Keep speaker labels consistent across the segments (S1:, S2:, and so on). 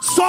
S1: Só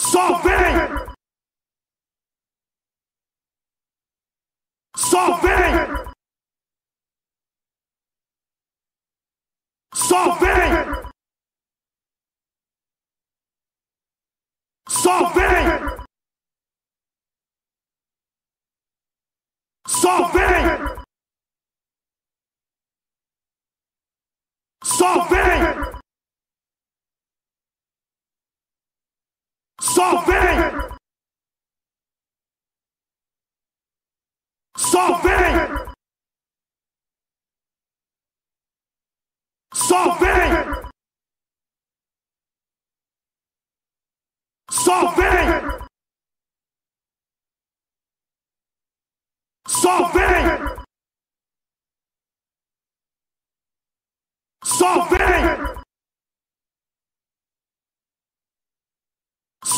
S1: Só vem! Só vem! Só vem! Só vem! Só vem! Só vem! Só vem! Só vem! Só vem! Só vem! Só vem! Só vem! Só vem! Só vem! Só vem!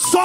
S1: Só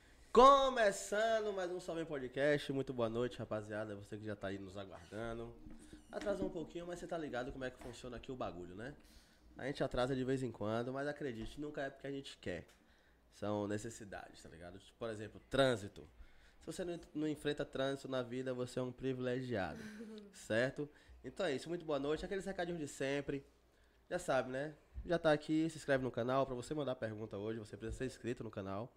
S2: Começando mais um Salve Podcast, muito boa noite, rapaziada. Você que já tá aí nos aguardando. Atrasou um pouquinho, mas você tá ligado como é que funciona aqui o bagulho, né? A gente atrasa de vez em quando, mas acredite, nunca é porque a gente quer. São necessidades, tá ligado? Tipo, Por exemplo, trânsito. Se você não, não enfrenta trânsito na vida, você é um privilegiado, certo? Então é isso, muito boa noite. Aqueles recadinhos de sempre. Já sabe, né? Já tá aqui, se inscreve no canal. Pra você mandar pergunta hoje, você precisa ser inscrito no canal.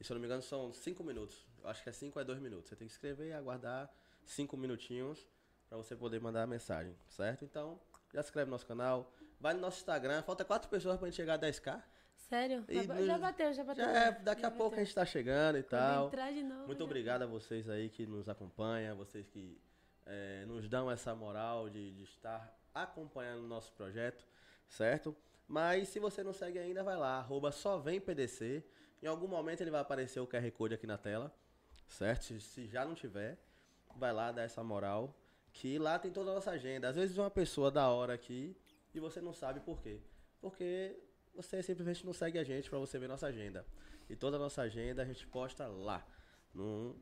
S2: E se eu não me engano, são 5 minutos. Eu acho que é 5 a 2 minutos. Você tem que escrever e aguardar 5 minutinhos pra você poder mandar a mensagem, certo? Então, já se inscreve no nosso canal. Vai no nosso Instagram. Falta 4 pessoas pra gente chegar a 10k.
S3: Sério?
S2: E
S3: Já ba-
S2: no-
S3: Já bateu, já bateu.
S2: Já é, daqui a pouco a gente tá chegando e tal.
S3: entrar de novo,
S2: Muito
S3: já-
S2: obrigado a vocês aí que nos acompanham, vocês que eh, nos dão essa moral de, de estar acompanhando o nosso projeto, certo? Mas se você não segue ainda, vai lá, arroba só vem PDC. Em algum momento ele vai aparecer o QR Code aqui na tela, certo? Se- Se já não tiver, vai lá dar essa moral, que lá tem toda a nossa agenda. Às vezes uma pessoa da hora aqui e você não sabe por quê. Porque você simplesmente não segue a gente pra você ver nossa agenda. E toda a nossa agenda a gente posta lá, no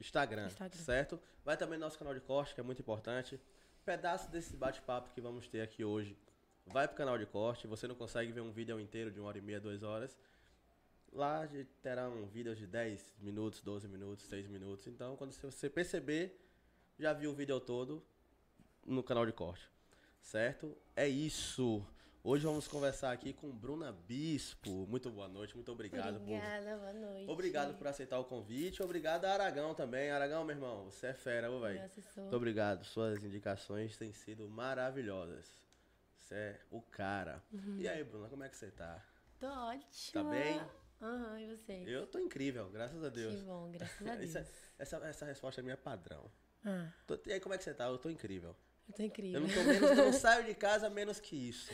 S2: Instagram,
S3: Instagram.
S2: certo? Vai também no nosso canal de corte, que é muito importante. Pedaço desse bate-papo que vamos ter aqui hoje. Vai pro canal de corte, você não consegue ver um vídeo inteiro de uma hora e meia, duas horas. Lá a gente terá um vídeo de 10 minutos, 12 minutos, 6 minutos. Então, quando você perceber, já viu o vídeo todo no canal de corte. Certo? É isso. Hoje vamos conversar aqui com Bruna Bispo. Muito boa noite, muito obrigado. Por...
S3: Obrigada, boa noite.
S2: Obrigado por aceitar o convite. Obrigado a Aragão também. Aragão, meu irmão, você é fera, ô, velho.
S3: Meu assessor.
S2: Muito obrigado. Suas indicações têm sido maravilhosas. Você é o cara.
S3: Uhum.
S2: E aí, Bruna, como é que você tá?
S3: Tô ótima.
S2: Tá bem?
S3: Aham, e você?
S2: Eu tô incrível, graças a Deus.
S3: É Que bom, graças a Deus.
S2: Isso é- essa, essa resposta é minha padrão.
S3: Ah,
S2: Tô- e aí, como é que você tá? Eu tô incrível.
S3: eu tô
S2: Eu
S3: incrível.
S2: não, tô menos, eu não saio de casa menos que isso.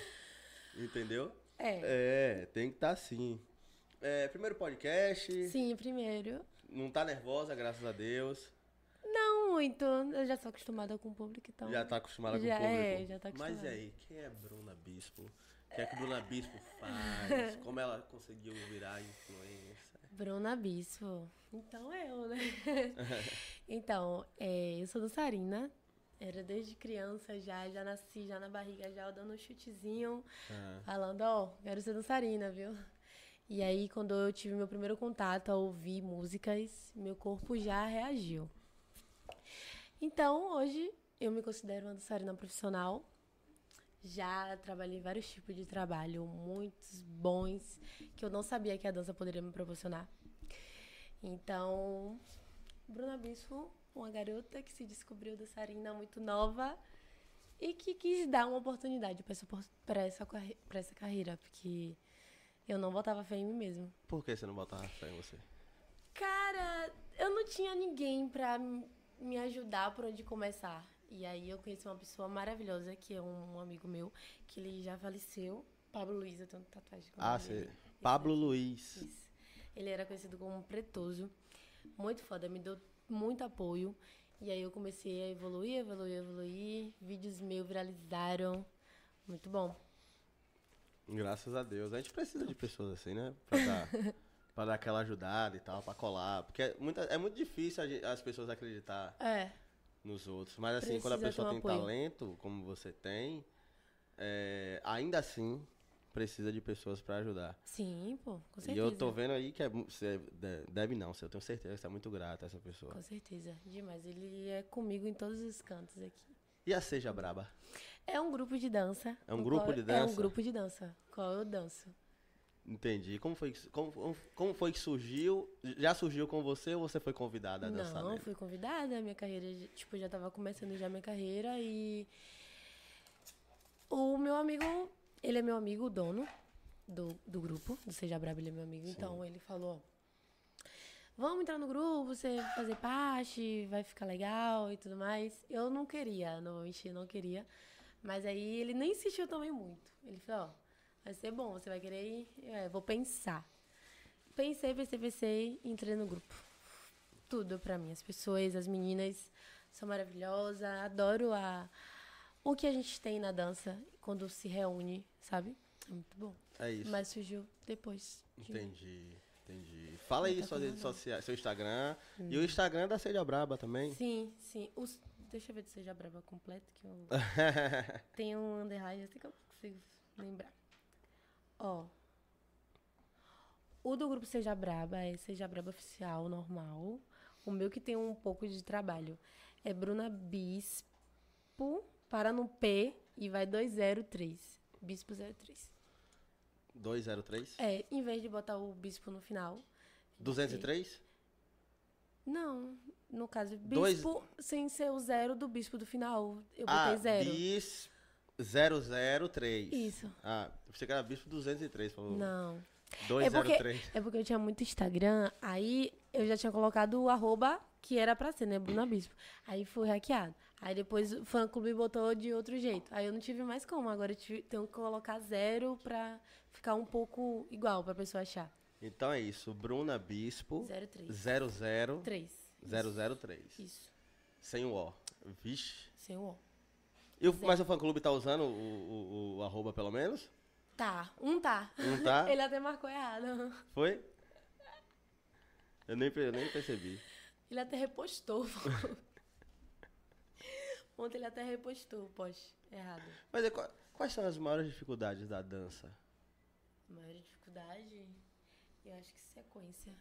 S2: Entendeu?
S3: É.
S2: É, tem que estar tá assim. É, primeiro podcast.
S3: Sim, primeiro.
S2: Não tá nervosa, graças a Deus.
S3: Não muito, eu já sou acostumada com o público, então.
S2: já tá acostumada com o
S3: já
S2: público.
S3: é, já tá acostumada.
S2: Mas e aí, quem é Bruna Bispo? O que é que Bruna Bispo faz? Como ela conseguiu virar influência?
S3: Bruna Bispo. Então eu, né? então, é, eu sou dançarina. Era desde criança já, já nasci já na barriga, já eu dando um chutezinho, falando, ó, quero ser dançarina, viu? E aí, quando eu tive meu primeiro contato a ouvir músicas, meu corpo já reagiu. Então, hoje, eu me considero uma dançarina profissional. Já trabalhei vários tipos de trabalho, muitos bons, que eu não sabia que a dança poderia me proporcionar. Então, Bruna Bispo, uma garota que se descobriu dançarina muito nova e que quis dar uma oportunidade para essa, opor- pra essa, carre- pra essa carreira, porque eu não botava fé em mim mesma.
S2: Por que você não botava fé em você?
S3: Cara, eu não tinha ninguém pra m- me ajudar por onde começar. E aí eu conheci uma pessoa maravilhosa, que é um amigo meu, que ele já faleceu. Pablo Luiz, eu tenho tatuagem com o
S2: Ah,
S3: nome
S2: você.
S3: dele.
S2: Pablo Luiz.
S3: Isso. Ele era conhecido como Pretoso. Muito foda, me deu muito apoio. E aí eu comecei a evoluir, evoluir, evoluir. Vídeos meus viralizaram. Muito bom.
S2: Graças a Deus. A gente precisa de pessoas assim, né? Pra dar, pra dar aquela ajudada e tal, pra colar. Porque é, muita, é muito difícil a gen- as pessoas acreditar
S3: É,
S2: nos outros. Mas assim, quando a
S3: Precisa
S2: pessoa
S3: ter um
S2: tem
S3: apoio.
S2: talento, como você tem, é, ainda assim precisa de pessoas pra ajudar.
S3: sim, pô, com certeza.
S2: E eu tô vendo aí que é, mu- você de- deve não, você- eu tenho certeza que você é muito grata a essa pessoa.
S3: Com certeza, demais. Ele é comigo em todos os cantos aqui.
S2: E a Seja Braba?
S3: É um grupo de dança.
S2: É um
S3: no
S2: grupo
S3: qual-
S2: de
S3: É
S2: dança?
S3: um grupo de dança. Qual eu danço?
S2: Entendi. Como foi, que- como, como foi que surgiu? Já surgiu com você ou você foi convidada a dançar né?
S3: Não,
S2: nele?
S3: fui convidada, minha carreira, já- tipo, já tava começando já minha carreira e o meu amigo, ele é meu amigo, o dono do, do grupo, do Seja Brabo, ele é meu amigo, então ele falou, ó, vamos entrar no grupo, você vai fazer parte, vai ficar legal e tudo mais. Eu não queria, não vou mentir, não queria. Mas aí ele nem insistiu também muito. Ele falou, ó, vai ser bom, você vai querer ir? Eu, é, vou pensar. Pensei, pensei, pensei, entrei no grupo. Tudo pra mim, as pessoas, as meninas são maravilhosas, adoro a o que a gente tem na dança quando se reúne, sabe? É muito bom.
S2: É isso.
S3: Mas surgiu depois. de mim.
S2: Entendi, entendi. Fala aí
S3: Muita
S2: suas redes
S3: coisa
S2: sociais, seu Instagram. E o Instagram da Seja Braba também.
S3: Sim, sim. Os- Deixa eu ver se seja brava completo, que eu tenho um underline, assim que eu consigo lembrar. Ó. O do grupo Seja Braba é Seja Braba Oficial, normal. O meu que tem um pouco de trabalho é Bruna Bispo, para no P e vai 203. Bispo 03.
S2: 203?
S3: É, em vez de botar o bispo no final.
S2: 203?
S3: Não, no caso,
S2: Dois-
S3: bispo sem ser o zero do bispo do final. Eu botei
S2: ah,
S3: zero.
S2: bis 003.
S3: Isso.
S2: Ah, eu pensei que era bispo 203, falou.
S3: Não. É porque,
S2: 203.
S3: é porque eu tinha muito Instagram, aí eu já tinha colocado o arroba que era pra ser, né? Bruna Bispo. Aí fui hackeado. Aí depois o fã clube botou de outro jeito. Aí eu não tive mais como. Agora eu tive- tenho que colocar zero pra ficar um pouco igual pra pessoa achar.
S2: Então é isso, Bruna Bispo
S3: 03.
S2: 00
S3: Três. Isso.
S2: 003.
S3: Isso.
S2: Sem o O. Vixe.
S3: Sem o O.
S2: E o, mas o fã clube tá usando o, o- o arroba pelo menos?
S3: Tá. Um tá.
S2: Um tá?
S3: Ele até marcou errado.
S2: Foi? Eu nem, per- eu nem percebi.
S3: Ele até repostou. Ontem ele até repostou o post. Errado.
S2: Mas é qua- quais são as maiores dificuldades da dança?
S3: A maior dificuldade? Eu acho que sequência.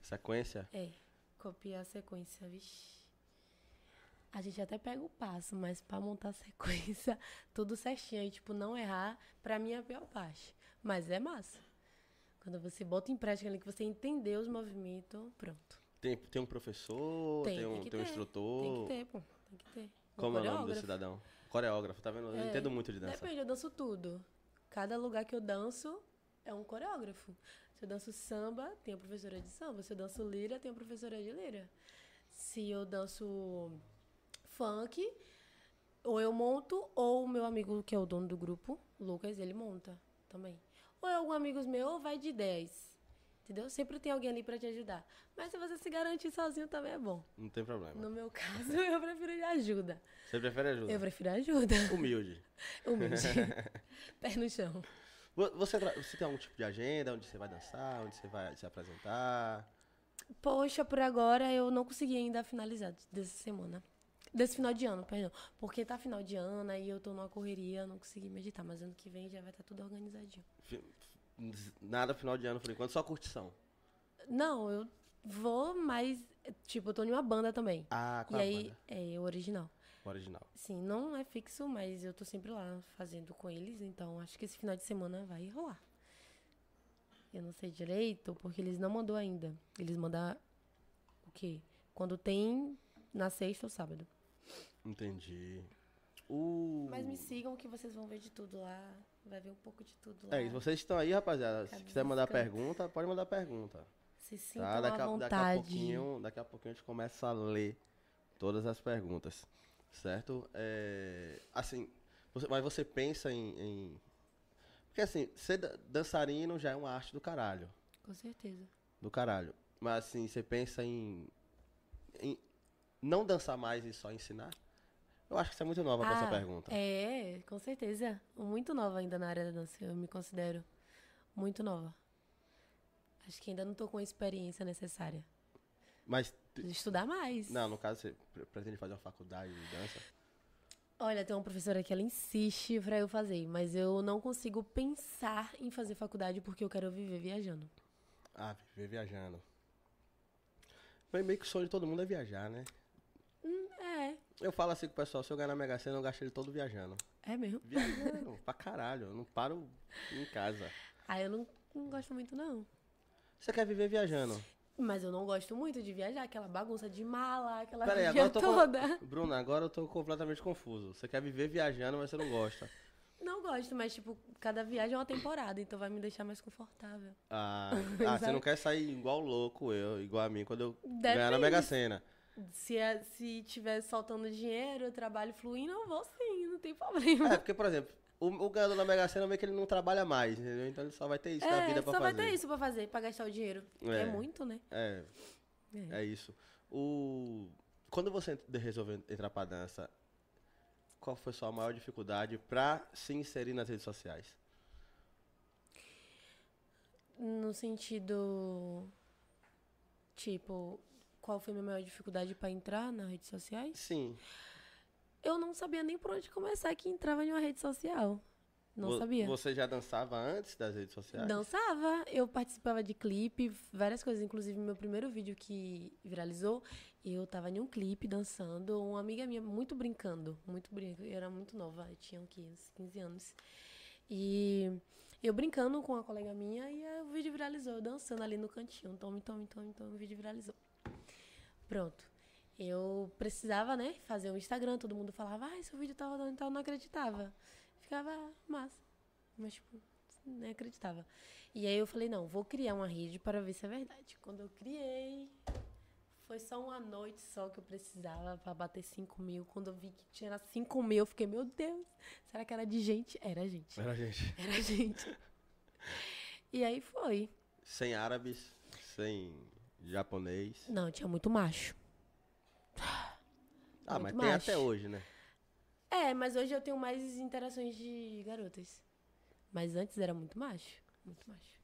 S2: Sequência?
S3: É, copiar a sequência, vixi. A gente até pega o passo, mas pra montar a sequência, tudo certinho, e, tipo, não errar, pra mim é a pior parte. Mas é massa. Quando você bota em prática ali, que você entendeu os movimentos, pronto.
S2: Tem, tem um professor, tem, um,
S3: que
S2: tem um
S3: ter,
S2: instrutor.
S3: Tem que ter, pô. Tem que ter. Um
S2: Como é o nome do
S3: coreógrafo.
S2: cidadão? Coreógrafo, tá vendo? Eu
S3: É,
S2: entendo muito de dança.
S3: Depende, eu danço tudo. Cada lugar que eu danço é um coreógrafo. Se eu danço samba, tem a professora de samba. Se eu danço lira, tem a professora de lira. Se eu danço funk, ou eu monto, ou o meu amigo, que é o dono do grupo, Lucas, ele monta também. Ou é algum amigo meu, ou vai de 10. Entendeu? Sempre tem alguém ali pra te ajudar. Mas se você se garantir sozinho também é bom.
S2: Não tem problema.
S3: No meu caso, eu prefiro ajuda.
S2: Você prefere ajuda?
S3: Eu prefiro ajuda.
S2: Humilde.
S3: Humilde. Pé no chão.
S2: Vo- Você, tra- você tem algum tipo de agenda onde você vai dançar, onde você vai se apresentar?
S3: Poxa, por agora eu não consegui ainda finalizar dessa semana. Desse final de ano, perdão. Porque tá final de ano e eu tô numa correria, não consegui meditar. Mas ano que vem já vai estar tudo organizadinho.
S2: Fi- f- Nada final de ano por enquanto, só curtição.
S3: Não, eu vou, mas. Tipo, eu tô em uma banda também.
S2: Ah,
S3: e
S2: com a
S3: aí,
S2: banda.
S3: é o original.
S2: Original.
S3: Sim, não é fixo, mas eu tô sempre lá fazendo com eles, então acho que esse final de semana vai rolar. Eu não sei direito, porque eles não mandou ainda. Eles mandam o quê? Quando tem na sexta ou sábado.
S2: Entendi. Uh. O...
S3: Mas me sigam que vocês vão ver de tudo lá. Vai ver um pouco de tudo lá.
S2: É isso, vocês estão aí, rapaziada. Se
S3: Cadê
S2: quiser
S3: os
S2: mandar
S3: cantos?
S2: pergunta, pode mandar pergunta.
S3: Se sintam
S2: Tá? Daqui,
S3: à
S2: a,
S3: vontade.
S2: daqui a pouquinho, daqui a pouquinho a gente começa a ler todas as perguntas, certo? É, assim, você- mas você pensa em, em- porque assim, ser da- dançarino já é uma arte do caralho,
S3: Com certeza.
S2: do caralho. Mas assim, você pensa em, em não dançar mais e só ensinar? Eu acho que você é muito nova pra essa
S3: Ah,
S2: pergunta.
S3: É, com certeza. Muito nova ainda na área da dança. Eu me considero muito nova. Acho que ainda não tô com a experiência necessária.
S2: Mas
S3: Preciso estudar mais.
S2: não, no caso você pre- pretende fazer uma faculdade de dança?
S3: Olha, tem uma professora que ela insiste pra eu fazer, mas eu não consigo pensar em fazer faculdade porque eu quero viver viajando.
S2: Ah, viver viajando. Mas meio que o sonho de todo mundo é viajar, né?
S3: É,
S2: Eu falo assim com o pessoal, se eu ganhar na Mega Sena, eu gasto ele todo viajando.
S3: é mesmo.
S2: Viajando, pra caralho, eu não paro em casa.
S3: Ah, eu não, não gosto muito, não.
S2: Você quer viver viajando?
S3: Mas eu não gosto muito de viajar, aquela bagunça de mala, aquela
S2: Peraí, agora
S3: viagem
S2: eu tô. com-
S3: toda.
S2: Bruna, agora eu tô completamente confuso. Você quer viver viajando, mas você não gosta.
S3: Não gosto, mas, tipo, cada viagem é uma temporada, então vai me deixar mais confortável.
S2: Ah, ah, você não quer sair igual louco, eu, igual a mim, quando eu ganhar na
S3: Depende.
S2: Mega Sena.
S3: Se, é- se tiver soltando dinheiro, eu trabalho fluindo, eu vou sim, não tem problema.
S2: É, porque, por exemplo, o, o ganhador da Mega Sena meio que ele não trabalha mais, entendeu? Então ele só vai ter isso na vida pra
S3: É, só vai
S2: fazer.
S3: ter isso pra fazer, pra gastar o dinheiro. É,
S2: É.
S3: muito, né?
S2: É, é isso. O... Quando você ent- resolveu entrar pra dança, qual foi sua maior dificuldade pra se inserir nas redes sociais?
S3: No sentido. Tipo, qual foi a minha maior dificuldade pra entrar nas redes sociais?
S2: Sim.
S3: Eu não sabia nem por onde começar que entrava em uma rede social. Não
S2: Vo-
S3: sabia.
S2: Você já dançava antes das redes sociais?
S3: Dançava, eu participava de clipe, várias coisas. Inclusive, meu primeiro vídeo que viralizou, eu tava em um clipe dançando, uma amiga minha muito brincando, muito brincando. Eu era muito nova, eu tinha o quê? uns 15 anos. E eu brincando com uma colega minha e aí o vídeo viralizou, eu dançando ali no cantinho. Tome, tome, tome, tome, o vídeo viralizou. Pronto. Eu precisava, né, fazer um Instagram, todo mundo falava, ah, seu vídeo tava dando e tal, eu não acreditava. Ficava "Ah, massa. Mas, tipo, nem acreditava. E aí eu falei, não, vou criar uma rede para ver se é verdade. Quando eu criei, foi só uma noite só que eu precisava para bater 5 mil. Quando eu vi que tinha 5 mil, eu fiquei, meu Deus, será que era de gente? Era gente.
S2: Era gente.
S3: Era gente. E aí foi.
S2: Sem árabes, sem japonês.
S3: Não, tinha muito macho.
S2: Ah, mas
S3: Muito
S2: tem
S3: macho.
S2: até hoje, né?
S3: É, mas hoje eu tenho mais interações de garotas. Mas antes era muito macho. Muito macho.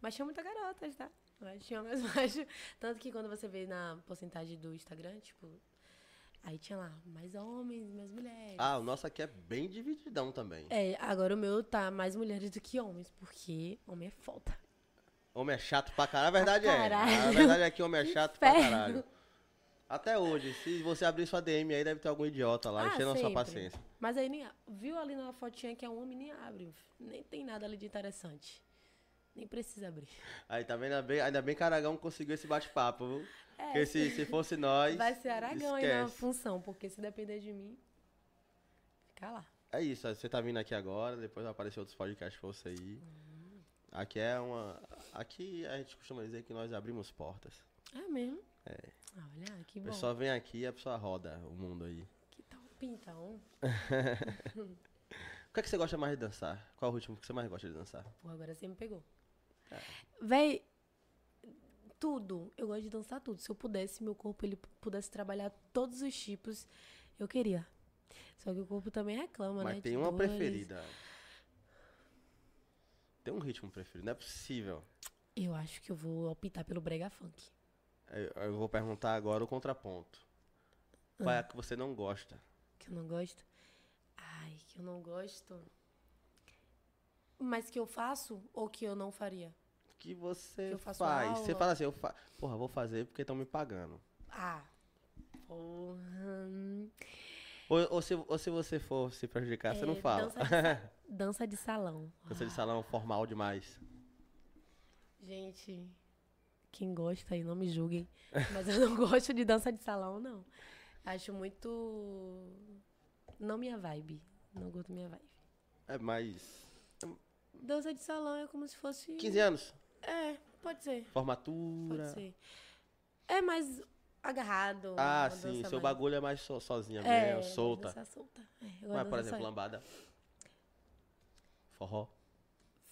S3: Mas tinha muita garota, tá? Mas tinha mais macho. Tanto que quando você vê na porcentagem do Instagram, tipo. Aí tinha lá mais homens, mais mulheres.
S2: Ah, o nosso aqui é bem divididão também.
S3: É, agora o meu tá mais mulheres do que homens, porque homem é falta.
S2: Homem é chato pra caralho. A verdade é. A
S3: caralho.
S2: verdade é que homem é
S3: Que
S2: chato pra
S3: inferno.
S2: caralho. Até hoje, se você abrir sua DM aí, deve ter algum idiota lá, Tá enchendo a sua
S3: Ah, sempre.
S2: paciência.
S3: Mas aí nem. a- Viu ali na fotinha que é um homem, nem abre. Nem tem nada ali de interessante. Nem precisa abrir.
S2: Aí tá vendo? Ainda bem- Ainda bem que Aragão conseguiu esse bate-papo, viu?
S3: É.
S2: Porque se, se fosse nós.
S3: Vai ser Aragão aí na
S2: esquece.
S3: função, porque se depender de mim, fica lá.
S2: É isso, você tá vindo aqui agora, depois vai aparecer outros podcasts pra você ir. Aqui é uma. Aqui a gente costuma dizer que nós abrimos portas.
S3: É mesmo? É. Olha, que
S2: A
S3: bom.
S2: pessoa vem aqui e a pessoa roda o mundo aí.
S3: Que tal pintão?
S2: O que é que você gosta mais de dançar? Qual é o ritmo que você mais gosta de dançar?
S3: Pô, agora você me pegou.
S2: É.
S3: Véi, tudo. Eu gosto de dançar tudo. Se eu pudesse, meu corpo ele pudesse trabalhar todos os tipos, eu queria. Só que o corpo também reclama, né?
S2: Mas
S3: de
S2: tem uma
S3: dores.
S2: preferida. Tem um ritmo preferido, não é possível.
S3: Eu acho que eu vou optar pelo brega funk.
S2: Eu, eu vou perguntar agora o contraponto. Qual é
S3: Ah.
S2: a que você não gosta?
S3: que eu não gosto. Ai, que eu não gosto. Mas que eu faço ou que eu não faria?
S2: Que você
S3: Que eu
S2: faz?
S3: faço
S2: Você
S3: aula.
S2: fala assim, eu fa... porra, vou fazer porque estão me pagando.
S3: Ah, porra. hum.
S2: Ou, ou se, ou se você for se prejudicar, você
S3: É,
S2: não fala.
S3: dança de sa- Dança de salão.
S2: Dança de salão formal demais.
S3: Ah, Gente, quem gosta aí, não me julguem. Mas eu não gosto de dança de salão, não. Acho muito. Não minha vibe. Não gosto da minha vibe.
S2: É mais.
S3: Dança de salão é como se fosse.
S2: 15 anos.
S3: É, pode ser.
S2: Formatura.
S3: Pode ser. É mais agarrado.
S2: Ah,
S3: uma
S2: sim.
S3: dança
S2: Seu
S3: mais-
S2: bagulho é mais so- sozinha
S3: É,
S2: mesmo, solta.
S3: dança solta. É,
S2: Mas, por
S3: eu gosto dessa
S2: exemplo,
S3: solta.
S2: lambada. Forró.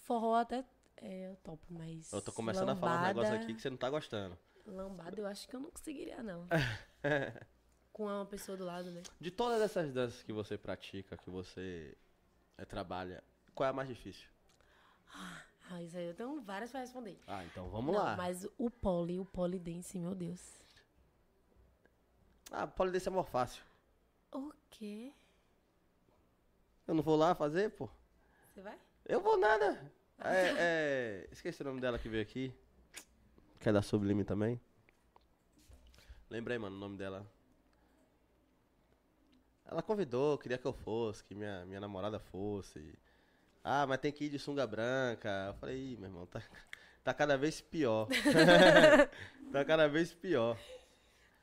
S3: forró até é, eu topo, mas.
S2: Eu tô começando a falar um negócio
S3: lambada-
S2: aqui que você não tá gostando.
S3: Lambada eu acho que eu não conseguiria, não. Com uma pessoa do lado, né?
S2: De todas essas danças que você pratica, que você eh, trabalha, qual é a mais difícil?
S3: Ah, isso aí eu tenho várias pra responder.
S2: Ah, então vamos
S3: não,
S2: lá.
S3: mas o pole, o pole dance, meu Deus.
S2: Ah, polidense é mais fácil.
S3: O quê?
S2: Eu não vou lá fazer, pô.
S3: Você vai?
S2: Eu vou nada. É, é, esqueci o nome dela que veio aqui. Quer dar sublime também? Lembrei, mano, o nome dela. Ela convidou, queria que eu fosse, que minha, minha namorada fosse. Ah, mas tem que ir de sunga branca. Eu falei, Ih, meu irmão, tá, tá cada vez pior. tá cada vez pior.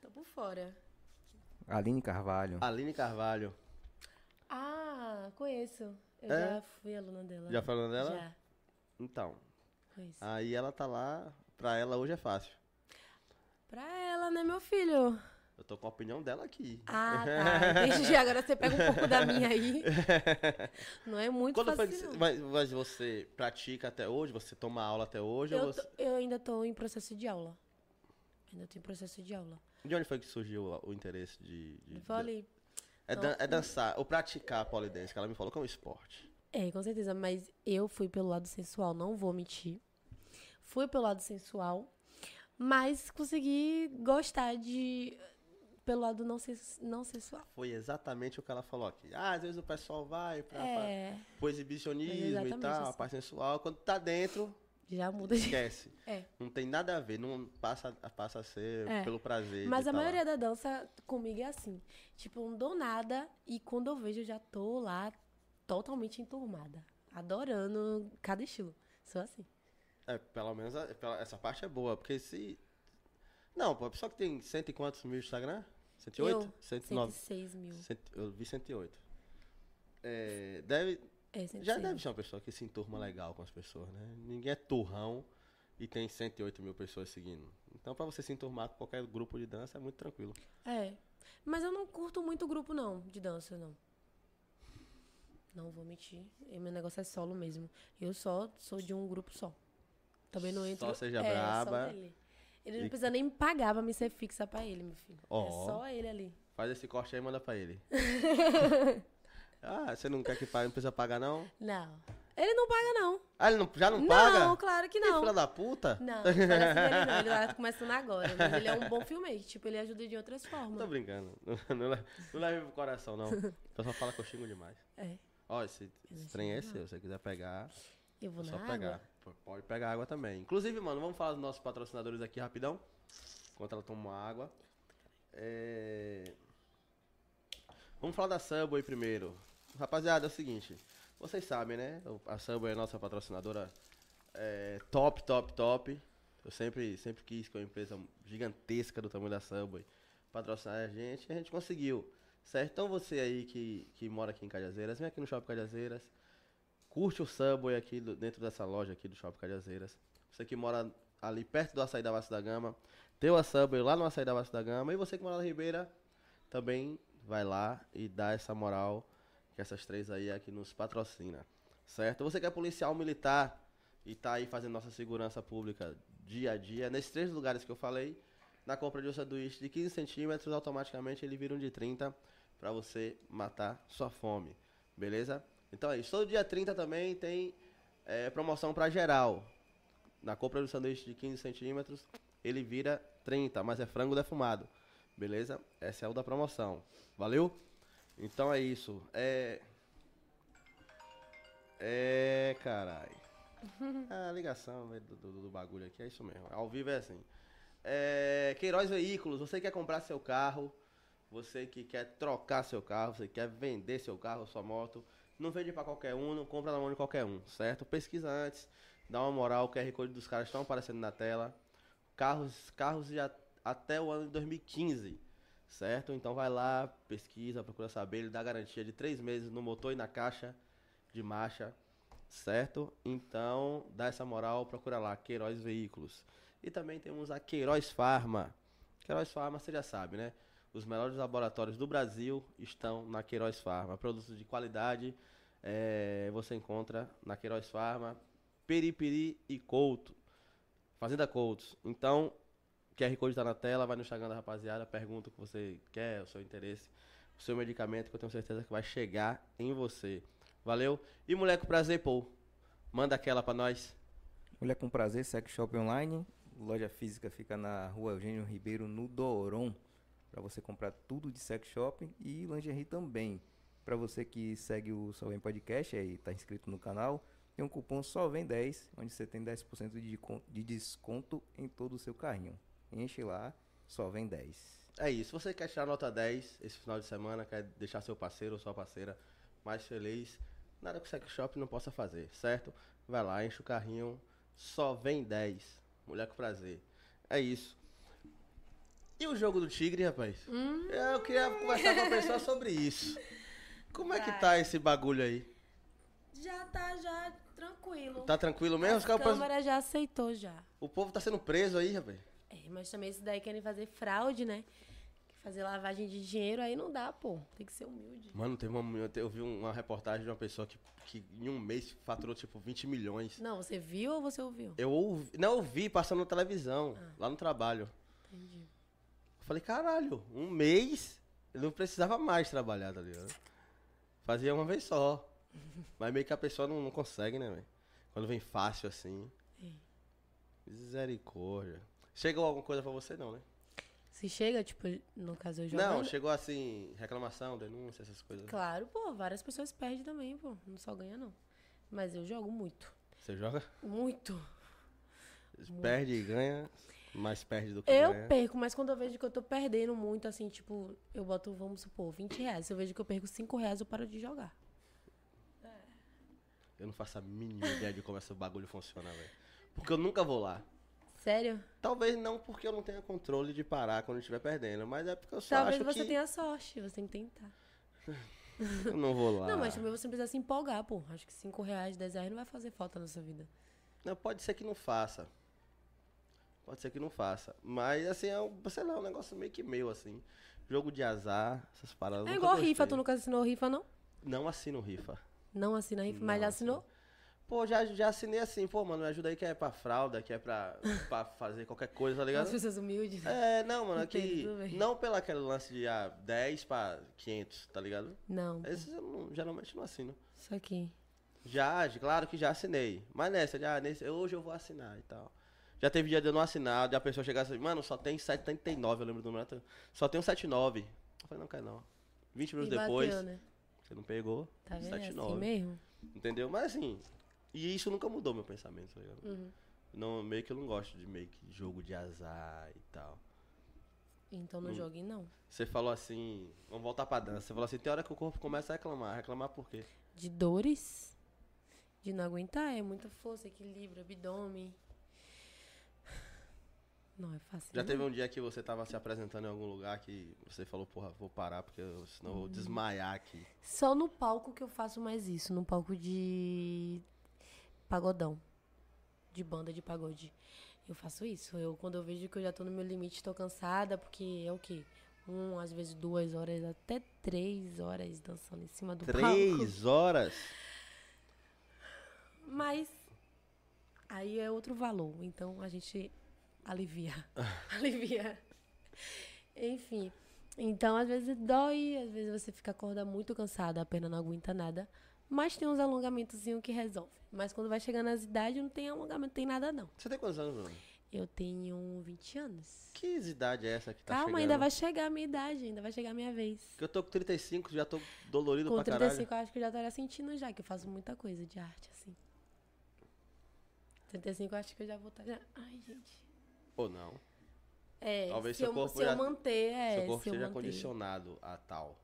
S3: Tô por fora.
S4: Aline Carvalho.
S2: Aline Carvalho.
S3: Ah, conheço. Eu
S2: É?
S3: já fui aluna dela.
S2: Já falando dela?
S3: Já,
S2: Então,
S3: conheço.
S2: aí ela tá lá, pra ela hoje é fácil.
S3: Pra ela, né, meu filho?
S2: Eu tô com a opinião dela aqui.
S3: Ah, tá. Entendi. Agora você pega um pouco da minha aí. Não é muito
S2: Quando foi que
S3: fácil.
S2: você-
S3: não.
S2: mas, mas você pratica até hoje? Você toma aula até hoje? ou
S3: Eu,
S2: você-
S3: tô- eu ainda tô em processo de aula. Ainda tô em processo de aula.
S2: De onde foi que surgiu o- o interesse de... de-
S3: Eu falei,
S2: É, dan-
S3: então.
S2: é dançar, ou praticar pole dance, que ela me falou que é um esporte.
S3: é, com certeza, mas eu fui pelo lado sensual, não vou mentir. Fui pelo lado sensual, mas consegui gostar de pelo lado não, sens- não sensual.
S2: Foi exatamente o que ela falou aqui. Ah, às vezes o pessoal vai pra, pra,
S3: É,
S2: pro
S3: Mas
S2: exibicionismo e
S3: exatamente
S2: tal, a
S3: assim.
S2: parte sensual. Quando tá dentro,
S3: já muda de
S2: esquece.
S3: É.
S2: Não tem nada a ver, não passa, passa a ser
S3: É.
S2: pelo prazer.
S3: Mas
S2: de
S3: a
S2: tá lá.
S3: maioria da dança comigo é assim. Tipo, eu não dou nada e quando eu vejo eu já tô lá totalmente enturmada. Adorando cada estilo. Sou assim.
S2: É, pelo menos a- pela- essa parte é boa, porque se. Não, pô, a pessoa que tem cento e quantos mil no Instagram? 108?
S3: Eu,
S2: 109.
S3: 106 mil.
S2: Cento- eu vi 108. É, deve,
S3: É,
S2: já
S3: 106
S2: deve ser uma pessoa que se enturma legal com as pessoas, né? Ninguém é turrão e tem 108 mil pessoas seguindo. Então, pra você se enturmar com qualquer grupo de dança é muito tranquilo.
S3: É. Mas eu não curto muito grupo, não, de dança, não. Não vou mentir. E meu negócio é solo mesmo. Eu só sou de um grupo só. Também não
S2: Só
S3: entro.
S2: seja
S3: é,
S2: braba.
S3: Só dele. Ele não
S2: E-
S3: precisa nem me pagar pra me ser fixa pra ele, meu filho. É
S2: Ó.
S3: só ele ali.
S2: Faz esse corte aí e manda pra ele. ah, você não quer que pague, não precisa pagar, não?
S3: Não. Ele não paga, não.
S2: Ah, ele não, já não, paga?
S3: Não, claro que
S2: Ih,
S3: não.
S2: Filha da puta?
S3: Não, não fala assim dele, não. Ele tá começando agora. Mas ele é um bom filme. Tipo, ele ajuda de outras
S2: Tô
S3: formas.
S2: brincando. Não, não, le- não leve pro coração, não. O pessoal fala que eu xingo demais.
S3: É.
S2: Ó, esse, esse trem é seu. Se você quiser pegar,
S3: Eu vou
S2: é
S3: na
S2: só
S3: água.
S2: pegar. P- Pode pegar água também. Inclusive, mano, vamos falar dos nossos patrocinadores aqui rapidão. Enquanto ela toma uma água. É... Vamos falar da Subway primeiro. Rapaziada, é o seguinte. Vocês sabem, né? O- A Subway é a nossa patrocinadora é, top, top, top. Eu sempre, sempre quis que uma empresa gigantesca do tamanho da Subway patrocinar a gente e a gente conseguiu. Certo? Então você aí que, que mora aqui em Cajazeiras, vem aqui no Shopping Cajazeiras, curte o Subway aqui do- dentro dessa loja aqui do Shopping Cajazeiras. Você que mora ali perto do Açaí da Vasco da Gama, tem o Subway lá no Açaí da Vasco da Gama. E você que mora na Ribeira, também vai lá e dá essa moral que essas três aí aqui nos patrocina. Certo? Você que é policial militar e tá aí fazendo nossa segurança pública dia a dia, nesses três lugares que eu falei, na compra de um sanduíche de 15 centímetros, automaticamente ele vira um de 30 para você matar sua fome. Beleza? Então é isso. Todo dia 30 também tem eh, promoção para geral. Na compra do sanduíche de 15 centímetros, ele vira 30, mas é frango defumado. Beleza? Essa é o da promoção. Valeu? Então é isso. É. É, carai. A ligação né, do, do- do bagulho aqui é isso mesmo. Ao vivo é assim. É, Queiroz Veículos, você quer comprar seu carro, você que quer trocar seu carro, você quer vender seu carro, sua moto, não vende pra qualquer um, não compra na mão de qualquer um, certo? Pesquisa antes, dá uma moral, o QR Code dos caras estão aparecendo na tela. Carros, carros de a- até o ano de 2015, certo? Então vai lá, pesquisa, procura saber, ele dá garantia de três meses no motor e na caixa de marcha, certo? Então dá essa moral, procura lá, Queiroz Veículos. E também temos a Queiroz Farma. Queiroz Farma, você já sabe, né? Os melhores laboratórios do Brasil estão na Queiroz Farma. Produtos de qualidade eh, você encontra na Queiroz Farma, Peripiri e Couto. Fazenda Coutos. Então, QR Code tá na tela, vai no Instagram da rapaziada, pergunta o que você quer, o seu interesse, o seu medicamento, que eu tenho certeza que vai chegar em você. Valeu? E moleque, prazer, pô. Manda aquela pra nós.
S4: Mulher com prazer, sex shop online. Loja física fica na rua Eugênio Ribeiro, no Doron. Pra você comprar tudo de sex shop e lingerie também. Pra você que segue o Solvem Podcast e tá inscrito no canal, tem um cupom SOLVEM10, onde você tem 10% de decon- de desconto em todo o seu carrinho. Enche lá, SOLVEM10.
S2: É isso. Se você quer tirar nota 10 esse final de semana, quer deixar seu parceiro ou sua parceira mais feliz, nada que o sex shop não possa fazer, certo? Vai lá, enche o carrinho, só vem 10. Mulher com prazer. É isso. E o jogo do tigre, rapaz? Eu queria conversar com a pessoa sobre isso. Como é que
S3: Vai.
S2: tá esse bagulho aí?
S3: Já tá, já tranquilo.
S2: Tá tranquilo mesmo? Os
S3: A
S2: caras-
S3: Câmara já aceitou já.
S2: O povo tá sendo preso aí, rapaz.
S3: É, mas também isso daí querem fazer fraude, né? Fazer lavagem de dinheiro aí não dá, pô. Tem que ser humilde.
S2: Mano, teve uma, eu te- eu vi uma reportagem de uma pessoa que, que em um mês faturou tipo 20 milhões.
S3: Não, você viu ou você ouviu?
S2: Eu ouvi, não, eu vi passando na televisão,
S3: Ah.
S2: lá no trabalho.
S3: Entendi.
S2: Eu falei, caralho, um mês eu não precisava mais trabalhar, tá ligado? Fazia uma vez só. Mas meio que a pessoa não, não consegue, né, velho? Quando vem fácil assim.
S3: Sim.
S2: Misericórdia. Chegou alguma coisa pra você, não, né?
S3: Se chega, tipo, no caso eu jogando...
S2: Não, chegou assim, reclamação, denúncia, essas coisas.
S3: Claro, pô, várias pessoas perdem também, pô. Não só ganha, não. Mas eu jogo muito.
S2: Você joga?
S3: Muito.
S2: Perde e ganha, mas perde do que
S3: Eu
S2: ganha.
S3: perco, mas quando eu vejo que eu tô perdendo muito, assim, tipo, eu boto, vamos supor, 20 reais. Se eu vejo que eu perco 5 reais, eu paro de jogar.
S2: Eu não faço a mínima ideia de como esse bagulho funciona, velho. Porque eu nunca vou lá.
S3: Sério?
S2: Talvez não porque eu não tenha controle de parar quando eu estiver perdendo, mas é porque eu só
S3: Talvez
S2: acho
S3: você
S2: que
S3: tenha sorte, você tem que tentar.
S2: eu não vou lá.
S3: Não, mas também você não precisa se empolgar, pô. Acho que 5 reais, 10 reais não vai fazer falta na sua vida.
S2: Não, pode ser que não faça. Pode ser que não faça. Mas assim, é um, sei lá, um negócio meio que meu, assim. Jogo de azar, essas paradas. eu
S3: é
S2: nunca
S3: igual rifa,
S2: gostei.
S3: tu nunca assinou rifa, não?
S2: Não assino rifa.
S3: Não assina rifa, mas já
S2: Não tá
S3: assinou?
S2: Pô, já, já assinei assim, pô, mano, me ajuda aí que é pra fralda, que é pra, pra fazer qualquer coisa, tá ligado?
S3: As pessoas humildes.
S2: É, não, mano,
S3: Entendo,
S2: aqui.
S3: tudo bem.
S2: Não pelo aquele lance de ah, 10 pra 500, tá ligado?
S3: Não, pô,
S2: Esses eu não- geralmente não assino.
S3: isso aqui.
S2: Já, claro que já assinei. Mas nessa, já, nesse, hoje eu vou assinar e tal. Já teve dia de eu não assinar, de a pessoa chegar assim, mano, só tem 79, eu lembro do número. Só tem um 79. Eu falei, não, cara, não. 20
S3: E
S2: minutos depois,
S3: bateu, né?
S2: você não pegou,
S3: Tá vendo? É assim
S2: 79.
S3: mesmo?
S2: Entendeu? Mas assim, e isso nunca mudou meu pensamento, tá ligado?
S3: Uhum.
S2: Não, meio que eu não gosto de meio que jogo de azar e tal.
S3: Então
S2: Hum.
S3: não joguei, não.
S2: Você falou assim, vamos voltar pra dança. Você falou assim, tem hora que o corpo começa a reclamar. Reclamar por quê?
S3: De dores, de não aguentar, é muita força, equilíbrio, abdômen. Não é fácil.
S2: Já
S3: não.
S2: teve um dia que você tava se apresentando em algum lugar que você falou, porra, vou parar, porque eu- senão
S3: Hum.
S2: eu vou desmaiar aqui.
S3: Só no palco que eu faço mais isso, no palco de pagodão, de banda de pagode. Eu faço isso. Eu quando eu vejo que eu já tô no meu limite, tô cansada, porque é o quê? Um, às vezes duas horas, até três horas dançando em cima do palco.
S2: Três horas?
S3: Mas aí é outro valor, então a gente alivia. alivia. Enfim. Então, às vezes dói, às vezes você fica acorda muito cansada, a perna não aguenta nada. Mas tem uns alongamentozinhos que resolve. Mas quando vai chegando nas idades, não tem alongamento, não tem nada, não.
S2: Você tem quantos anos, Bruno?
S3: Eu tenho 20 anos.
S2: Que idade é essa que tá
S3: Calma,
S2: chegando?
S3: ainda vai chegar a minha idade, ainda vai chegar a minha vez.
S2: Porque eu tô com 35, já tô dolorido
S3: Com
S2: pra
S3: 35,
S2: caralho.
S3: eu acho que eu já estaria sentindo já, que eu faço muita coisa de arte, assim. 35, eu acho que eu já vou estar. já- Ai, gente.
S2: Ou não.
S3: É,
S2: Talvez
S3: se,
S2: seu
S3: eu,
S2: corpo
S3: se eu
S2: já-
S3: manter, é.
S2: Seu corpo
S3: se eu
S2: seja
S3: manter.
S2: condicionado a tal.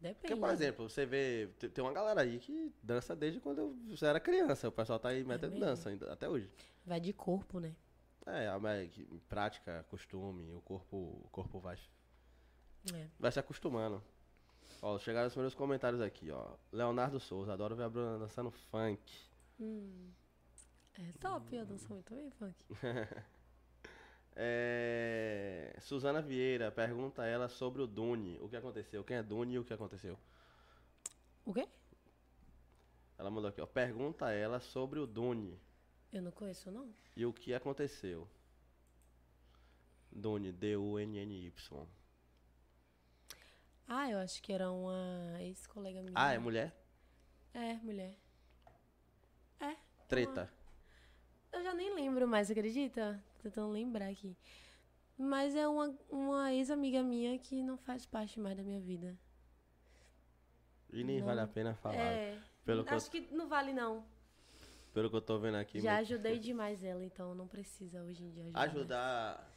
S3: Depende.
S2: Porque, por exemplo, você vê. te- Tem uma galera aí que dança desde quando eu já era criança. O pessoal tá aí metendo
S3: É mesmo?
S2: dança ainda, até hoje.
S3: Vai de corpo, né?
S2: É, a ma- que- prática, costume, o corpo, o corpo vai,
S3: É.
S2: vai se acostumando. Ó, chegaram os primeiros comentários aqui, ó. Leonardo Souza, adoro ver a Bruna dançando funk.
S3: É top, eu danço muito bem, funk.
S2: É... Suzana Vieira pergunta a ela sobre o Dune, o que aconteceu, quem é Dune e o que aconteceu.
S3: O quê?
S2: Ela mandou aqui, ó. Pergunta a ela sobre o Dune
S3: Eu não conheço, não.
S2: e o que aconteceu. Dune, D-U-N-N-Y.
S3: Ah, eu acho que era uma ex-colega minha.
S2: Ah, é mulher?
S3: É, mulher.
S2: Treta.
S3: Eu já nem lembro mais, acredita? Tô tentando lembrar aqui. Mas é uma, uma ex-amiga minha que não faz parte mais da minha vida.
S2: E nem
S3: Não.
S2: vale a pena falar.
S3: É.
S2: Pelo que eu-
S3: acho que não vale, não.
S2: Pelo que eu tô vendo aqui.
S3: já
S2: muito-
S3: ajudei demais ela, então não precisa hoje em dia ajudar.
S2: Ajudar.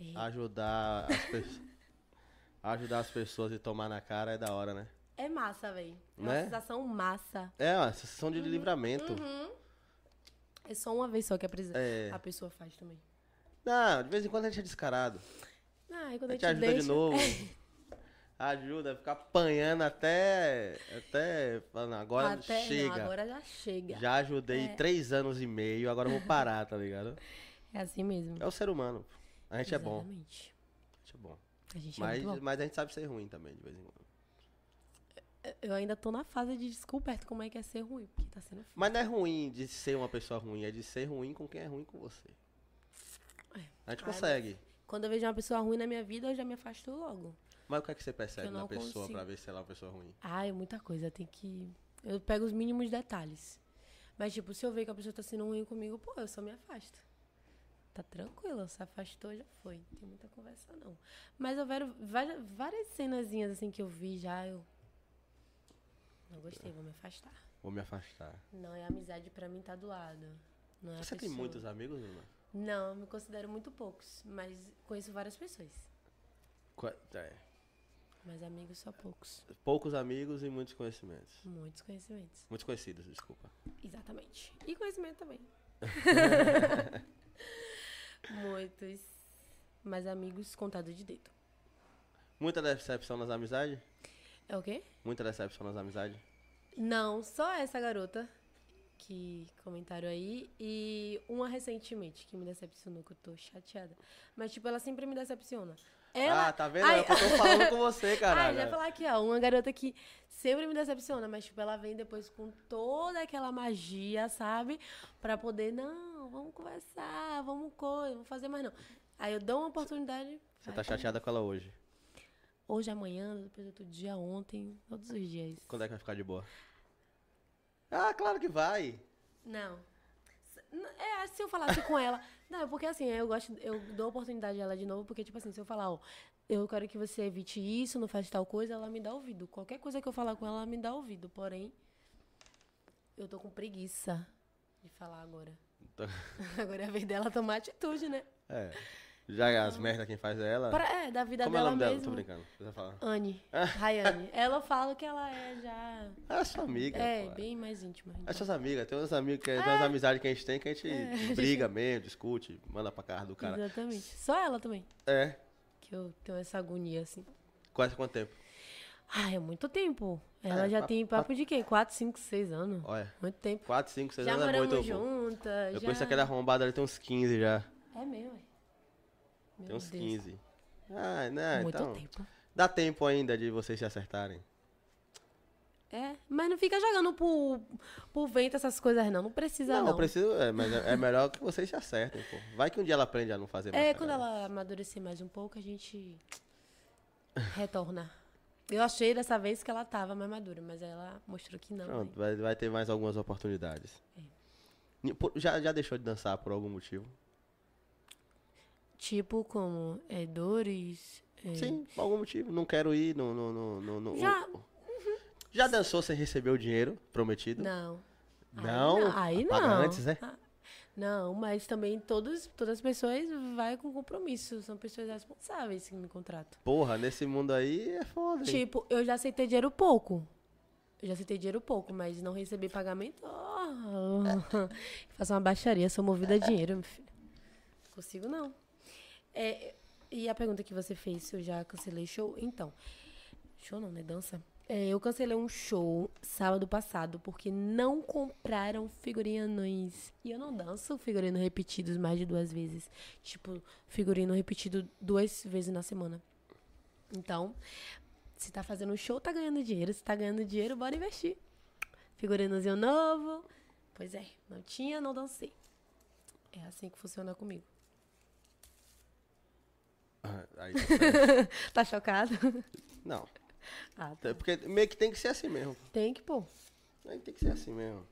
S3: É.
S2: Ajudar as pessoas. ajudar as pessoas e tomar na cara é da hora, né?
S3: É massa, velho. É uma
S2: Né?
S3: sensação massa.
S2: É, ó, sensação de
S3: Uhum,
S2: livramento.
S3: É só uma vez só que a, presi-
S2: É.
S3: a pessoa faz também.
S2: Não, de vez em quando a gente é descarado.
S3: Ah, e quando
S2: A gente
S3: eu te
S2: ajuda
S3: deixo...
S2: de novo. ajuda, fica apanhando até. Até. falando, Agora
S3: é, Até,
S2: chega.
S3: Não, agora já chega.
S2: Já ajudei
S3: É.
S2: três anos e meio, agora eu vou parar, tá ligado?
S3: É assim mesmo.
S2: É o ser humano. A gente é bom.
S3: Exatamente.
S2: A gente é bom.
S3: A gente é
S2: Mas,
S3: muito bom.
S2: mas a gente sabe ser ruim também, de vez em quando.
S3: Eu ainda tô na fase de descoberto como é que é ser ruim, porque tá sendo foda.
S2: Mas não é ruim de ser uma pessoa ruim, é de ser ruim com quem é ruim com você. A gente
S3: Ai,
S2: consegue.
S3: Quando eu vejo uma pessoa ruim na minha vida, eu já me afasto logo.
S2: Mas o que é que você percebe
S3: Eu
S2: na
S3: não
S2: pessoa
S3: consigo.
S2: pra ver se ela é uma pessoa ruim?
S3: Ah, é muita coisa, tem que. Eu pego os mínimos detalhes. Mas, tipo, se eu ver que a pessoa tá sendo ruim comigo, pô, eu só me afasto. Tá tranquila, se afastou, já foi. Não tem muita conversa, não. Mas houveram várias, várias cenazinhas, assim, que eu vi já, eu. Não gostei, vou me afastar.
S2: Vou me afastar.
S3: Não, é a amizade pra mim tá do lado. Não é a
S2: Você tem
S3: pessoa.
S2: muitos amigos, Lula?
S3: Não, eu me considero muito poucos, mas conheço várias pessoas.
S2: Qua- é,
S3: Mas amigos só poucos.
S2: Poucos amigos e muitos conhecimentos.
S3: Muitos conhecimentos.
S2: Muitos conhecidos, desculpa.
S3: Exatamente. E conhecimento também. Muitos. Mas amigos contado de dedo.
S2: Muita decepção nas amizades?
S3: É o quê?
S2: Muita decepção nas amizades?
S3: Não, só essa garota que comentaram aí. E uma recentemente que me decepcionou, que eu tô chateada. Mas, tipo, ela sempre me decepciona. Ela.
S2: Ah, tá vendo?
S3: Ai,
S2: É o que eu tô falando com você,
S3: Ah,
S2: caralho.
S3: já ia falar aqui, ó. Uma garota que sempre me decepciona, mas, tipo, ela vem depois com toda aquela magia, sabe? Pra poder, não, vamos conversar, vamos coisa, vamos fazer mais não. Aí eu dou uma oportunidade.
S2: Você
S3: vai.
S2: tá chateada com ela hoje.
S3: Hoje, amanhã, depois outro dia, ontem, todos os dias.
S2: Quando é que vai ficar de boa? Ah, claro que vai.
S3: Não. S- n- É, se eu falasse com ela. Não, é porque assim, eu gosto, eu dou oportunidade a ela de novo, porque, tipo assim, se eu falar, ó, eu quero que você evite isso, não faz tal coisa, ela me dá ouvido. Qualquer coisa que eu falar com ela, ela me dá ouvido. Porém, eu tô com preguiça de falar agora.
S2: Então,
S3: Agora é a vez dela tomar atitude, né?
S2: É. Já as merdas quem faz é ela.
S3: Pra- é, da vida
S2: Como é o
S3: dela
S2: nome dela?
S3: mesmo.
S2: Tô brincando. Você vai
S3: tá
S2: falar.
S3: Anne. Rayane. Ela eu falo que ela é já.
S2: Ah, é sua amiga.
S3: É,
S2: pô.
S3: bem É. mais íntima. então.
S2: As suas amigas, tem umas amigas, que, tem umas amizades que a gente tem que a gente
S3: É.
S2: briga mesmo, discute, manda pra casa do cara.
S3: Exatamente. Só ela também.
S2: É.
S3: Que eu tenho essa agonia, assim.
S2: Quase quanto tempo?
S3: Ah, é muito tempo. Ela
S2: É,
S3: já
S2: pa-
S3: tem
S2: pa-
S3: papo de quê? 4, 5, 6 anos.
S2: Olha.
S3: Muito tempo.
S2: 4, 5, 6
S3: já
S2: anos é
S3: moramos
S2: muito. pô. Eu
S3: juntas. já...
S2: conheço aquela arrombada ali, tem uns 15 já.
S3: É mesmo, é. Meu
S2: Tem uns
S3: Deus.
S2: 15. Ah, né?
S3: muito
S2: então,
S3: tempo.
S2: Dá tempo ainda de vocês se acertarem.
S3: É, mas não fica jogando pro, pro vento essas coisas, não. Não precisa,
S2: não,
S3: não.
S2: eu preciso. É, mas é é melhor que vocês se acertem, pô. Vai que um dia ela aprende a não fazer mais. né?
S3: É,
S2: cagada.
S3: quando ela amadurecer mais um pouco, a gente retorna. Eu achei dessa vez que ela tava mais madura, mas ela mostrou que não.
S2: Pronto,
S3: né?
S2: vai, vai ter mais algumas oportunidades.
S3: É.
S2: E, pô, Já, já deixou de dançar por algum motivo?
S3: Tipo, como é, dores. é,
S2: Sim, por algum motivo. Não quero ir, não. não, não, não, não-
S3: Já- uhum.
S2: Já dançou sem receber o dinheiro prometido?
S3: Não. Aí
S2: Não?
S3: Aí não.
S2: Paga antes, é?
S3: Ah, Não, mas também todos, todas as pessoas vai com compromisso. São pessoas responsáveis que me contratam.
S2: Porra, nesse mundo aí é foda. hein?
S3: Tipo, eu já aceitei dinheiro pouco. Eu já aceitei dinheiro pouco, mas não recebi pagamento. Oh. Faço uma baixaria, sou movida a dinheiro, meu filho. Não consigo, não. É, e a pergunta que você fez, se eu já cancelei show? Então, show não, né? Dança. É, eu cancelei um show sábado passado porque não compraram figurinos. E eu não danço figurino repetidos mais de duas vezes. Tipo, figurino repetido duas vezes na semana. Então, se tá fazendo um show, tá ganhando dinheiro. Se tá ganhando dinheiro, bora investir. Figurinozinho novo. Pois é, não tinha, não dancei. É assim que funciona comigo.
S2: Ah, aí tá certo.
S3: Tá chocado?
S2: não.
S3: Ah,
S2: É
S3: tá.
S2: Porque meio que tem que ser assim mesmo.
S3: Tem que, pô.
S2: Aí tem que ser assim mesmo.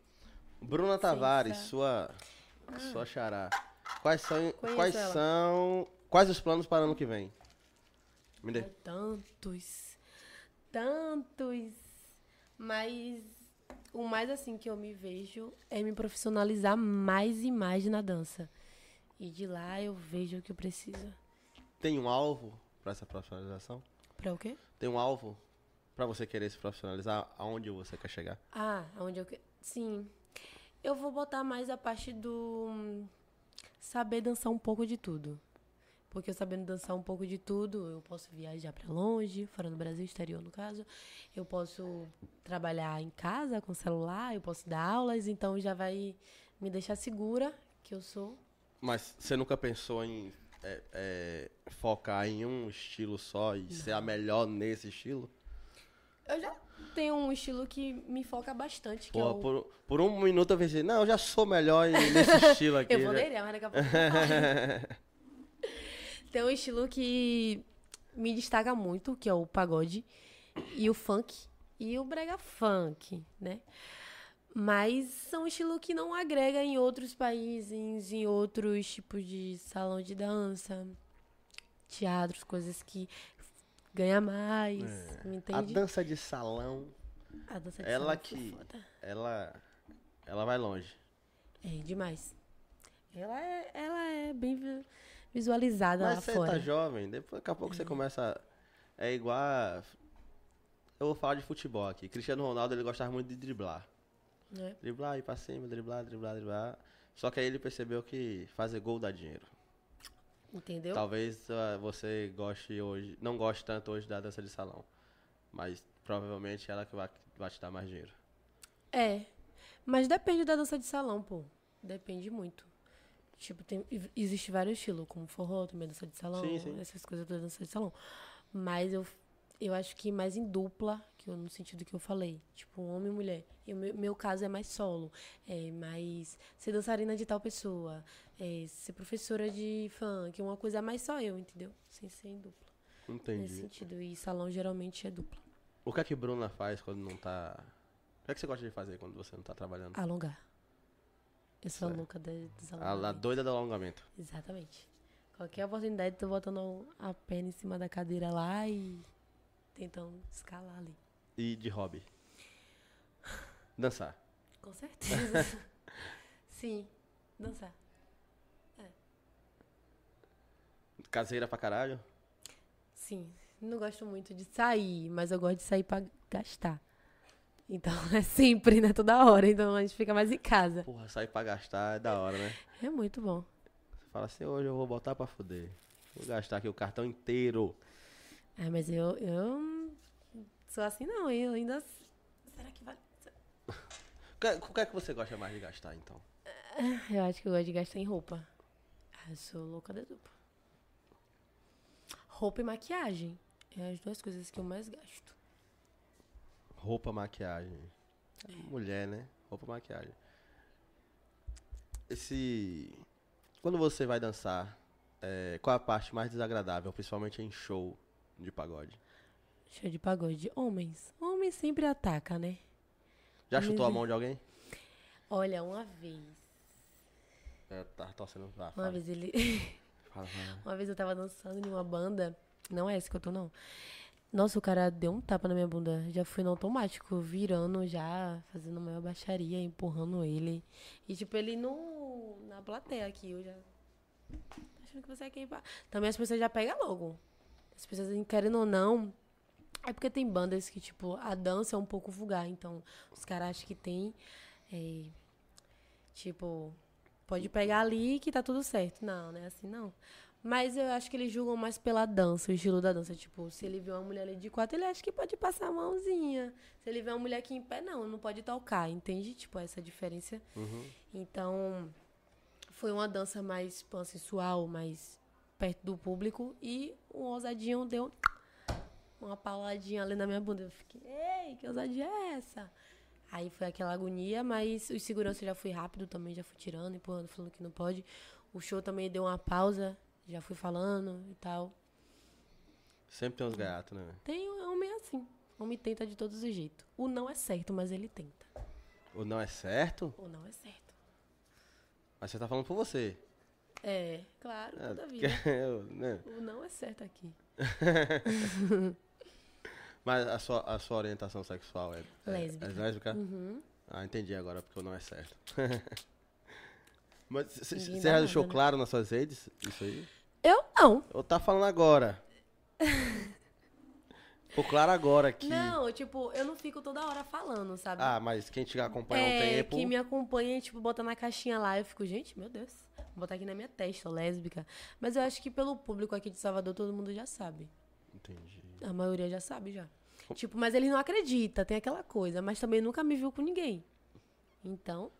S2: Bruna Tavares,
S3: tá.
S2: sua. Sua xará. Quais são.
S3: Ah. Conheço
S2: Quais
S3: ela.
S2: são. Quais os planos para ano que vem? Me dê.
S3: Ai, É tantos. Tantos. Mas o mais assim que eu me vejo é me profissionalizar mais e mais na dança. E de lá eu vejo o que eu preciso.
S2: Tem um alvo para essa profissionalização?
S3: Pra o quê?
S2: Tem um alvo para você querer se profissionalizar? Aonde você quer chegar?
S3: Ah, onde eu. que- Sim. Eu vou botar mais a parte do. hum, Saber dançar um pouco de tudo. Porque eu sabendo dançar um pouco de tudo, eu posso viajar pra longe, fora do Brasil, exterior no caso. Eu posso trabalhar em casa com celular, eu posso dar aulas, então já vai me deixar segura que eu sou.
S2: Mas você nunca pensou em é, é, focar em um estilo só e ser a melhor nesse estilo?
S3: Eu já tenho um estilo que me foca bastante. Que
S2: Porra,
S3: é o...
S2: por, por um minuto eu pensei, não, eu já sou melhor em- nesse estilo aqui. né?"
S3: Eu vou
S2: já.
S3: ler, mas daqui a pouco eu falo. Tem um estilo que me destaca muito, que é o pagode e o funk e o brega funk, né? Mas são um estilo que não agrega em outros países, em outros tipos de salão de dança, teatros, coisas que ganha mais, me
S2: É. A
S3: entende?
S2: dança de salão,
S3: A dança
S2: ela
S3: salão é
S2: que-
S3: foda.
S2: ela, ela vai longe.
S3: É demais. Ela é, ela é bem vi- visualizada lá
S2: Mas você
S3: fora. Uhum.
S2: tá jovem, depois, daqui a pouco você começa. a- É igual. a- Eu vou falar de futebol aqui. Cristiano Ronaldo ele gostava muito de driblar.
S3: né?
S2: Driblar, ir pra cima, driblar, driblar, driblar. Só que aí ele percebeu que fazer gol dá dinheiro.
S3: Entendeu?
S2: Talvez ah, você goste hoje, não goste tanto hoje da dança de salão. Mas provavelmente é ela que vai, vai te dar mais dinheiro.
S3: É. Mas depende da dança de salão, pô. Depende muito. Tipo, tem, e- existe vários estilos, como forró, também dança de salão,
S2: Sim, sim.
S3: essas coisas da dança de salão. Mas eu, eu acho que mais em dupla, que eu- no sentido que eu falei. Tipo, homem e mulher. E o meu, meu caso é mais solo. É mais ser dançarina de tal pessoa. É ser professora de funk. Uma coisa mais só eu, entendeu? Sem ser em dupla. Nesse
S2: Entendi.
S3: sentido. E salão geralmente é dupla.
S2: O que é que Bruna faz quando não tá. O que é que você gosta de fazer quando você não tá trabalhando?
S3: Alongar. Eu sou a louca da- dos
S2: A, a
S3: alongamentos.
S2: doida do alongamento.
S3: Exatamente. Qualquer oportunidade, tô botando a perna em cima da cadeira lá e tentando escalar ali.
S2: E de hobby? Dançar.
S3: Com certeza. Sim, dançar.
S2: Caseira pra caralho?
S3: Sim. Não gosto muito de sair, mas eu gosto de sair pra gastar. Então é sempre, né? Toda hora. Então a gente fica mais em casa.
S2: Porra, sair pra gastar é da hora, né?
S3: É muito bom.
S2: Você fala assim, hoje eu vou botar pra fuder. Vou gastar aqui o cartão inteiro.
S3: Ah, mas eu, eu não sou assim não, hein? eu ainda. Será que vale?
S2: O que, o que é que você gosta mais de gastar, então?
S3: Eu acho que eu gosto de gastar em roupa. Ah, eu sou louca da roupa. Roupa e maquiagem. É as duas coisas que eu mais gasto.
S2: Roupa, maquiagem. Mulher, né? Roupa, maquiagem. Esse... Quando você vai dançar, é, qual a parte mais desagradável, principalmente em show de pagode?
S3: Show de pagode. Homens. Homens sempre ataca, né?
S2: Já chutou a mão de alguém?
S3: Olha, uma vez.
S2: É, tá torcendo. Ah,
S3: Uma
S2: fala,
S3: vez ele.
S2: fala, fala.
S3: Uma vez eu tava dançando em uma banda. Não é essa que eu tô, não. Nossa, o cara deu um tapa na minha bunda. Já fui no automático, virando já, fazendo maior baixaria, empurrando ele. E tipo, ele no. na plateia aqui, eu já. Tá achando que você é quem. pa- Também as pessoas já pegam logo. As pessoas, querendo ou não. É porque tem bandas que, tipo, a dança é um pouco vulgar. Então, os caras acham que tem. é, Tipo, pode pegar ali que tá tudo certo. Não, não é assim, não. Mas eu acho que eles julgam mais pela dança, o estilo da dança. Tipo, se ele vê uma mulher ali de quatro, ele acha que pode passar a mãozinha. Se ele vê uma mulher aqui em pé, não, não pode tocar, entende? Tipo, essa diferença. Então, foi uma dança mais pansensual, mais perto do público. E um ousadinho deu uma pauladinha ali na minha bunda. Eu fiquei, ei, que ousadia é essa? Aí foi aquela agonia, mas os seguranças já fui rápido também, já fui tirando, empurrando, falando que não pode. O show também deu uma pausa, já fui falando e tal.
S2: Sempre tem uns gaiatos, né? velho?
S3: Tem homem assim. Homem tenta de todos os jeitos. O não é certo, mas ele tenta.
S2: Ou não é certo?
S3: O não é certo.
S2: Mas você tá falando por você.
S3: É, claro,
S2: É,
S3: toda
S2: porque
S3: vida.
S2: eu, né?
S3: O não é certo aqui.
S2: Mas a sua, a sua orientação sexual é, é-
S3: Lésbica. Uhum.
S2: É, lésbica? Ah, entendi agora, porque o não é certo. Mas c- c-
S3: Ninguém
S2: você
S3: dá
S2: já
S3: nada,
S2: deixou
S3: né?
S2: claro nas suas redes isso aí?
S3: Eu não.
S2: Ou tá falando agora? Ficou claro agora que...
S3: Não, tipo, eu não fico toda hora falando, sabe?
S2: Ah, mas quem te acompanha há um
S3: É,
S2: tempo...
S3: que me acompanha, tipo, bota na caixinha lá. Eu fico, gente, meu Deus. Vou botar aqui na minha testa, lésbica. Mas eu acho que pelo público aqui de Salvador, todo mundo já sabe.
S2: Entendi.
S3: A maioria já sabe, já. Tipo, mas ele não acredita, tem aquela coisa. Mas também nunca me viu com ninguém. Então,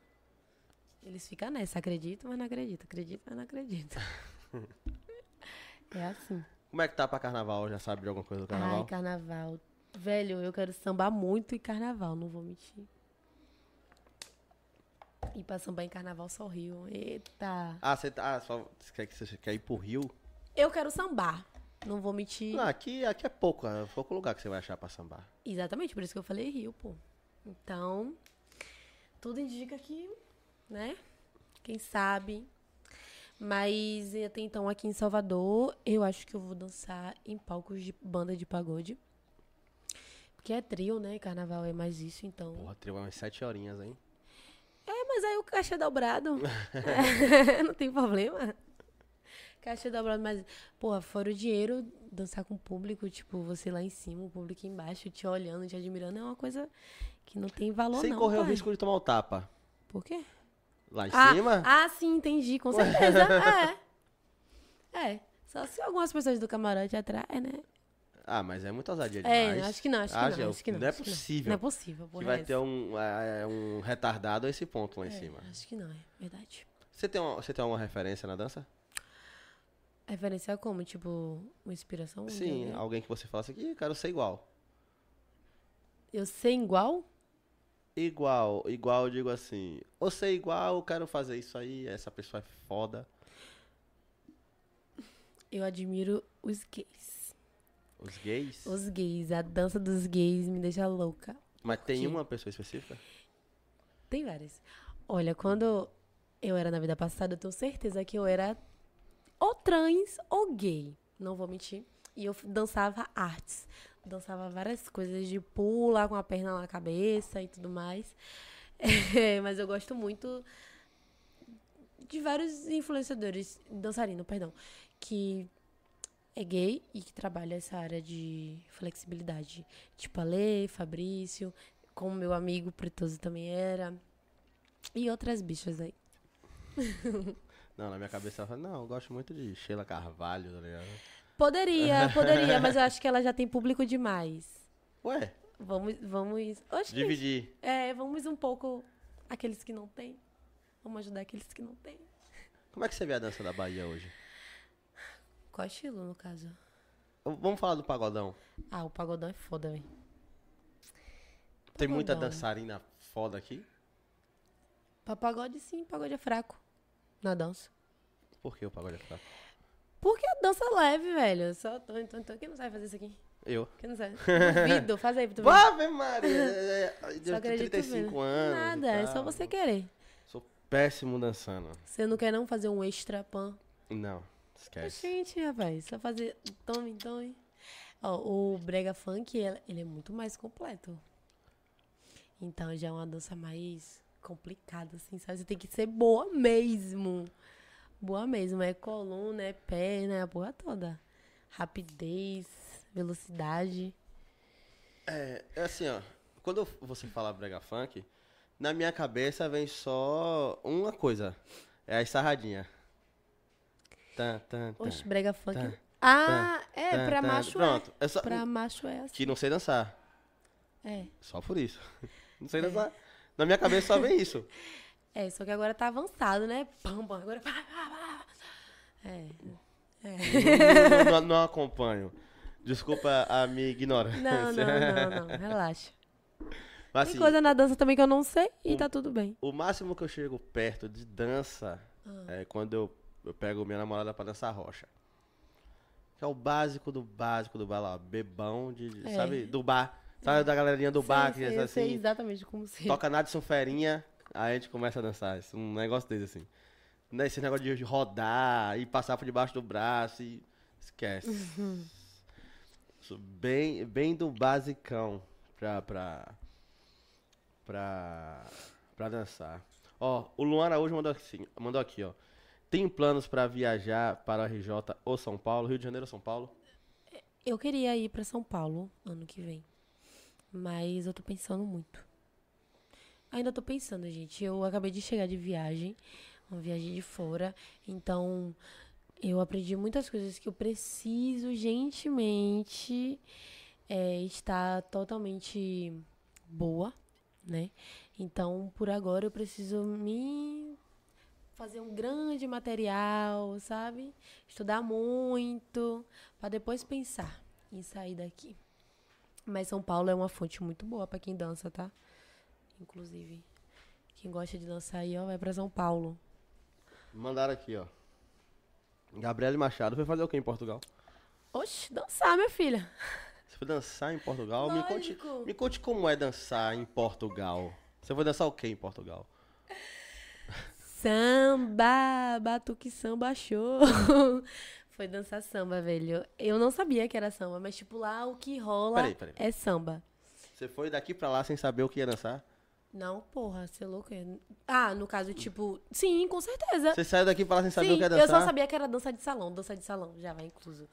S3: eles ficam nessa. Acredito, mas não acredito. Acredito, mas não acredito. É assim.
S2: Como é que tá pra carnaval? Já sabe de alguma coisa do carnaval?
S3: Ai, carnaval. Velho, eu quero sambar muito em carnaval, não vou mentir. E pra sambar em carnaval só Rio. Eita.
S2: Ah, você tá, ah, só, você quer, que você quer ir pro Rio?
S3: Eu quero sambar. Não vou mentir.
S2: Não, aqui, aqui é pouco, é pouco lugar que você vai achar pra sambar.
S3: Exatamente, por isso que eu falei Rio, pô. Então, tudo indica que, né? Quem sabe. Mas e até então, aqui em Salvador, eu acho que eu vou dançar em palcos de banda de pagode. Porque é trio, né? Carnaval é mais isso, então.
S2: Porra, trio é umas sete horinhas, hein?
S3: É, mas aí o caixa é dobrado. É, não tem problema. Caixa é dobrado, mas, porra, fora o dinheiro, dançar com o público, tipo, você lá em cima, o público embaixo, te olhando, te admirando, é uma coisa que não tem valor,
S2: Sem
S3: não.
S2: correr o
S3: pai.
S2: risco de tomar o tapa.
S3: Por quê?
S2: Lá em
S3: Ah,
S2: cima?
S3: ah, sim, entendi, com certeza. é. É. Só se algumas pessoas do camarote atraem, né?
S2: Ah, mas é muito ousadia
S3: É,
S2: demais.
S3: acho que não, acho que
S2: Ah,
S3: não.
S2: Gel,
S3: acho que não,
S2: é
S3: acho que
S2: possível
S3: Não, é possível,
S2: que
S3: porra.
S2: vai
S3: é
S2: ter
S3: essa.
S2: um, é, um retardado a esse ponto lá em cima.
S3: Acho que não, é verdade.
S2: Você tem, uma, você tem alguma referência na dança?
S3: A referência é como? Tipo, uma inspiração? Né? de
S2: Sim,
S3: alguém?
S2: alguém que você fala assim, "Ih, eu quero ser igual.
S3: Eu sei igual?
S2: Igual, igual, eu digo assim, ou ser igual, eu quero fazer isso aí, essa pessoa é foda.
S3: Eu admiro os gays.
S2: Os gays?
S3: Os gays, a dança dos gays me deixa louca.
S2: Mas tem
S3: quê?
S2: uma pessoa específica?
S3: Tem várias. Olha, quando eu era na vida passada, eu tenho certeza que eu era ou trans ou gay. Não vou mentir. E eu dançava artes. Dançava várias coisas de pula com a perna na cabeça e tudo mais. É, mas eu gosto muito de vários influenciadores, dançarino, perdão, que é gay e que trabalha essa área de flexibilidade. Tipo Ale, Fabrício, como meu amigo Pretoso também era. E outras bichas aí.
S2: Não, na minha cabeça ela fala, não, eu gosto muito de Sheila Carvalho, tá ligado?
S3: Poderia, poderia, mas eu acho que ela já tem público demais.
S2: Ué,
S3: Vamos, vamos. Oxe,
S2: dividir.
S3: é, vamos um pouco aqueles que não têm. Vamos ajudar aqueles que não têm.
S2: Como é que você vê a dança da Bahia hoje?
S3: Qual estilo, no caso?
S2: Vamos falar do pagodão.
S3: Ah, o pagodão é foda, velho.
S2: Tem muita
S3: Pagodão.
S2: dançarina foda aqui?
S3: Pra pagode, sim, pagode é fraco. Na dança.
S2: Por que o pagode é fraco?
S3: Porque a dança é leve, velho. Só tô, então, então, quem não sabe fazer isso aqui?
S2: Eu.
S3: Quem não sabe? Duvido, faz aí pra tu ver.
S2: Ave Maria! é, é, Eu
S3: Só
S2: tenho
S3: acredito
S2: 35
S3: vendo.
S2: anos. e
S3: Nada, é só
S2: tal.
S3: você querer.
S2: Sou péssimo dançando.
S3: Você não quer não fazer um extra pan?
S2: Não, esquece.
S3: Gente, rapaz, só fazer. um Tome, tome. Ó, o Brega Funk, ele ele é muito mais completo. Então já é uma dança mais complicada, assim, sabe? Você tem que ser boa mesmo. Boa mesmo. É coluna, é perna, é a porra toda. Rapidez, velocidade.
S2: É, é assim, ó. Quando eu- você fala brega funk, na minha cabeça vem só uma coisa. É a sarradinha. Tan, tan, tan.
S3: Oxe, Brega Funk.
S2: tá,
S3: ah, é,
S2: tan,
S3: pra
S2: tan.
S3: macho
S2: Pronto. É
S3: é.
S2: só...
S3: Pra macho é assim.
S2: Que não sei dançar.
S3: É.
S2: Só por isso. Não sei dançar. Na minha cabeça só vem isso.
S3: É, só que agora tá avançado, né? Pam, pam, agora. pá, pá, pá. É.
S2: Não, não- não acompanho. Desculpa a minha ignorância.
S3: Não, não,
S2: é
S3: não, não, relaxa.
S2: Mas, assim, Hum.
S3: Tem coisa na dança também que eu não sei e tá tudo bem.
S2: O máximo que eu chego perto de dança
S3: Ah.
S2: é quando eu, eu pego minha namorada pra dançar rocha. Que é o básico do básico do bar lá, bebão de, de-
S3: É.
S2: sabe, do bar. Sabe da galerinha do bar, que
S3: sei,
S2: é
S3: eu sei
S2: assim,
S3: exatamente como se.
S2: toca Nadson Ferinha, aí a gente começa a dançar, isso, um negócio desse assim. Né, Esse negócio de de rodar e passar por debaixo do braço e esquece. Isso, bem, bem do basicão pra, pra, pra, pra dançar. Ó, o Luan Araújo mandou, assim, mandou aqui, ó. Tem planos pra viajar para o RJ ou São Paulo? Rio de Janeiro ou São Paulo?
S3: Eu queria ir pra São Paulo ano que vem. Mas eu tô pensando muito. Ainda tô pensando, gente. Eu acabei de chegar de viagem, uma viagem de fora. Então, eu aprendi muitas coisas que eu preciso gentilmente é, estar totalmente boa, né? Então, por agora, eu preciso me fazer um grande material, sabe? Estudar muito, para depois pensar em sair daqui. Mas São Paulo é uma fonte muito boa para quem dança, tá? Inclusive, quem gosta de dançar aí, ó, vai para São Paulo.
S2: Mandaram aqui, ó. Gabriele Machado foi fazer o quê em Portugal?
S3: Oxe, dançar, minha filha.
S2: Você foi dançar em Portugal? Me conte,
S3: Lógico.
S2: me conte como é dançar em Portugal. Você foi dançar o quê em Portugal?
S3: Samba, batuque samba show. Foi dançar samba, velho. Eu não sabia que era samba, mas tipo lá o que rola
S2: Peraí, peraí.
S3: é samba.
S2: Você foi daqui pra lá sem saber o que ia dançar?
S3: Não, porra, você é louco? é? Ah, no caso, tipo, sim, com certeza.
S2: Você saiu daqui pra lá sem saber
S3: sim,
S2: o que ia
S3: eu
S2: dançar?
S3: só sabia que era dança de salão, dança de salão, já vai incluso.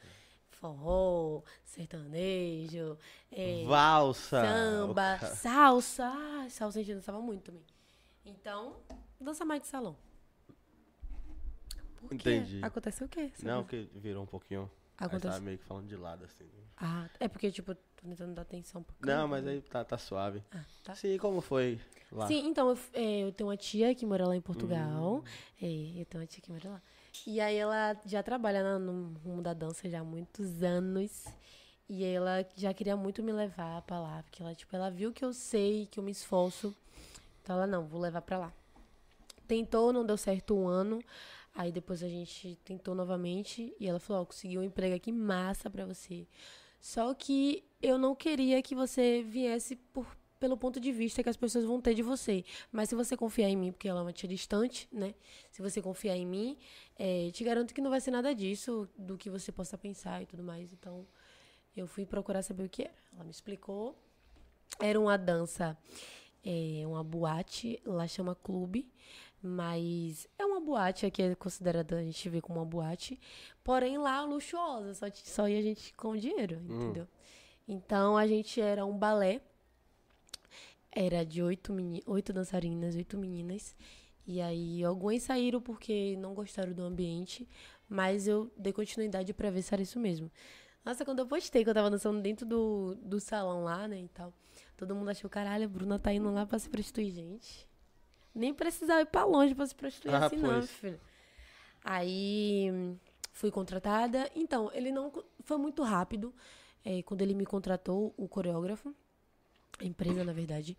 S3: Forró, sertanejo, é,
S2: Valsa.
S3: samba, salsa. Ah, salsa a gente dançava muito também. Então, dança mais de salão. Por quê?
S2: Entendi.
S3: Aconteceu o quê?
S2: Não, que virou um pouquinho. Aí
S3: Acontece.
S2: tava meio que falando de lado, assim.
S3: Ah, é porque, tipo, tô tentando dar atenção pro
S2: Não,
S3: canto,
S2: mas
S3: né?
S2: aí tá, tá suave.
S3: Ah, tá.
S2: Sim, como foi lá?
S3: Sim, então, eu, f- é, eu tenho uma tia que mora lá em Portugal. É, eu tenho uma tia que mora lá. E aí ela já trabalha na- no rumo da dança já há muitos anos. E aí ela já queria muito me levar pra lá. Porque ela, tipo, ela viu que eu sei, que eu me esforço. Então ela, não, vou levar pra lá. Tentou, não deu certo um ano. Aí depois a gente tentou novamente e ela falou: Ó, consegui um emprego aqui massa pra você. Só que eu não queria que você viesse por, pelo ponto de vista que as pessoas vão ter de você. Mas se você confiar em mim, porque ela é uma tia distante, né? Se você confiar em mim, eh, te garanto que não vai ser nada disso, do que você possa pensar e tudo mais. Então eu fui procurar saber o que era. Ela me explicou. Era uma dança, é, uma boate, lá chama clube, mas é uma boate aqui, é considerada, a gente vê como uma boate, porém lá luxuosa, só, ti- só ia a gente com dinheiro, entendeu? Então a gente era um balé, era de oito, meni- oito dançarinas, oito meninas, e aí algumas saíram porque não gostaram do ambiente, mas eu dei continuidade pra ver se era isso mesmo. Nossa, quando eu postei que eu tava dançando dentro do, do salão lá, né, e tal, todo mundo achou, caralho, a Bruna tá indo lá pra se prostituir, gente. Nem precisava ir pra longe pra se prostituir
S2: Ah,
S3: assim, não,
S2: pois.
S3: filho. Aí hum, fui contratada. Então, ele não. co- Foi muito rápido. É, quando ele me contratou, o coreógrafo, a empresa, na verdade,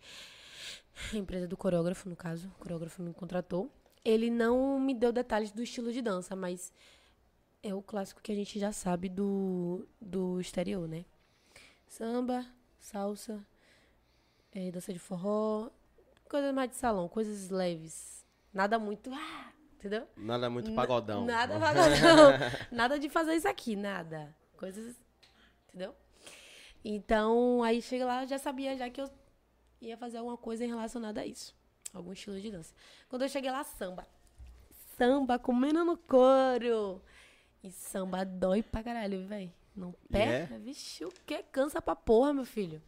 S3: a empresa do coreógrafo, no caso, o coreógrafo me contratou. Ele não me deu detalhes do estilo de dança, mas é o clássico que a gente já sabe do, do exterior, né? Samba, salsa, eh, dança de forró, coisas mais de salão, coisas leves. Nada muito. Ah, entendeu?
S2: Nada muito
S3: Na-
S2: pagodão.
S3: Nada pagodão. nada de fazer isso aqui, nada. Coisas. Entendeu? Então, aí chega lá, eu já sabia já que eu ia fazer alguma coisa relacionada a isso. Algum estilo de dança. Quando eu cheguei lá, samba. Samba comendo no couro. E samba dói pra caralho, velho. Não pega?
S4: é?
S3: Vixe, o que? Cansa pra porra, meu filho.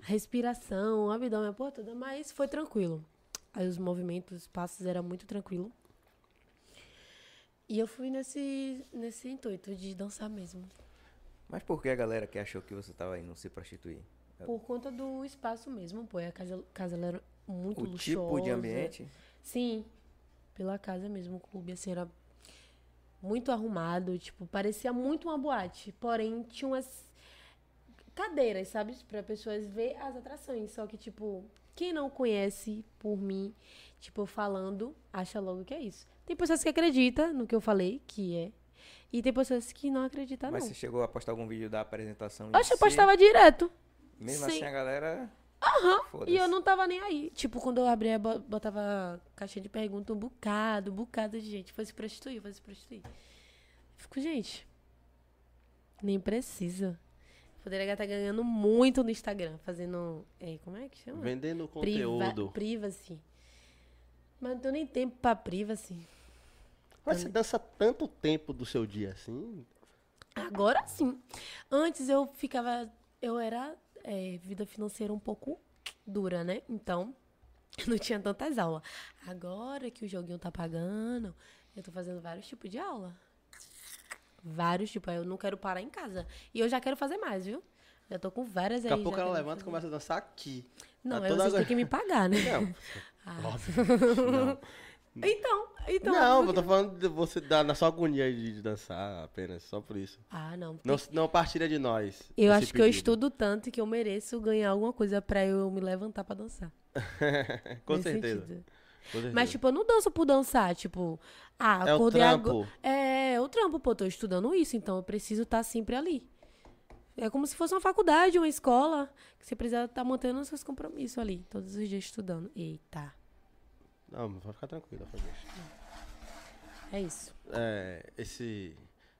S3: A respiração, o abdômen, a porra toda, mas foi tranquilo. Aí os movimentos, os passos era muito tranquilo. E eu fui nesse, nesse intuito de dançar mesmo.
S4: Mas por que a galera que achou que você tava indo se prostituir?
S3: Por conta do espaço mesmo, pô. E A casa, casa ela era muito
S4: O
S3: luxuosa.
S4: tipo de ambiente?
S3: Sim. Pela casa mesmo, o clube, assim, era muito arrumado. Tipo, parecia muito uma boate. Porém, tinha umas cadeiras, sabe? Pra pessoas ver as atrações. Só que, tipo, quem não conhece por mim, tipo, falando, acha logo que é isso. Tem pessoas que acreditam no que eu falei, que é. E tem pessoas que não acreditam,
S4: Mas
S3: não.
S4: você chegou a postar algum vídeo da apresentação? em
S3: Oxe, eu
S4: si?
S3: postava direto.
S4: Mesmo
S3: sim.
S4: assim a galera.
S3: E eu
S4: Foda-se.
S3: não tava nem aí. Tipo, quando eu abria, bo- botava caixinha de pergunta, um bocado, um bocado de gente. Foi se prostituir, foi se prostituir. Fico, gente, nem precisa. Poderia estar ganhando muito no Instagram, fazendo. é, como é que chama?
S2: Vendendo
S3: Priva-
S2: conteúdo.
S3: privacy. Mas não tenho nem tempo pra privacy.
S2: Mas você dança tanto tempo do seu dia assim?
S3: Agora sim. Antes eu ficava. Eu era. é, vida financeira um pouco dura, né? Então, eu não tinha tantas aulas. Agora que o joguinho tá pagando, eu tô fazendo vários tipos de aula. Vários tipos. Aí Eu não quero parar em casa. E eu já quero fazer mais, viu? Já tô com várias aí.
S2: Daqui a
S3: já
S2: pouco ela
S3: querendo
S2: levanta e
S3: fazer.
S2: começa a dançar aqui.
S3: Não,
S2: Tá
S3: aí
S2: toda
S3: vocês
S2: agora-
S3: têm que me pagar, né?
S2: Não,
S3: Ah,
S2: óbvio. Não.
S3: Então, então.
S2: não, eu
S3: porque-
S2: tô falando de você da, na sua agonia de, de dançar apenas, só por isso.
S3: Ah, não.
S2: Não, não partilha de nós.
S3: Eu
S2: esse
S3: acho que eu
S2: pedido.
S3: estudo tanto que eu mereço ganhar alguma coisa pra eu me levantar pra dançar.
S2: né? Com
S3: Nesse
S2: certeza.
S3: sentido.
S2: com certeza.
S3: Mas, tipo, eu não danço por dançar, tipo, ah,
S2: É o
S3: acordei
S2: trampo.
S3: agora. É, é o trampo, pô, tô estudando isso, então eu preciso estar sempre ali. É como se fosse uma faculdade, uma escola, que você precisa estar mantendo os seus compromissos ali, todos os dias estudando. Eita,
S2: Não, pode ficar tranquila, Fabrício.
S3: é isso.
S2: É, esse.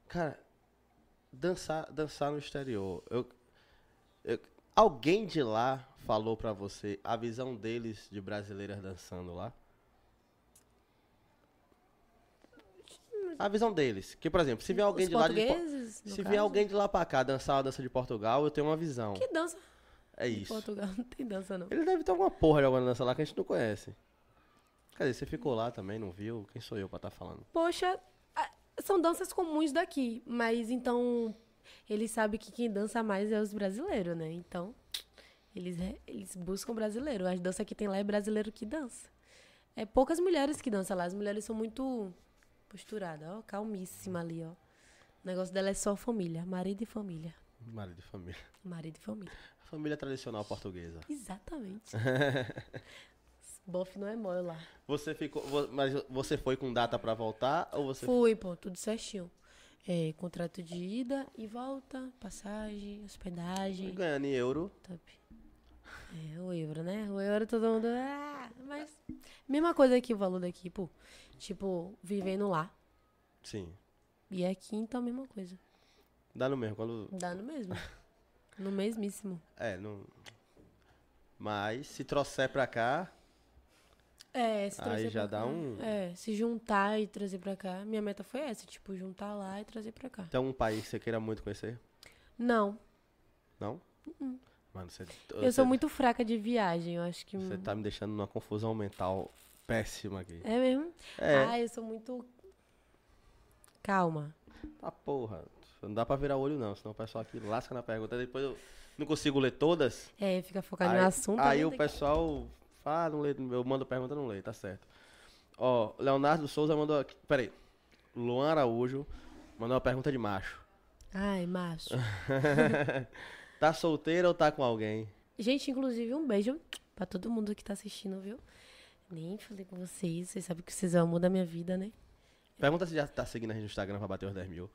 S2: Cara, dançar, dançar no exterior. Eu, eu- alguém de lá falou pra você a visão deles de brasileiras dançando lá? A visão deles. Que, por exemplo, se vier alguém
S3: os
S2: de lá. de Po-
S3: portugueses, no
S2: se vier
S3: caso.
S2: alguém de lá pra cá dançar a dança de Portugal, eu tenho uma visão.
S3: Que dança?
S2: É
S3: Em
S2: isso.
S3: Portugal não tem dança, não.
S2: Ele deve ter alguma porra de alguma dança lá que a gente não conhece. Quer dizer, você ficou lá também, não viu? Quem sou eu pra estar falando?
S3: Poxa, ah, são danças comuns daqui, mas então eles sabem que quem dança mais é os brasileiros, né? Então eles, re- eles buscam brasileiro. As danças que tem lá é brasileiro que dança. É poucas mulheres que dançam lá. As mulheres são muito posturadas, ó, calmíssima ali, ó. O negócio dela é só família, marido e família.
S2: Marido de família.
S3: Marido e família.
S2: Família tradicional portuguesa.
S3: Exatamente. Bof não é mole lá.
S2: Você ficou. vo- Mas você foi com data pra voltar ou você.
S3: Fui, pô, tudo certinho. É, contrato de ida e volta, passagem, hospedagem.
S2: Ganhando em euro.
S3: Top. É, o euro, né? O euro todo mundo. Ah, mas. Mesma coisa que o valor daqui, pô. Tipo, vivendo lá.
S2: Sim.
S3: E aqui, então, a mesma coisa.
S2: Dá no mesmo. Quando.
S3: Dá no mesmo. No mesmíssimo.
S2: É, não. Mas se trouxer pra cá,
S3: É, se
S2: aí
S3: trazer
S2: já
S3: pra
S2: dá
S3: cá.
S2: um.
S3: É, se juntar e trazer pra cá. Minha meta foi essa, tipo, juntar lá e trazer pra cá.
S2: Tem algum país que você queira muito conhecer?
S3: Não,
S2: Não? Mano, você.
S3: Uh-uh. eu sou muito fraca de viagem, eu acho que.
S2: Você tá me deixando numa confusão mental péssima aqui.
S3: É mesmo?
S2: É.
S3: Ah, eu sou muito. Calma.
S2: Tá porra. Não dá pra virar o olho, não. Senão o pessoal aqui lasca na pergunta. Depois eu não consigo ler todas.
S3: É, fica focado no assunto.
S2: aí
S3: né,
S2: o
S3: daqui-
S2: pessoal fala, ah, não lê, eu mando pergunta, não leio, tá certo. Ó, Leonardo Souza mandou aqui. Peraí. Luan Araújo mandou uma pergunta de macho.
S3: Ai, macho.
S2: Tá solteira ou tá com alguém?
S3: Gente, inclusive, um beijo pra todo mundo que tá assistindo, viu? Nem falei com vocês. Vocês sabem que vocês são o amor da minha vida, né?
S2: Pergunta se já tá seguindo a gente no Instagram pra bater os 10 mil.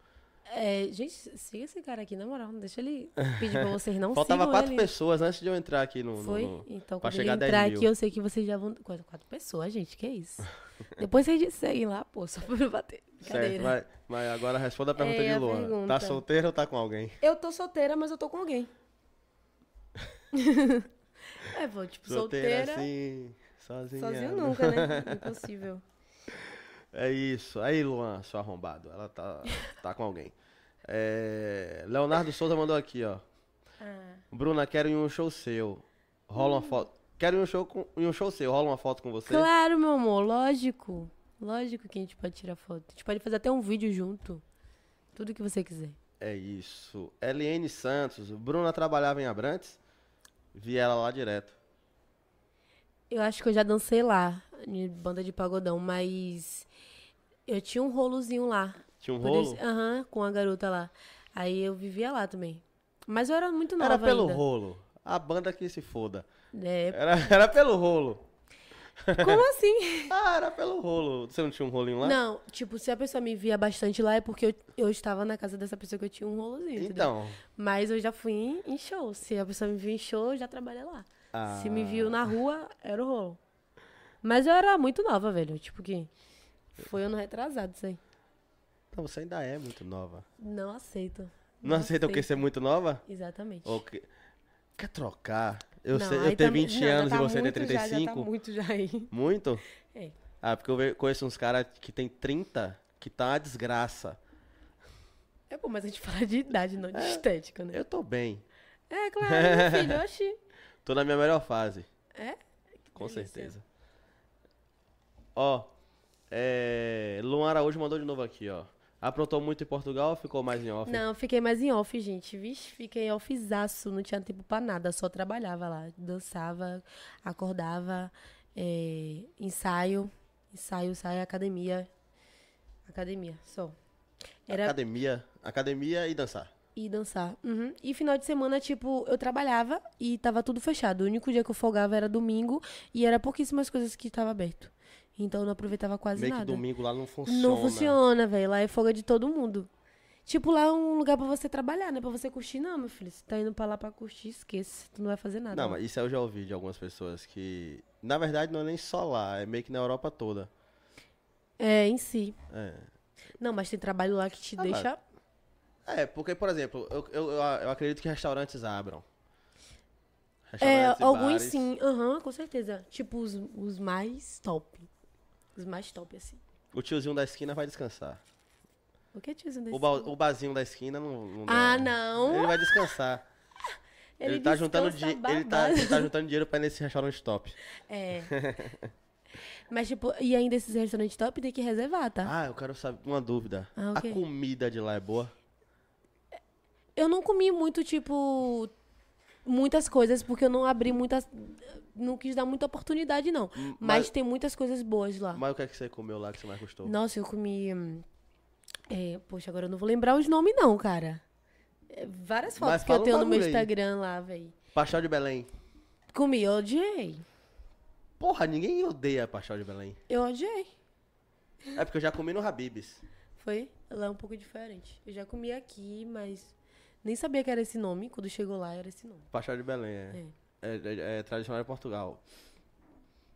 S3: É, gente, siga esse cara aqui, na moral. Não deixa ele pedir pra vocês não
S2: Faltava
S3: sigam
S2: quatro
S3: ele.
S2: pessoas antes de eu entrar aqui no. no-
S3: Foi?
S2: no-
S3: Então,
S2: pra
S3: quando ele
S2: chegar a 10
S3: entrar
S2: mil.
S3: aqui, eu sei que vocês já vão. Quatro, quatro pessoas, gente, que isso? Depois vocês seguem lá, pô, só pra eu bater.
S2: Certo,
S3: Brincadeira.
S2: mas, mas agora responda a pergunta
S3: É,
S2: de
S3: a
S2: Luan. Tá
S3: pergunta.
S2: solteira ou tá com alguém?
S3: Eu tô solteira, mas eu tô com alguém. é, vou, tipo, solteira.
S2: assim, sozinha.
S3: sozinho nunca, né? Impossível.
S2: É isso. Aí, Luan, seu arrombado. Ela tá, tá com alguém. É, Leonardo Souza mandou aqui, ó.
S3: Ah.
S2: Bruna, quero ir em um show seu. Rola uma foto. Quero ir em um show, com, em um show seu. Rola uma foto com você.
S3: Hum. Claro, meu amor, lógico. Lógico que a gente pode tirar foto. A gente pode fazer até um vídeo junto. Tudo que você quiser.
S2: É isso. Eliane Santos. Bruna trabalhava em Abrantes. Vi ela lá direto.
S3: Eu acho que eu já dancei lá, em banda de pagodão, mas eu tinha um rolozinho lá.
S2: Tinha um
S3: Por
S2: rolo?
S3: isso- Aham, com a garota lá. Aí eu vivia lá também. Mas eu era muito nova
S2: Era pelo
S3: ainda.
S2: rolo. A banda que se foda.
S3: É,
S2: Era, era pelo rolo.
S3: como assim?
S2: Ah, era pelo rolo. Você não tinha um rolinho lá?
S3: Não, tipo, se a pessoa me via bastante lá é porque eu, eu estava na casa dessa pessoa que eu tinha um rolozinho, entendeu?
S2: Então.
S3: Mas eu já fui em, em show. Se a pessoa me viu em show, eu já trabalhei lá.
S2: Ah.
S3: Se me viu na rua, era o rolo. Mas eu era muito nova, velho. Tipo que foi ano retrasado isso aí.
S2: Não, você ainda é muito nova.
S3: Não aceito.
S2: Não, aceita o quê?
S3: aceito.
S2: Ser muito nova?
S3: Exatamente.
S2: Ou que... Quer trocar? Eu,
S3: Não,
S2: sei,
S3: aí
S2: eu tenho
S3: também-
S2: 20
S3: não, já
S2: anos
S3: tá
S2: e você tem
S3: muito já,
S2: 35?
S3: já tá muito já aí.
S2: Muito?
S3: É.
S2: Ah, porque eu ve- conheço uns caras que tem 30 que tá uma desgraça.
S3: É bom, mas a gente fala de idade, não de estética, né?
S2: É. Eu tô bem.
S3: É, claro, meu filho, oxi.
S2: Tô na minha melhor fase.
S3: É?
S2: Com
S3: delícia.
S2: certeza. Ó, é... Luan Araújo mandou de novo aqui, ó. Aprontou muito em Portugal ou ficou mais em off?
S3: Não, fiquei mais em off, gente. Vixe, fiquei offzaço, não tinha tempo pra nada, só trabalhava lá. Dançava, acordava, é, ensaio, Ensaio, ensaio, academia. Academia, só. Era
S2: Academia, academia e dançar.
S3: E dançar. Uhum. E final de semana, tipo, eu trabalhava e tava tudo fechado. O único dia que eu folgava era domingo e era pouquíssimas coisas que tava aberto. Então eu não aproveitava quase
S2: Meio
S3: nada.
S2: que domingo lá não funciona.
S3: Não funciona, velho. Lá é folga de todo mundo. Tipo, lá é um lugar pra você trabalhar, né? Pra você curtir, não, meu filho. Você tá indo pra lá pra curtir, esquece. Tu não vai fazer nada.
S2: Não, mas isso eu já ouvi de algumas pessoas que. Na verdade, não é nem só lá, é meio que na Europa toda.
S3: É, em si.
S2: É.
S3: Não, mas tem trabalho lá que te
S2: Ah,
S3: deixa.
S2: É, porque, por exemplo, eu, eu, eu- eu acredito que restaurantes abram.
S3: É,
S2: e
S3: alguns
S2: bares.
S3: sim. Aham, com certeza. Tipo, os, os mais top. Os mais top, assim.
S2: O tiozinho da esquina vai descansar.
S3: O que é tiozinho
S2: O, ba, o barzinho da esquina não. não
S3: Ah,
S2: dá.
S3: não.
S2: Ele vai descansar. Ele, tá juntando di- ele, tá, ele tá juntando dinheiro pra ir nesse restaurante top.
S3: É. Mas, tipo, e ainda esses restaurantes top tem que reservar, tá?
S2: Ah, eu quero saber uma dúvida.
S3: Ah, ok.
S2: A comida de lá é boa?
S3: Eu não comi muito, tipo, muitas coisas, porque eu não abri muitas. Não quis dar muita oportunidade, não. Mas,
S2: Hum, mas-
S3: tem muitas coisas boas lá.
S2: Mas o que é que você comeu lá que você mais gostou?
S3: Nossa, eu comi. hum, é, poxa, agora eu não vou lembrar os nomes, não, cara. É, várias fotos
S2: Mas
S3: que eu
S2: fala um
S3: tenho no meu
S2: bagulho aí.
S3: Instagram lá, véi.
S2: Pastel de Belém.
S3: Comi, eu odiei.
S2: Porra, ninguém odeia pastel de Belém.
S3: Eu odiei.
S2: É porque eu já comi no Habib's.
S3: Foi? Lá é um pouco diferente. Eu já comi aqui, mas nem sabia que era esse nome. Quando chegou lá, era esse nome.
S2: Pastel de Belém, é. É, é- é tradicional de Portugal.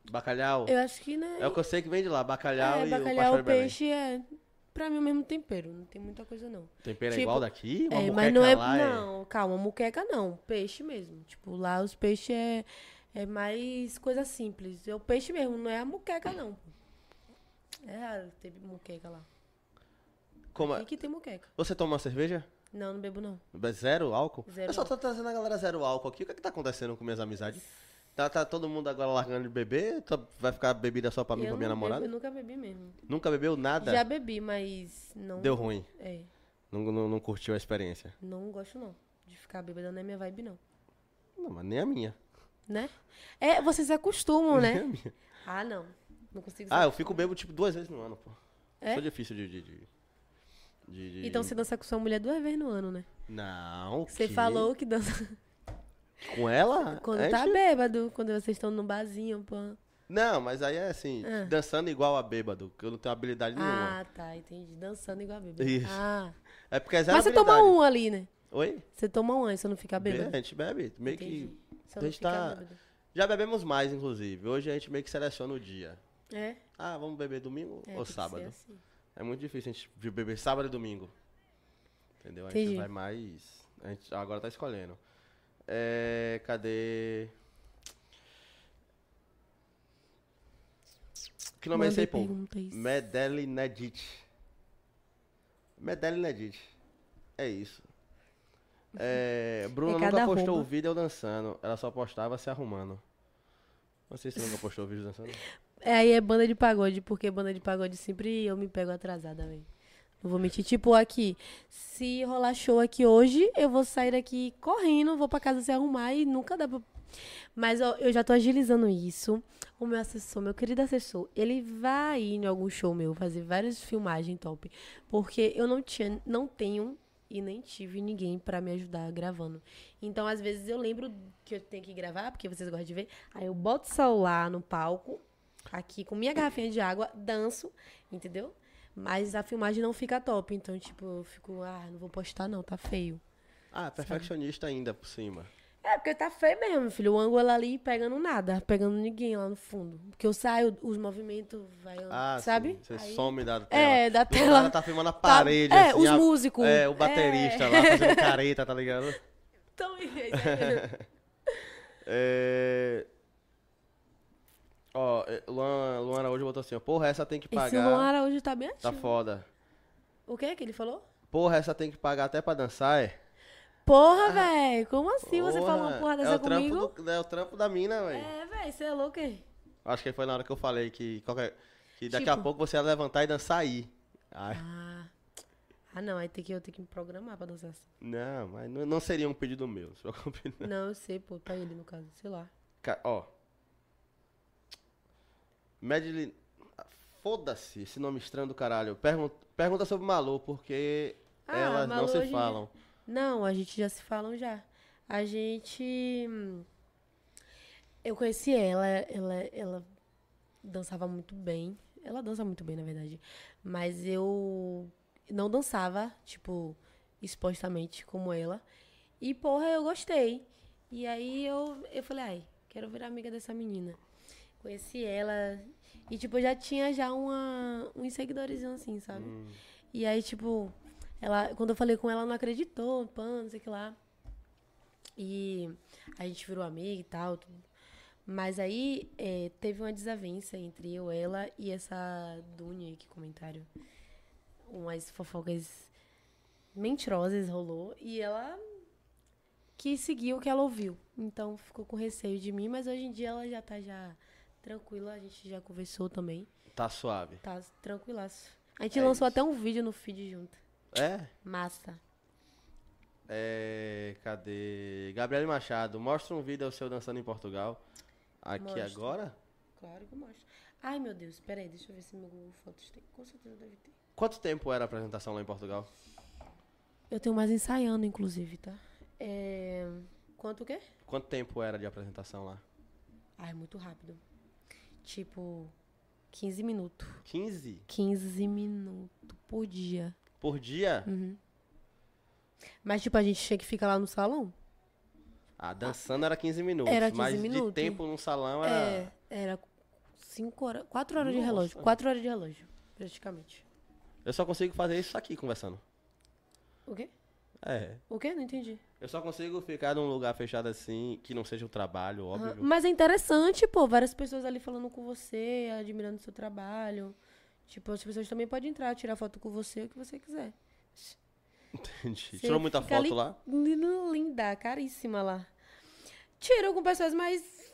S2: Bacalhau.
S3: Eu acho que, né?
S2: É o que eu sei que vem de lá, bacalhau
S3: é,
S2: e
S3: bacalhau,
S2: o pastel de Belém.
S3: peixe é. Pra mim, o mesmo tempero. Não tem muita coisa, não.
S2: Tempero é
S3: Tipo,
S2: igual daqui? Uma
S3: é,
S2: muqueca
S3: mas não é.
S2: lá é...
S3: Não, calma, muqueca não. Peixe mesmo. Tipo, lá os peixes é, é mais coisa simples. É o peixe mesmo, não é a muqueca, não. É raro ter muqueca lá.
S2: Como é-
S3: Aqui que tem muqueca.
S2: Você toma uma cerveja?
S3: Não, não bebo, não.
S2: Zero álcool?
S3: Zero
S2: eu só tô trazendo a galera zero álcool aqui. O que é que tá acontecendo com minhas amizades? Tá, tá todo mundo agora largando de beber? Tá- vai ficar bebida só pra mim e
S3: Eu
S2: pra minha
S3: não bebo,
S2: namorada?
S3: eu nunca bebi mesmo.
S2: Nunca bebeu nada?
S3: Já bebi, mas não.
S2: Deu ruim.
S3: É.
S2: Não, não, não curtiu a experiência.
S3: Não gosto, não. De ficar bêbada não é minha vibe, não.
S2: Não, mas nem a minha.
S3: Né? É, vocês se acostumam,
S2: Nem a
S3: né?
S2: minha.
S3: Ah, não. Não consigo
S2: Ah,
S3: saber.
S2: eu fico bebo tipo duas vezes no ano, pô.
S3: É?
S2: Sou difícil de. de, de, de- de-
S3: Então você dança com sua mulher duas vezes no ano, né?
S2: Não. o
S3: Você
S2: quê?
S3: falou que dança
S2: Com ela?
S3: quando
S2: A
S3: tá
S2: É, gente-
S3: bêbado, quando vocês estão num barzinho, pô.
S2: Não, mas aí é assim,
S3: Ah.
S2: dançando igual a bêbado, que eu não tenho habilidade nenhuma.
S3: Ah, tá, entendi. Dançando igual a bêbada.
S2: Isso.
S3: Ah.
S2: É porque é zero
S3: Mas você
S2: habilidade.
S3: toma um ali, né?
S2: Oi?
S3: Você toma um antes, você não fica
S2: Be-
S3: bêbado.
S2: A gente bebe, meio
S3: Entendi.
S2: É, que.
S3: Você
S2: a
S3: não
S2: gente
S3: fica
S2: tá-
S3: bêbado.
S2: Já bebemos mais, inclusive. Hoje a gente meio que seleciona o dia.
S3: É?
S2: Ah, vamos beber domingo
S3: é tem
S2: ou
S3: que ser
S2: sábado?
S3: assim.
S2: É muito difícil a gente de beber sábado e domingo. Entendeu? A gente
S3: Entendi.
S2: vai mais. A gente agora tá escolhendo. É, cadê? Que nome é esse
S3: Mandei
S2: aí, pô?
S3: perguntas.
S2: Medelinedit. Medelinedit. É isso. É, Bruna
S3: cada
S2: nunca postou
S3: arroba.
S2: o vídeo eu dançando. Ela só postava se arrumando. Não sei se você nunca postou o vídeo dançando.
S3: É, aí é banda de pagode, porque banda de pagode sempre eu me pego atrasada, velho. Não vou mentir. Tipo, aqui, se rolar show aqui hoje, eu vou sair daqui correndo, vou pra casa se arrumar e nunca dá pra. Mas ó, eu já tô agilizando isso. O meu assessor, meu querido assessor, ele vai ir em algum show meu, fazer várias filmagens top. Porque eu não tinha, não tenho e nem tive ninguém pra me ajudar gravando. Então, às vezes, eu lembro que eu tenho que gravar, porque vocês gostam de ver. Aí eu boto o celular no palco, aqui com minha garrafinha de água, danço, entendeu? Mas a filmagem não fica top. Então, tipo, eu fico, ah, não vou postar não, tá feio.
S2: Ah, perfeccionista ainda por cima.
S3: É, porque tá feio mesmo, filho. O ângulo ali pegando nada, pegando ninguém lá no fundo. Porque eu saio, os movimentos vai,
S2: Ah,
S3: sabe?
S2: sim. Você
S3: Aí-
S2: some da tela.
S3: É, da
S2: Do
S3: tela.
S2: nada tá filmando a parede,
S3: É,
S2: assim.
S3: os
S2: a-
S3: músicos.
S2: É, o baterista lá fazendo careta, tá ligado?
S3: Então, é,
S2: É... Ó, é, Luana, Luana hoje botou assim, ó. Porra, essa tem que
S3: esse
S2: pagar.
S3: Luara hoje tá bem
S2: Tá Ah.
S3: ativo.
S2: foda.
S3: O que que ele falou?
S2: Porra, essa tem que pagar até pra dançar, é?
S3: Porra, véi, como assim você
S2: Porra,
S3: falou uma porra
S2: é
S3: dessa
S2: o trampo
S3: comigo?
S2: do- é o trampo da mina, velho.
S3: É, véi, você é louco, hein?
S2: Acho que foi na hora que eu falei que, qualquer... que daqui a
S3: Tipo.
S2: pouco você ia levantar e dançar aí. Ai,
S3: Ah, ah não, aí tem que, eu tenho que me programar pra dançar assim.
S2: não, mas não, não seria um pedido meu. Só que eu pedi-
S3: Não, eu sei, pô, pra ele no caso, sei lá.
S2: Ca- Ó. Madeline. Foda-se, esse nome estranho do caralho. Pergun- pergunta sobre Malu, porque
S3: Ah,
S2: elas
S3: Malu
S2: não se
S3: hoje em dia-
S2: falam.
S3: Não, a gente já se falam já. A gente. hum, Eu conheci ela, ela, ela dançava muito bem. Ela dança muito bem, na verdade. Mas eu não dançava, tipo, expostamente como ela. E, porra, eu gostei. E aí eu, eu falei, ai, quero virar amiga dessa menina. Conheci ela. E, tipo, eu já tinha já uma, uns seguidores assim, sabe? E aí, tipo, ela, quando eu falei com ela, ela não acreditou, pã, não sei o que lá. E a gente virou amiga e tal. tudo. Mas aí eh, teve uma desavença entre eu, ela e essa Dunia aí que comentário. Umas fofocas mentirosas rolou. E ela quis seguir o que ela ouviu. Então ficou com receio de mim, mas hoje em dia ela já tá já tranquila, a gente já conversou também.
S2: Tá suave.
S3: Tá tranquilaço. A gente
S2: É
S3: lançou
S2: isso.
S3: até um vídeo no feed junto.
S2: É?
S3: Massa.
S2: É. Cadê? Gabriele Machado, mostra um vídeo seu dançando em Portugal. Aqui
S3: Mostra.
S2: agora?
S3: Claro que eu mostro. Ai, meu Deus, peraí, deixa eu ver se meu Google Fotos tem. Com certeza deve ter.
S2: Quanto tempo era a apresentação lá em Portugal?
S3: Eu tenho mais ensaiando, inclusive, tá? É... Quanto o quê?
S2: Quanto tempo era de apresentação lá?
S3: Ai, é muito rápido. Tipo, 15 minutos.
S2: 15?
S3: 15 minutos por dia.
S2: Por dia?
S3: Uhum. Mas, tipo, a gente chega e fica lá no salão.
S2: Ah, dançando era 15 minutos.
S3: Era 15
S2: mas de
S3: minutos.
S2: tempo num salão era.
S3: É, era 5 horas, 4 horas de
S2: Nossa.
S3: relógio. 4 horas de relógio, praticamente.
S2: Eu só consigo fazer isso aqui conversando.
S3: O quê?
S2: É.
S3: O quê? Não entendi.
S2: Eu só consigo ficar num lugar fechado assim, que não seja o trabalho,
S3: Aham,
S2: óbvio.
S3: Mas é interessante, pô, várias pessoas ali falando com você, admirando seu trabalho. Tipo, as pessoas também podem entrar, tirar foto com você, o que você quiser.
S2: Entendi.
S3: Você
S2: Tirou muita
S3: fica
S2: foto
S3: ali-
S2: lá?
S3: lin- Linda, caríssima lá. Tirou com pessoas mais.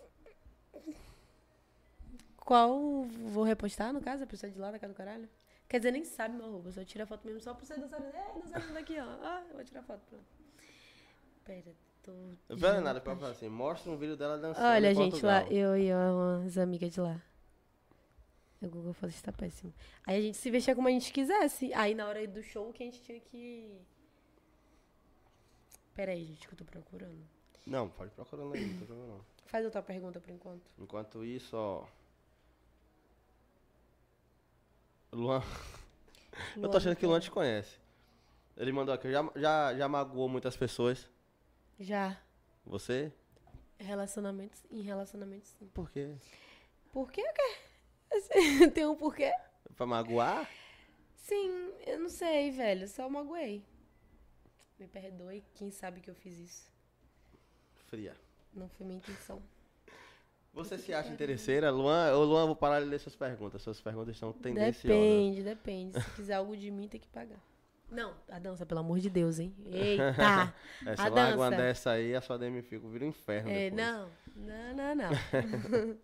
S3: Qual vou repostar, no caso? A pessoa é de lá da cara do caralho? Quer dizer, nem sabe meu arroba, só tira foto mesmo só pra você dançar. É, dançarina daqui, ó. Ah, eu vou tirar foto, pronto. Pera, tô.
S2: Não Pera nada, pra falar assim, mostra um vídeo dela dançando.
S3: Olha,
S2: em
S3: gente, lá,
S2: Portugal.
S3: eu e as amigas de lá. O Google Fotos está tá péssimo. Aí a gente se vestia como a gente quisesse. Aí na hora do show que a gente tinha que. Peraí, gente, que eu tô procurando.
S2: Não, pode procurando aí, não tem problema não.
S3: Faz outra pergunta por enquanto.
S2: Enquanto isso, ó. Luan. eu tô achando que o Luan te conhece. Ele mandou aqui, já, já, já magoou muitas pessoas.
S3: Já.
S2: Você?
S3: Relacionamentos. Em relacionamentos, sim.
S2: Por quê?
S3: Por quê? o quê? Tem um porquê?
S2: Pra magoar?
S3: Sim, eu não sei, velho. Só magoei. Me perdoe, quem sabe que eu fiz isso.
S2: Fria.
S3: Não foi minha intenção.
S2: Você se acha interesseira, Luan? Ô, Luan, vou parar de ler suas perguntas. Suas perguntas estão tendenciosas.
S3: Depende, depende. Se quiser algo de mim, tem que pagar. Não, a dança, pelo amor de Deus, hein? Eita!
S2: É, se
S3: a
S2: eu largo uma
S3: dança.
S2: dessa aí, a sua DM fica, vira um inferno
S3: É,
S2: depois.
S3: não, não, não, não.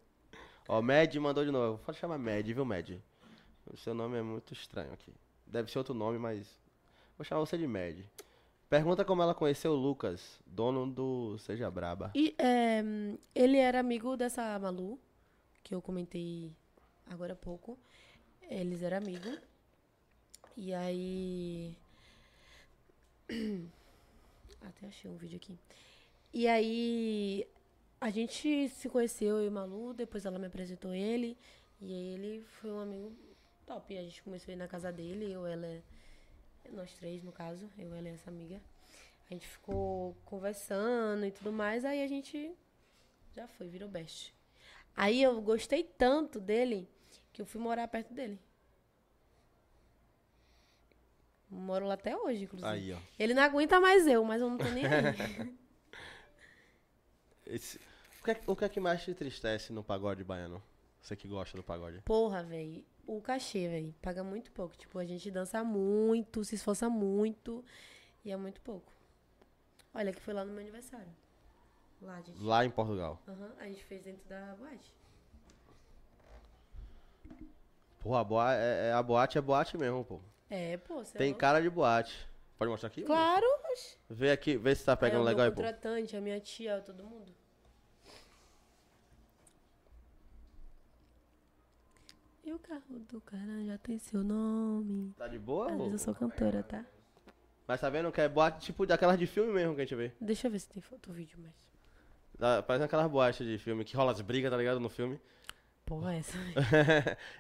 S2: Ó, Mad mandou de novo. Pode chamar Mad, viu, Mad? O seu nome é muito estranho aqui. Deve ser outro nome, mas. Vou chamar você de Mad. Pergunta como ela conheceu o Lucas, dono do Seja Braba.
S3: E é, hum, ele era amigo dessa Malu, que eu comentei agora há pouco. Eles eram amigos. E aí. Até achei um vídeo aqui. E aí. A gente se conheceu, eu e Malu, depois ela me apresentou ele. E aí ele foi um amigo top. E a gente começou a ir na casa dele, eu, ela. Nós três, no caso, eu, ela e essa amiga. A gente ficou conversando e tudo mais, aí a gente já foi, virou best. Aí eu gostei tanto dele que eu fui morar perto dele. Moro lá até hoje, inclusive.
S2: Aí, ó.
S3: Ele não aguenta mais eu, mas eu não tô nem aí.
S2: Esse- O, que é, o que é que mais te entristece no pagode baiano? Você que gosta do pagode.
S3: Porra, velho. O cachê, velho, paga muito pouco. Tipo, a gente dança muito, se esforça muito e é muito pouco. Olha, que foi lá no meu aniversário. Lá, a gente.
S2: Lá em Portugal.
S3: Aham, a gente fez dentro da boate.
S2: Porra, a, boa- é- é- a boate é boate mesmo, pô.
S3: É, pô, você é
S2: Tem
S3: louco.
S2: cara de boate. Pode mostrar aqui?
S3: Claro, oxe.
S2: Vê aqui, vê se tá pegando
S3: é,
S2: legal aí,
S3: meu
S2: pô.
S3: contratante, a minha tia, todo mundo. E E o carro do cara já tem seu nome.
S2: Tá de boa?
S3: Às
S2: ou-
S3: vezes Ah, eu sou cantora, tá?
S2: Mas tá vendo que é boate tipo daquelas de filme mesmo que a gente vê.
S3: Deixa eu ver se tem foto ou vídeo, mas.
S2: Da- Parece aquelas boates de filme que rola as brigas, tá ligado? No filme.
S3: Porra, essa.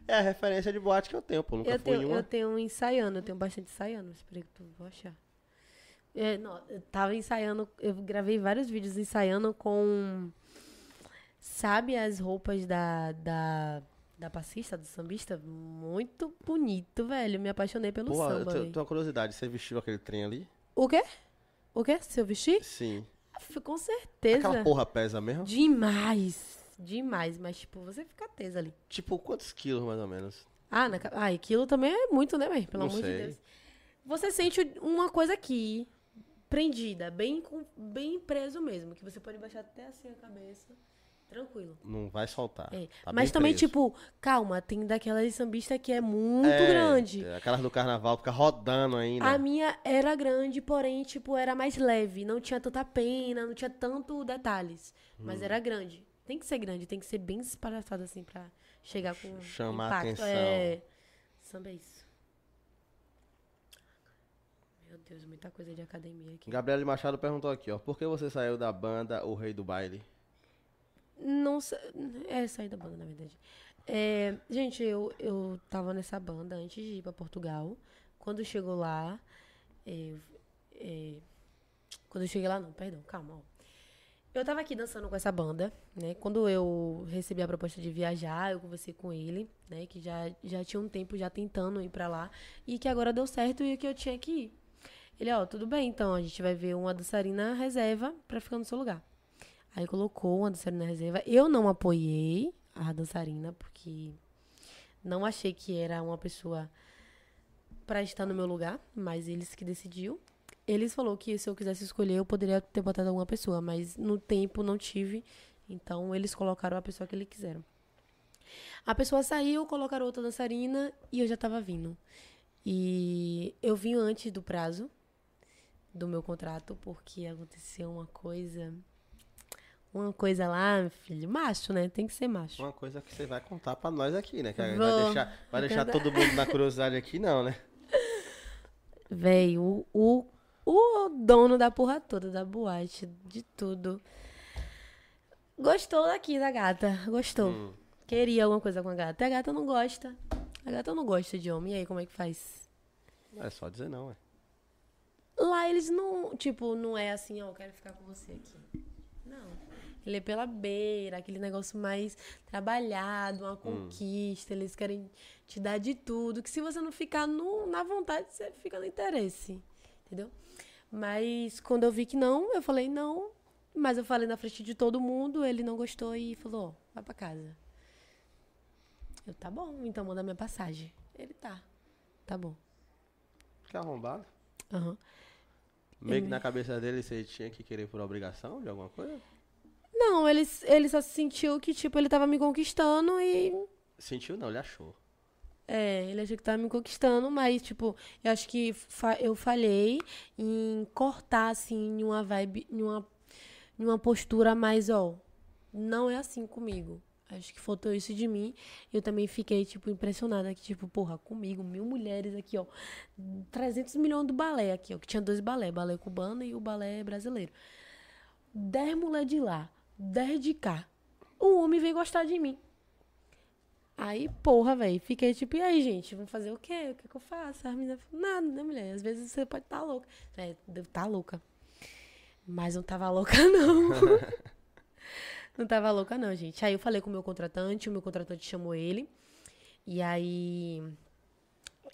S2: é a referência de boate que eu tenho, pô. Nunca
S3: Eu
S2: fui em
S3: tenho,
S2: uma.
S3: eu tenho um ensaiando, eu tenho bastante ensaiando, espero que tu vou achar. É, não, eu tava ensaiando, eu gravei vários vídeos ensaiando com. Sabe as roupas da, da, da passista, do sambista? Muito bonito, velho. Me apaixonei pelo
S2: Porra, eu
S3: samba.
S2: tenho,
S3: velho.
S2: tenho uma curiosidade. Você vestiu aquele trem ali?
S3: O quê? O quê? Se eu vestir?
S2: Sim.
S3: F- Com certeza.
S2: Aquela porra pesa mesmo?
S3: Demais. Demais. Mas, tipo, você fica tesa ali.
S2: Tipo, quantos quilos mais ou menos?
S3: Ah, na... ca- ah, e quilo também é muito, né, mãe? Pelo
S2: Não
S3: amor
S2: sei.
S3: de Deus. Você sente uma coisa aqui, prendida, bem, com- bem preso mesmo, que você pode baixar até assim a cabeça, tranquilo.
S2: Não vai soltar.
S3: É.
S2: Tá
S3: Mas
S2: bem
S3: também,
S2: preso.
S3: tipo, calma, tem daquelas sambista que é muito
S2: É,
S3: grande.
S2: é, Aquelas do carnaval, fica rodando ainda.
S3: A minha era grande, porém, tipo, era mais leve. Não tinha tanta pena, não tinha tanto detalhes.
S2: Hum.
S3: Mas era grande. Tem que ser grande, tem que ser bem espalhafado, assim, pra chegar com
S2: chamar
S3: impacto.
S2: atenção.
S3: É. Samba é isso. Meu Deus, muita coisa de academia aqui.
S2: Gabriele Machado perguntou aqui, ó. Por que você saiu da banda O Rei do Baile?
S3: Não sa- É, saí da banda, na verdade. É, gente, eu, eu tava nessa banda antes de ir pra Portugal. Quando chegou lá. eu- é, quando eu cheguei lá, não, perdão, calma. ó. Eu tava aqui dançando com essa banda, né? Quando eu recebi a proposta de viajar, eu conversei com ele, né? Que já, já tinha um tempo já tentando ir pra lá. E que agora deu certo e que eu tinha que ir. Ele, ó, tudo bem, então a gente vai ver uma dançarina reserva pra ficar no seu lugar. Aí colocou uma dançarina reserva. Eu não apoiei a dançarina, porque não achei que era uma pessoa pra estar no meu lugar, mas eles que decidiu. Eles falou que se eu quisesse escolher, eu poderia ter botado alguma pessoa, mas no tempo não tive. Então eles colocaram a pessoa que eles quiseram. A pessoa saiu, colocaram outra dançarina e eu já tava vindo. E eu vim antes do prazo do meu contrato, porque aconteceu uma coisa. Uma coisa lá, filho, macho, né? Tem que ser macho.
S2: Uma coisa que você vai contar pra nós aqui, né? Que vai
S3: Vou.
S2: deixar, vai deixar
S3: Cada-
S2: todo mundo na curiosidade aqui, não, né?
S3: Véi, o, o, o dono da porra toda, da boate, de tudo. Gostou daqui da gata, gostou. Queria alguma coisa com a gata. E a gata não gosta. A gata não gosta de homem. E aí, como é que faz?
S2: É só dizer não, é.
S3: Lá eles não, tipo, não é assim, ó, eu quero ficar com você aqui. Não. Ele é pela beira, aquele negócio mais trabalhado, uma conquista. Eles querem te dar de tudo. Que se você não ficar no, na vontade, você fica no interesse. Entendeu? Mas quando eu vi que não, eu falei não. Mas eu falei na frente de todo mundo, ele não gostou e falou: ó, vai pra casa. Eu, tá bom, então manda minha passagem. Ele tá. Tá bom.
S2: Fica arrombado.
S3: Aham.
S2: Meio que na cabeça dele você tinha que querer por obrigação de alguma coisa?
S3: Não, ele, ele só sentiu que, tipo, ele tava me conquistando e.
S2: Sentiu não, ele achou.
S3: É, ele achou que tava me conquistando, mas, tipo, eu acho que fa- eu falhei em cortar, assim, em uma vibe, em uma, em uma postura mais, ó, não é assim comigo. Acho que faltou isso de mim. Eu também fiquei, tipo, impressionada que, tipo, porra, comigo, mil mulheres aqui, ó. 300 milhões do balé aqui, ó. Que tinha dois balé, balé cubano e o balé brasileiro. 10 mulheres de lá, 10 de cá. O homem veio gostar de mim. Aí, porra, velho, fiquei tipo, e aí, gente, vamos fazer o quê? O que, que eu faço? As meninas falam, nada, né, mulher? Às vezes você pode estar louca. É, devo estar louca. Mas não tava louca, não. não tava louca, não, gente. Aí eu falei com o meu contratante, o meu contratante chamou ele. E aí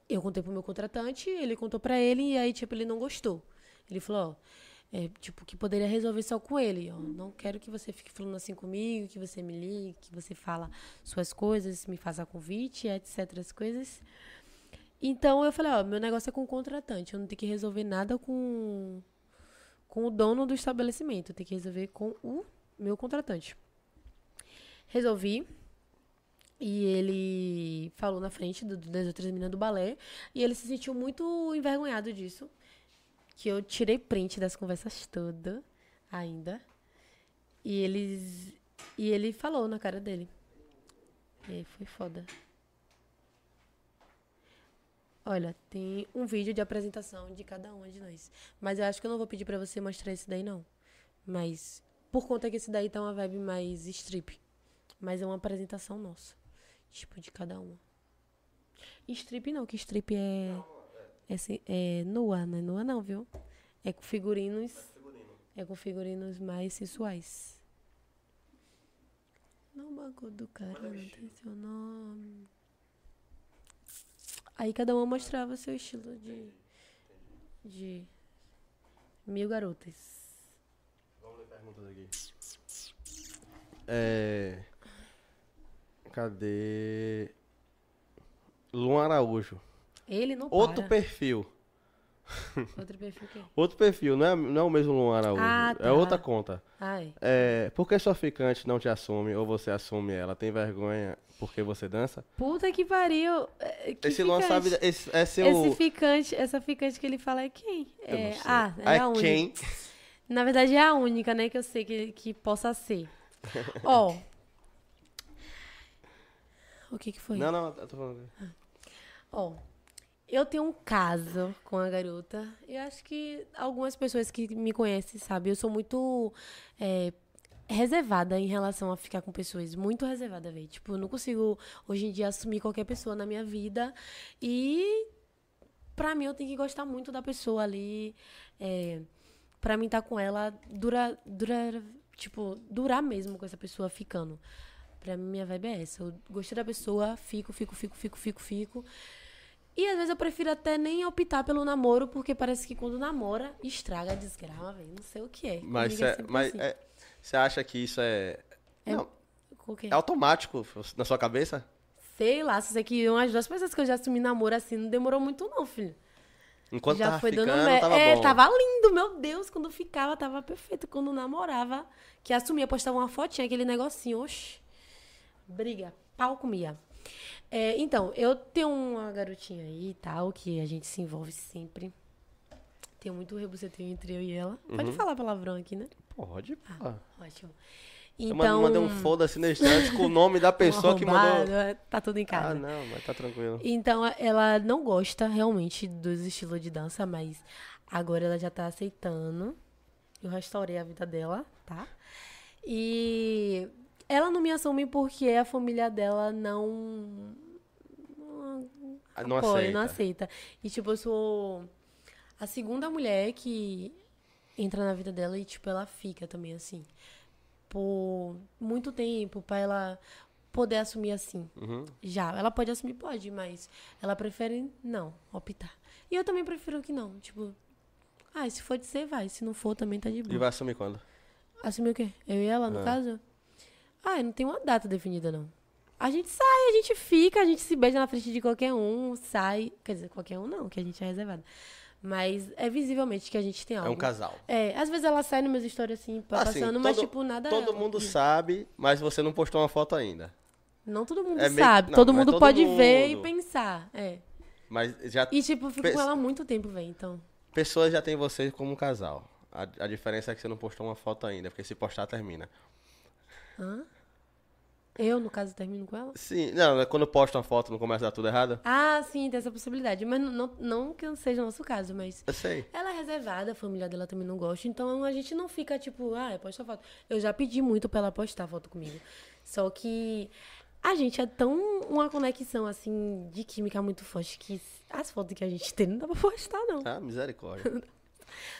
S3: eu contei pro meu contratante, ele contou pra ele, e aí, tipo, ele não gostou. Ele falou, ó, é, tipo, que poderia resolver só com ele, ó. Não quero que você fique falando assim comigo, que você me ligue, que você fala suas coisas, me faça convite, etc, as coisas. Então, eu falei, ó, meu negócio é com o contratante, eu não tenho que resolver nada com, com o dono do estabelecimento, eu tenho que resolver com o meu contratante. Resolvi, e ele falou na frente do, do- das outras meninas do balé. E ele se sentiu muito envergonhado disso. Que eu tirei print das conversas todas, ainda. E eles. E ele falou na cara dele. E aí foi foda. Olha, tem um vídeo de apresentação de cada um de nós. Mas eu acho que eu não vou pedir pra você mostrar esse daí, não. Mas, por conta que esse daí tá uma vibe mais strip. Mas é uma apresentação nossa. Tipo, de cada uma. Strip não, que strip é. É, assim, é nua, não é nua, não, viu? É com figurinos. É com figurinos mais sensuais. Não bagulho do cara, não tem seu nome. Aí cada uma mostrava seu estilo de. De. Mil garotas.
S2: Vamos ler perguntas aqui. É. Cadê? Luan Araújo.
S3: Ele não
S2: Outro
S3: para.
S2: perfil.
S3: Outro perfil que
S2: Outro perfil, não é, não é o mesmo Luan Araújo.
S3: Ah,
S2: É
S3: tá.
S2: outra conta.
S3: Ai.
S2: É, por que sua ficante não te assume ou você assume ela? Tem vergonha porque você dança?
S3: Puta que pariu. É, que
S2: esse Luan
S3: ficante?
S2: sabe. Esse, esse é
S3: Esse
S2: o.
S3: ficante, essa ficante que ele fala é quem?
S2: Eu
S3: é,
S2: não sei.
S3: Ah, é a única.
S2: quem?
S3: Na verdade, é a única, né, que eu sei que, que possa ser. Ó. O que que foi?
S2: Não, não, eu tô falando.
S3: Ó, eu tenho um caso com a garota. Eu acho que algumas pessoas que me conhecem sabem. Eu sou muito é, reservada em relação a ficar com pessoas. Muito reservada, velho. Tipo, eu não consigo hoje em dia assumir qualquer pessoa na minha vida. E pra mim eu tenho que gostar muito da pessoa ali. É, pra mim estar com ela dura, dura, tipo, durar mesmo com essa pessoa ficando. Pra mim, minha vibe é essa. Eu gostei da pessoa, fico, fico, fico, fico, fico, fico. E às vezes eu prefiro até nem optar pelo namoro, porque parece que quando namora, estraga a desgrama, velho. Não sei o que é.
S2: Mas
S3: Comigo é
S2: você
S3: sempre
S2: mas
S3: assim.
S2: é- você acha que isso é.
S3: É-
S2: Não,
S3: O quê?
S2: é automático na sua cabeça?
S3: Sei lá, só sei que umas duas pessoas que eu já assumi namoro assim, não demorou muito não, filho.
S2: Enquanto
S3: já
S2: tava ficando,
S3: mer-
S2: tava
S3: é,
S2: bom.
S3: tava lindo, meu Deus, quando ficava, tava perfeito. Quando namorava, que assumia, postava uma fotinha, aquele negocinho, oxi. Briga, pau comia. É, então, eu tenho uma garotinha aí e tal, que a gente se envolve sempre. Tem muito rebuceteio entre eu e ela.
S2: Uhum.
S3: Pode falar palavrão aqui, né?
S2: Pode, pô. Eu
S3: Ótimo. Ah, Então,
S2: mand- mandei um foda-se no instante com o nome da pessoa que
S3: arrombado,
S2: mandou.
S3: é, Tá tudo em casa.
S2: Ah, não, mas tá tranquilo.
S3: Então, ela não gosta realmente dos estilos de dança, mas agora ela já tá aceitando. Eu restaurei a vida dela, tá? E ela não me assume porque a família dela não.
S2: Ah, Não
S3: apoia,
S2: aceita.
S3: não aceita. E, tipo, eu sou a segunda mulher que entra na vida dela e, tipo, ela fica também assim. Por muito tempo, pra ela poder assumir assim.
S2: Uhum.
S3: Já, ela pode assumir, pode, mas ela prefere não, optar. E eu também prefiro que não, tipo, ah, se for de ser, vai, se não for também tá de
S2: E
S3: boa.
S2: vai assumir quando?
S3: Assumir o quê? Eu e ela, no
S2: É.
S3: caso? Ah, eu não tem uma data definida, não. A gente sai, a gente fica, a gente se beija na frente de qualquer um, sai, quer dizer, qualquer um não, que a gente é reservada. Mas é visivelmente que a gente tem
S2: É
S3: algo.
S2: um casal.
S3: É, às vezes ela sai nos meus stories assim, pa-
S2: Assim,
S3: passando, mas
S2: todo-
S3: tipo, nada
S2: Todo
S3: ela.
S2: mundo sabe, mas você não postou uma foto ainda.
S3: Não todo mundo
S2: É meio-
S3: sabe,
S2: não,
S3: todo
S2: mas
S3: mundo
S2: todo
S3: pode ver e
S2: mundo.
S3: pensar, é.
S2: Mas já
S3: E, tipo, eu fico
S2: Pensa-
S3: com ela há muito tempo, velho, então.
S2: pessoas já têm você como um casal. A, a diferença é que você não postou uma foto ainda, porque se postar termina.
S3: Hã? Eu, no caso, termino com ela?
S2: Sim, não, quando posta uma foto não começa a dar tudo errado?
S3: Ah, sim, tem essa possibilidade. Mas não, não, não que seja o nosso caso, mas.
S2: Eu sei.
S3: Ela é reservada, a família dela também não gosta, então a gente não fica tipo, ah, posta foto. Eu já pedi muito pra ela postar foto comigo. Só que a gente é tão uma conexão assim de química muito forte que as fotos que a gente tem não dá pra postar, não.
S2: Ah, misericórdia.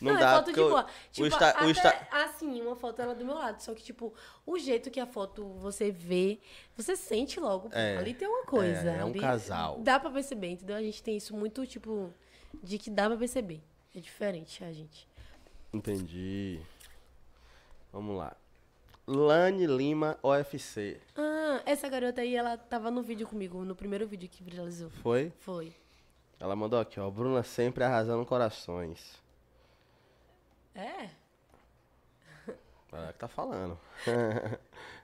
S3: é
S2: dá,
S3: foto de
S2: porque o-
S3: boa.
S2: o
S3: Tipo,
S2: Insta- o
S3: até,
S2: Insta-
S3: assim, uma foto ela do meu lado. Só que, tipo, o jeito que a foto você vê, você sente logo. pô,
S2: É,
S3: ali tem uma coisa.
S2: é, é um
S3: ali
S2: casal.
S3: Dá pra perceber, entendeu? A gente tem isso muito, tipo, de que dá pra perceber. É diferente a gente.
S2: Entendi. Vamos lá. Lane Lima OFC.
S3: Ah, essa garota aí, ela tava no vídeo comigo, no primeiro vídeo que viralizou.
S2: Foi?
S3: Foi.
S2: Ela mandou aqui, ó. Bruna sempre arrasando corações.
S3: É?
S2: Ela que tá falando.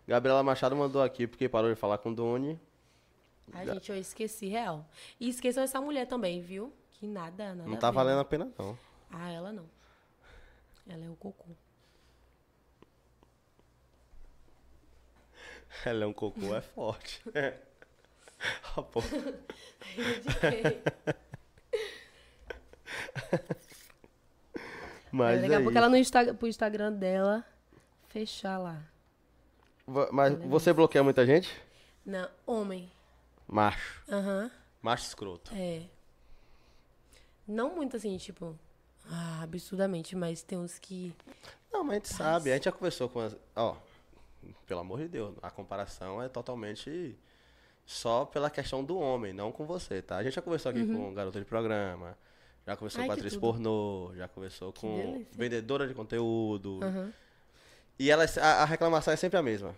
S2: Gabriela Machado mandou aqui porque parou de falar com o Doni.
S3: Ai, gente, eu esqueci, real. E esqueçam essa mulher também, viu? Que nada, nada.
S2: Não
S3: a
S2: tá
S3: ver. né?
S2: valendo a pena, não.
S3: Ah, ela não. Ela é o cocô.
S2: Ela é um cocô, é forte. Ah, pô.
S3: Eu indiquei.
S2: Mas
S3: daqui a
S2: é
S3: pouco
S2: isso.
S3: ela no Instagram, pro Instagram dela fechar lá.
S2: Va- Mas você bloqueia muita gente?
S3: Não, homem.
S2: Macho.
S3: Aham.
S2: Macho escroto.
S3: É. Não muito assim, tipo. Ah, absurdamente, mas tem uns que.
S2: Não, mas a gente sabe, a gente já conversou com as. Ó, pelo amor de Deus, a comparação é totalmente só pela questão do homem, não com você, tá? A gente já conversou aqui com garota de programa, já conversou
S3: Uhum. Ai,
S2: com
S3: que
S2: atriz
S3: tudo.
S2: pornô, já conversou com
S3: delícia.
S2: vendedora de conteúdo.
S3: Aham.
S2: E ela, a, a reclamação é sempre a mesma.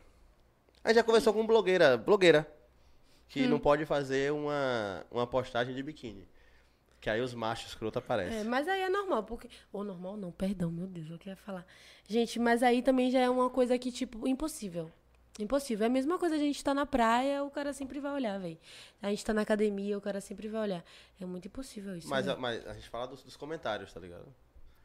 S2: A gente já conversou com blogueira, blogueira, que
S3: Hum.
S2: não pode fazer uma, uma postagem de biquíni. Que aí os machos escroto
S3: É,
S2: aparecem.
S3: mas aí é normal, porque. Ou normal não, perdão, meu Deus, eu queria falar. Gente, mas aí também já é uma coisa que, tipo, impossível. Impossível. É a mesma coisa, a gente tá na praia, o cara sempre vai olhar, velho. A gente tá na academia, o cara sempre vai olhar. É muito impossível isso.
S2: mas,
S3: né?
S2: a- mas a gente fala dos- dos comentários, tá ligado?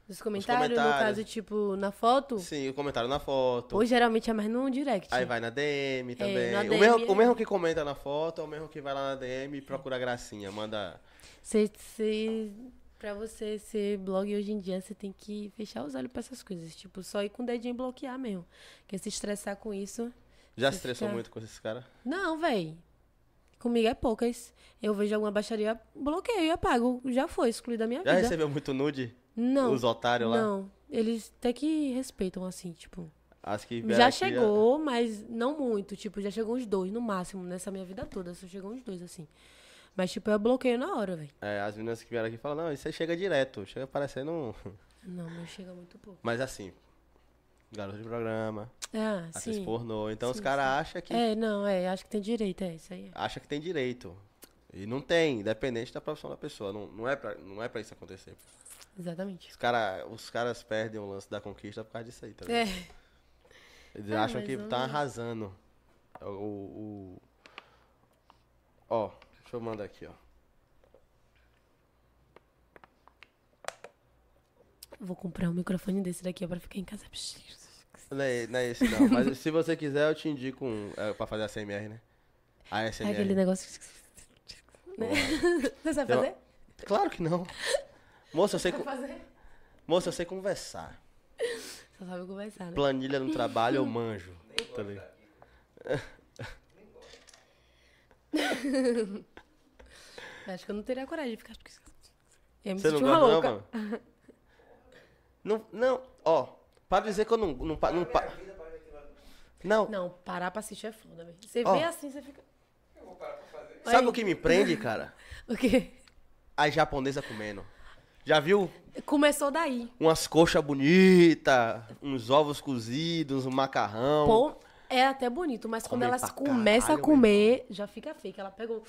S3: Nos comentários, no
S2: comentários.
S3: caso, tipo, na foto.
S2: Sim, o comentário na foto.
S3: Ou geralmente é mais num direct.
S2: Aí vai na DM também.
S3: na
S2: o,
S3: DM
S2: mesmo, o
S3: é.
S2: mesmo que comenta na foto é o mesmo que vai lá na DM e procura gracinha. Manda.
S3: Cê, cê, pra você ser blog hoje em dia, você tem que fechar os olhos pra essas coisas. Tipo, só ir com o dedinho e bloquear mesmo. Porque se estressar com isso.
S2: Já
S3: Você
S2: se estressou
S3: fica-
S2: muito com esses caras?
S3: Não, véi. Comigo é poucas. Eu vejo alguma baixaria, bloqueio e apago. Já foi, excluí da minha
S2: Já
S3: vida.
S2: recebeu muito nude?
S3: Não.
S2: Os otários lá?
S3: Não. Eles até que respeitam, assim, tipo.
S2: As que vieram
S3: Já
S2: aqui,
S3: chegou, mas não muito. Tipo, já chegou uns dois no máximo. Nessa minha vida toda, só chegou uns dois, assim. Mas, tipo, eu bloqueio na hora, véi.
S2: é, as meninas que vieram aqui falam, não, isso aí chega direto. Chega parecendo um.
S3: Não, mas chega muito pouco.
S2: Mas assim, garoto de programa,
S3: Ah,
S2: atriz
S3: sim.
S2: pornô. Então os
S3: Sim,
S2: caras
S3: sim.
S2: acham que.
S3: É, não, é, acho que tem direito, é isso aí. é.
S2: Acha que tem direito. E não tem, independente da profissão da pessoa. Não, não, é, pra, não é pra isso acontecer.
S3: Exatamente.
S2: Os, cara, os caras perdem o lance da conquista por causa disso aí, tá ligado?
S3: É,
S2: Eles
S3: Ah,
S2: acham
S3: mas
S2: que
S3: vamos
S2: tá
S3: ver.
S2: arrasando. O, o- o- Ó, deixa eu mandar aqui, ó.
S3: vou comprar um microfone desse daqui ó, pra ficar em casa.
S2: Não é, não é esse não, mas se você quiser eu te indico um é, pra fazer a CMR, né? A
S3: É aquele
S2: SMR.
S3: negócio. né? Você sabe
S2: Tem uma-
S3: fazer?
S2: Claro que não. Moça, eu sei,
S3: Sabe
S2: con-
S3: fazer?
S2: moça, eu sei conversar.
S3: Só sabe conversar, né?
S2: Planilha no trabalho eu manjo. Tá ligado?
S3: Eu Acho que eu não teria coragem de ficar. Eu ia me
S2: Você não
S3: sentir uma
S2: gosta não,
S3: louca.
S2: mano? Não, não, ó. Para de dizer que eu não... Não, pa- não, pa- não,
S3: Não, parar pra assistir é foda, velho. Você
S2: Ó.
S3: vê assim, você fica.
S2: sabe
S3: Oi.
S2: o que me prende, cara?
S3: O quê?
S2: As japonesas comendo. Já viu?
S3: Começou daí.
S2: Umas coxas bonitas, uns ovos cozidos, um macarrão.
S3: Pô, é até bonito, mas quando
S2: Comem
S3: elas
S2: pra
S3: começam
S2: caralho,
S3: a comer, já fica feio. Que ela pega o.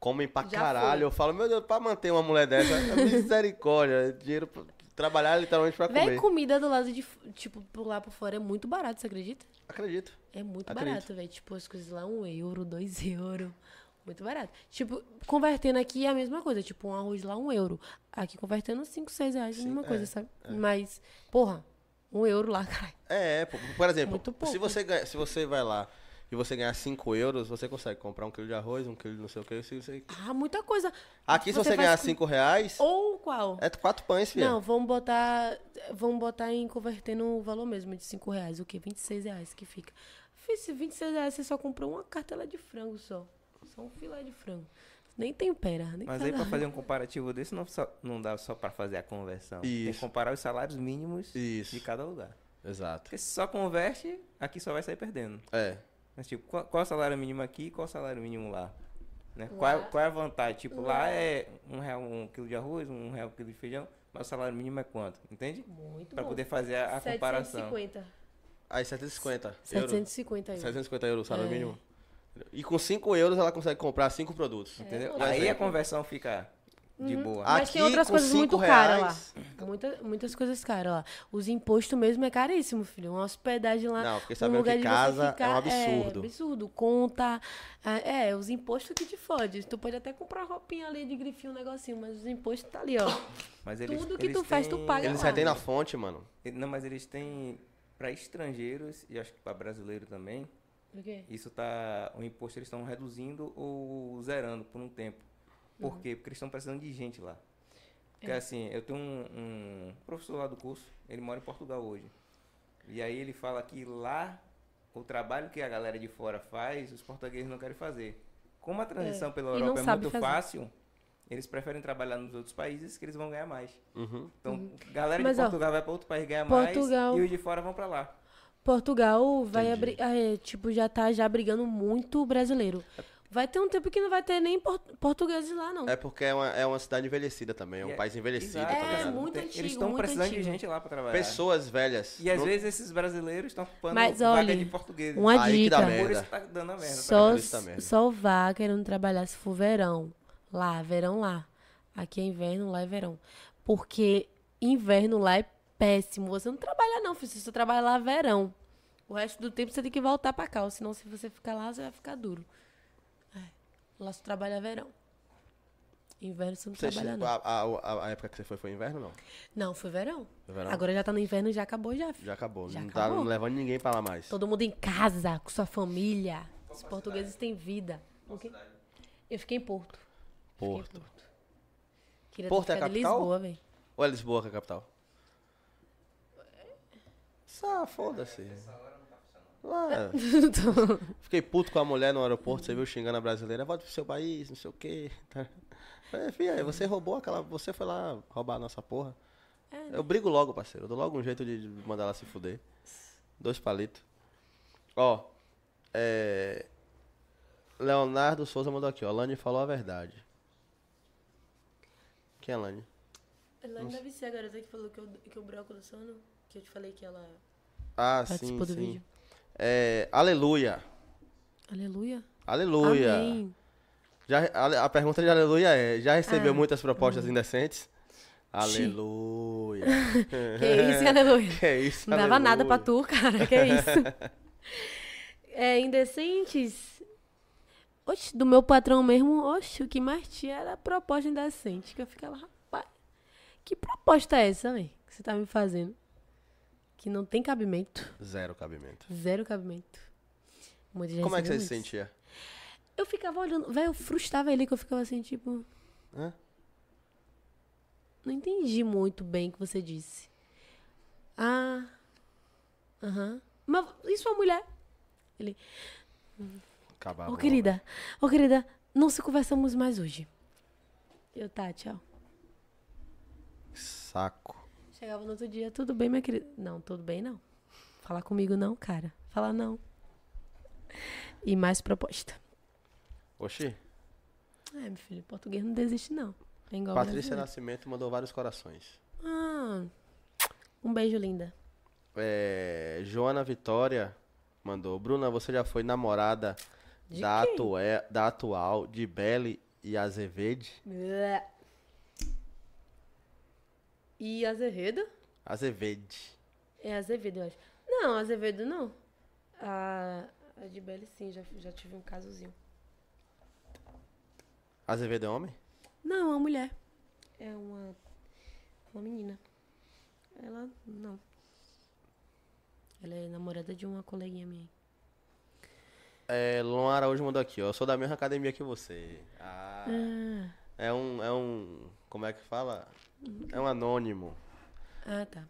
S2: comem pra
S3: Já
S2: caralho.
S3: foi.
S2: Eu falo, meu Deus, pra manter uma mulher dessa, é misericórdia. É Dinheiro pra trabalhar literalmente pra
S3: Véi,
S2: comer.
S3: comida do lado de. f- Tipo, por lá por fora é muito barato, você acredita?
S2: Acredito.
S3: É muito
S2: Acredito.
S3: barato, velho. Tipo, as coisas lá, um euro, dois euros. Muito barato. Tipo, convertendo aqui é a mesma coisa. Tipo, um arroz lá, um euro. Aqui convertendo, cinco, seis reais, é a mesma
S2: é,
S3: coisa, sabe? Mas, porra, um euro lá, caralho.
S2: É, é, pô. por exemplo,
S3: Muito pouco.
S2: se você, ganha- se você vai lá e você ganhar 5 euros, você consegue comprar um quilo de arroz, um quilo de não sei o que. Se você...
S3: Ah, muita coisa.
S2: Aqui, se você
S3: faz
S2: ganhar
S3: com-
S2: 5 reais,
S3: Ou qual?
S2: é quatro pães, filho.
S3: Não, vamos botar. Vamos botar em convertendo o valor mesmo de cinco reais. O quê? 26 reais que fica. Fih, se 26 reais você só comprou uma cartela de frango só. Só um filé de frango. Nem tempera,
S4: Mas
S3: nem faz
S4: aí, pra
S3: nada.
S4: fazer um comparativo desse, não, só- não dá só pra fazer a conversão. Tem
S2: Isso.
S4: que comparar os salários mínimos
S2: Isso.
S4: de cada lugar.
S2: Exato.
S4: Porque se só converte, aqui só vai sair perdendo.
S2: É.
S4: Mas, tipo, qual, qual é o salário mínimo aqui e qual é o salário mínimo lá? Né? Qual, é- qual é a vantagem? Tipo, lá é um real um quilo de arroz, um real um quilo de feijão, mas o salário mínimo é quanto? Entende?
S3: Muito
S4: Pra
S3: bom.
S4: poder fazer a, a comparação.
S3: 750.
S2: Aí 750 euros.
S3: 750 euros.
S2: 750 euros, salário
S3: É.
S2: mínimo. E com 5 euros ela consegue comprar 5
S3: É,
S2: produtos.
S4: Entendeu?
S2: Um
S4: Aí a
S2: exemplo.
S4: conversão fica de
S3: Uhum.
S4: boa.
S2: Ah,
S3: Mas tem
S2: Aqui,
S3: outras
S2: com
S3: coisas muito
S2: cinco
S3: caras
S2: reais-
S3: lá. Muita, muitas coisas caras lá. Os impostos mesmo é caríssimo, filho. Uma hospedagem lá.
S2: Não, porque
S3: um
S2: sabendo
S3: lugar
S2: que
S3: de você
S2: casa é um
S3: ficar,
S2: absurdo.
S3: É, absurdo. Conta. ah, É, os impostos que te fode. Tu pode até comprar roupinha ali de grifinho, um negocinho, mas os impostos tá ali, ó.
S4: Mas eles,
S3: Tudo que
S4: eles
S3: tu faz, tu
S4: têm-
S3: paga
S2: Eles
S3: lá.
S2: retêm na fonte, mano.
S4: Ele- Não, mas eles têm para estrangeiros e acho que para brasileiro também.
S3: O quê?
S4: Isso tá o imposto eles estão
S3: Uhum.
S4: reduzindo ou zerando por um tempo. Por quê? Porque eles estão precisando de gente lá. Porque
S3: É.
S4: assim, eu tenho um, um professor lá do curso, ele mora em Portugal hoje. E aí ele fala que lá o trabalho que a galera de fora faz, os portugueses não querem fazer. Como a transição pela
S3: e não
S4: Europa é
S3: sabe
S4: muito
S3: fazer.
S4: fácil, eles preferem trabalhar nos outros países que eles vão ganhar mais.
S2: Uhum.
S4: Então, galera
S3: Mas,
S4: de
S3: ó,
S4: Portugal vai para outro país ganhar
S3: Portugal-
S4: mais e os de fora vão para lá.
S3: Portugal vai
S2: Entendi.
S3: abrir, é, tipo, já tá já brigando muito o brasileiro. Vai ter um tempo que não vai ter nem por- portugueses lá, não.
S2: É porque é uma, é uma cidade envelhecida também, é um
S4: E
S2: país envelhecido,
S4: Exato,
S2: tá
S3: É,
S2: ligado?
S4: Não
S3: muito
S4: tem-
S3: antigo,
S4: Eles estão
S3: muito
S4: precisando
S3: antigo.
S4: de gente lá para trabalhar.
S2: Pessoas velhas.
S4: E às
S2: não-
S4: vezes esses brasileiros estão ocupando
S3: Mas,
S4: vaga
S3: olha,
S4: de portugueses.
S3: uma
S2: Aí que dá
S3: dica.
S4: Por
S2: merda.
S4: isso que tá dando a merda.
S3: Só,
S2: Por isso tá merda.
S3: só vá querendo trabalhar se for verão. Lá, verão lá. Aqui é inverno, lá é verão. Porque inverno lá é péssimo. Você não trabalha, não, filho. Você só trabalha lá verão. O resto do tempo você tem que voltar pra cá. Ou senão, se você ficar lá, você vai ficar duro. É. Lá só trabalha verão. Inverno você não
S2: Você-
S3: trabalha, não.
S2: a, a- a- a época que você foi foi inverno, não?
S3: Não, foi verão.
S2: Foi verão?
S3: Agora já tá no inverno, já acabou, já. filho.
S2: Já acabou.
S3: Já
S2: não tá
S3: acabou.
S2: não levando ninguém pra lá mais.
S3: Todo mundo em casa, com sua família. Os portugueses têm vida. Ok? Eu fiquei em Porto.
S2: Porto.
S3: Queria
S2: Porto
S3: ter
S2: é a
S3: ficado em
S2: capital?
S3: Lisboa, velho.
S2: Ou é Lisboa que é a capital? Ah, foda-se.
S4: tá
S2: Lá, é. fiquei puto com a mulher no aeroporto, você viu xingando a brasileira, volta pro seu país, não sei o quê. tá? Falei, Fia, você roubou aquela. Você foi lá roubar a nossa porra.
S3: É.
S2: Eu brigo logo, parceiro. Eu dou logo um jeito de de mandar ela se fuder. Dois palitos. Ó, é. Leonardo Souza mandou aqui, ó. Lani falou a verdade. Quem é Lani?
S3: Elaine deve ser a garota que falou que eu, que eu broco do sono. Que eu te falei que ela
S2: Ah, sim,
S3: participou do
S2: sim.
S3: vídeo.
S2: É, aleluia.
S3: Aleluia.
S2: Aleluia.
S3: Amém.
S2: Já, ale- a, pergunta de aleluia é: já
S3: Ah.
S2: recebeu muitas propostas
S3: Hum.
S2: indecentes? Aleluia.
S3: Que isso, hein, aleluia.
S2: que isso,
S3: Não dava nada pra
S2: aleluia.
S3: tu, cara. Que isso. é, indecentes. Oxe, do meu patrão mesmo, oxe, o que mais tinha era a proposta indecente. Que eu ficava, rapaz, que proposta é essa, velho? Que você tá me fazendo? Que não tem cabimento.
S2: Zero cabimento.
S3: Zero cabimento. Um monte de gente
S2: Como é que você
S3: recebeu
S2: se
S3: muito.
S2: sentia?
S3: Eu ficava olhando, velho, eu frustrava ele que eu ficava assim, tipo,
S2: Hã?
S3: não entendi muito bem o que você disse. Ah, aham. Mas isso é uma mulher? Ele,
S2: Acabava.
S3: ô
S2: logo.
S3: querida, ô querida, não se conversamos mais hoje. Eu, tá, tchau.
S2: Saco.
S3: Chegava no outro dia, tudo bem, minha querida? Não, tudo bem não. Falar comigo não, cara. Falar não. E mais proposta.
S2: Oxi.
S3: É, meu filho, português não desiste não. É igual
S2: Patrícia
S3: brasileiro.
S2: Nascimento mandou vários corações.
S3: Ah, um beijo, linda.
S2: É, Joana Vitória mandou: Bruna, você já foi namorada
S3: De
S2: da,
S3: quem?
S2: atue- da atual de Belle e Azevedo?
S3: E Azevedo?
S2: Azevedo.
S3: É Azevedo, eu acho. Não, Azevedo não. A, a de Belly, sim, já, já tive um casozinho.
S2: Azevedo é homem?
S3: Não, é uma mulher. É uma. Uma menina. Ela. Não. Ela é namorada de uma coleguinha minha.
S2: É, Luan Araújo mandou aqui, ó. Eu sou da mesma academia que você. Ah.
S3: Ah,
S2: É um. É um. Como é que fala? É um anônimo.
S3: ah
S2: É.
S3: tá.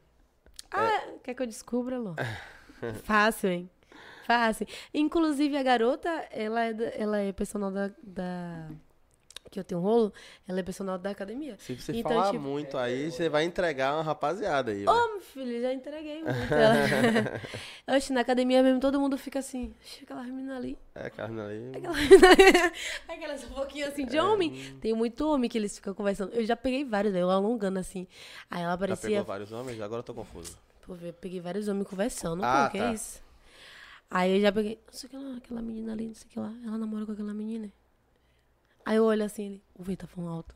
S3: Ah, quer que eu descubra, Lô? Fácil, hein? Fácil. Inclusive, a garota, ela é, da- ela é personal da, da. Que eu tenho um rolo, ela é personal da academia.
S2: Se você
S3: Então,
S2: falar
S3: tipo-
S2: muito aí, você vai entregar uma rapaziada aí.
S3: Ô,
S2: ó.
S3: meu filho, já entreguei muito. Ela... Oxe, na academia mesmo todo mundo fica assim. Oxe, aquela menina ali.
S2: É, carne ali.
S3: Aquela menina ali. Aquelas boquinhas assim
S2: É.
S3: de homem. Tem muito homem que eles ficam conversando. Eu já peguei vários, velho, eu alongando assim. Aí ela
S2: Já pegou
S3: aparecia.
S2: vários homens? Agora eu tô confuso.
S3: Pô, eu peguei vários homens conversando.
S2: Ah,
S3: pô, que
S2: tá.
S3: é isso? Aí eu já peguei. Não sei o que lá, aquela menina ali, não sei o que lá. Ela namora com aquela menina. Aí eu olho assim, ele. O velho tá falando alto.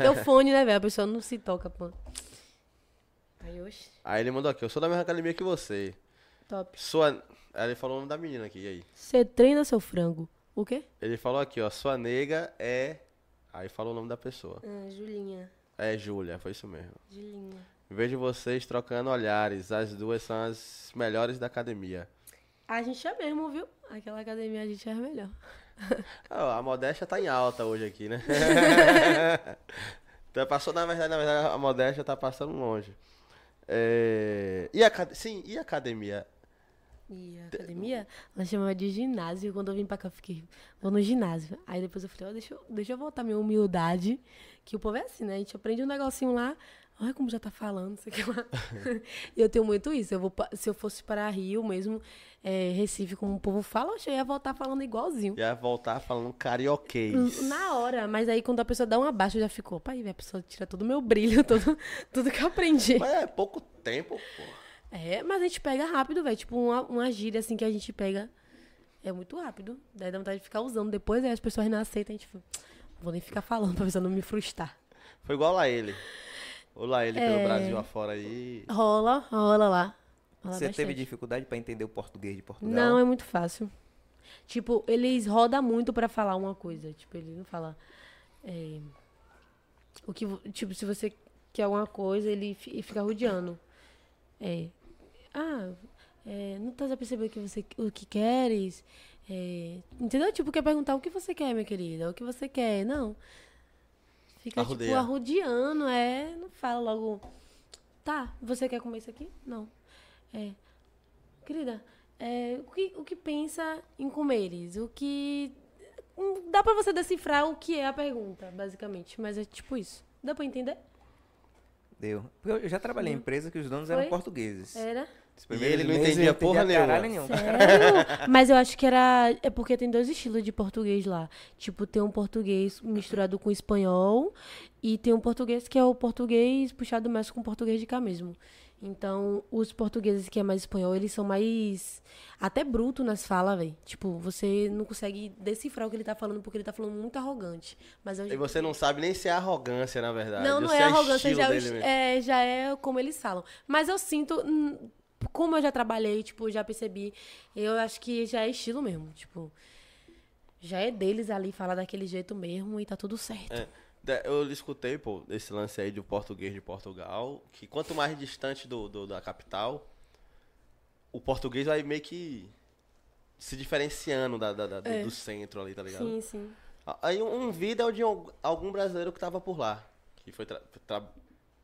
S3: Teu fone, né, velho? A pessoa não se toca, pô. Aí, oxe,
S2: Aí ele mandou aqui, eu sou da mesma academia que você.
S3: top.
S2: Sua. Aí ele falou o nome da menina aqui, e aí?
S3: Você treina seu frango. O quê?
S2: Ele falou aqui, ó, sua nega é. Aí falou o nome da pessoa.
S3: Ah, Julinha.
S2: É Júlia, foi isso mesmo.
S3: Julinha.
S2: Vejo vocês trocando olhares. As duas são as melhores da academia.
S3: A gente é mesmo, viu? Aquela academia a gente é melhor.
S2: Ah, a modéstia tá em alta hoje aqui, né? Então, passou, na verdade, na verdade, a modéstia tá passando longe. É, E a, acad- sim, e a academia?
S3: E a academia, ela chamava de ginásio. Quando eu vim pra cá, eu fiquei, vou no ginásio. Aí depois eu falei, ó, deixa, eu- deixa eu voltar minha humildade. Que o povo é assim, né? A gente aprende um negocinho lá. Olha como já tá falando, não sei o que lá. E eu tenho muito isso. Eu vou, pa- se eu fosse para Rio mesmo, é, Recife, como o povo fala, oxe, eu ia voltar falando igualzinho.
S2: E a voltar falando carioquês.
S3: Na hora, mas aí quando a pessoa dá uma baixa, eu já ficou, opa, aí a pessoa tira todo o meu brilho, todo, tudo que eu aprendi.
S2: Mas é pouco tempo, pô.
S3: É, mas a gente pega rápido, velho. Tipo, uma, uma gíria assim que a gente pega é muito rápido. Daí dá vontade de ficar usando. Depois aí as pessoas não aceitam, a gente fala, "Não vou nem ficar falando pra pessoa não me frustrar.
S2: Foi igual lá ele. O lá ele pelo
S3: É.
S2: Brasil afora aí.
S3: Rola, rola lá. Rola
S4: Você teve
S3: bastante.
S4: dificuldade pra entender o português de Portugal?
S3: Não, é muito fácil. Tipo, eles rodam muito pra falar uma coisa. Tipo, ele não fala. é, o que, vo- tipo, se você quer alguma coisa, ele fi- fica rodeando. É. Ah, é, não tá a perceber o que você o que queres? É, entendeu? Tipo, quer perguntar o que você quer, minha querida? O que você quer? Não. Fica,
S2: Arrodeia.
S3: tipo, arrodeando, é. Não fala logo. Tá, você quer comer isso aqui? Não. É. Querida, é, o, que, o que pensa em comeres? O que. Hum, Dá pra você decifrar o que é a pergunta, basicamente. Mas é tipo isso. Dá pra entender?
S4: Deu. Porque eu já trabalhei em empresa que os donos eram
S3: Foi?
S4: portugueses.
S3: Era?
S4: Os
S2: E
S4: primeiros
S2: ele não
S4: meses eu
S2: entendia porra nenhuma.
S4: caralho nenhuma.
S3: Sério? Mas eu acho que era. É porque tem dois estilos de português lá. Tipo, tem um português misturado com espanhol e tem um português que é o português puxado mais com o português de cá mesmo. Então, os portugueses que é mais espanhol, eles são mais. Até bruto nas falas, velho. Tipo, você não consegue decifrar o que ele tá falando porque ele tá falando muito arrogante. Mas é um eu...
S2: E você não sabe nem se é arrogância, na verdade.
S3: Não,
S2: ou
S3: não
S2: se
S3: é arrogância,
S2: estilo
S3: já, é o
S2: dele
S3: est-
S2: mesmo.
S3: é, já é como eles falam. Mas eu sinto, hum, como eu já trabalhei, tipo, já percebi, eu acho que já é estilo mesmo, tipo... Já é deles ali falar daquele jeito mesmo e tá tudo certo.
S2: É. Da- Eu escutei, pô, esse lance aí do português de Portugal, que quanto mais distante do, do- da capital, o português vai meio que se diferenciando da, da- da- do, do centro ali, tá ligado?
S3: Sim, sim.
S2: Aí um um vídeo de al- algum brasileiro que tava por lá, que foi tra- tra-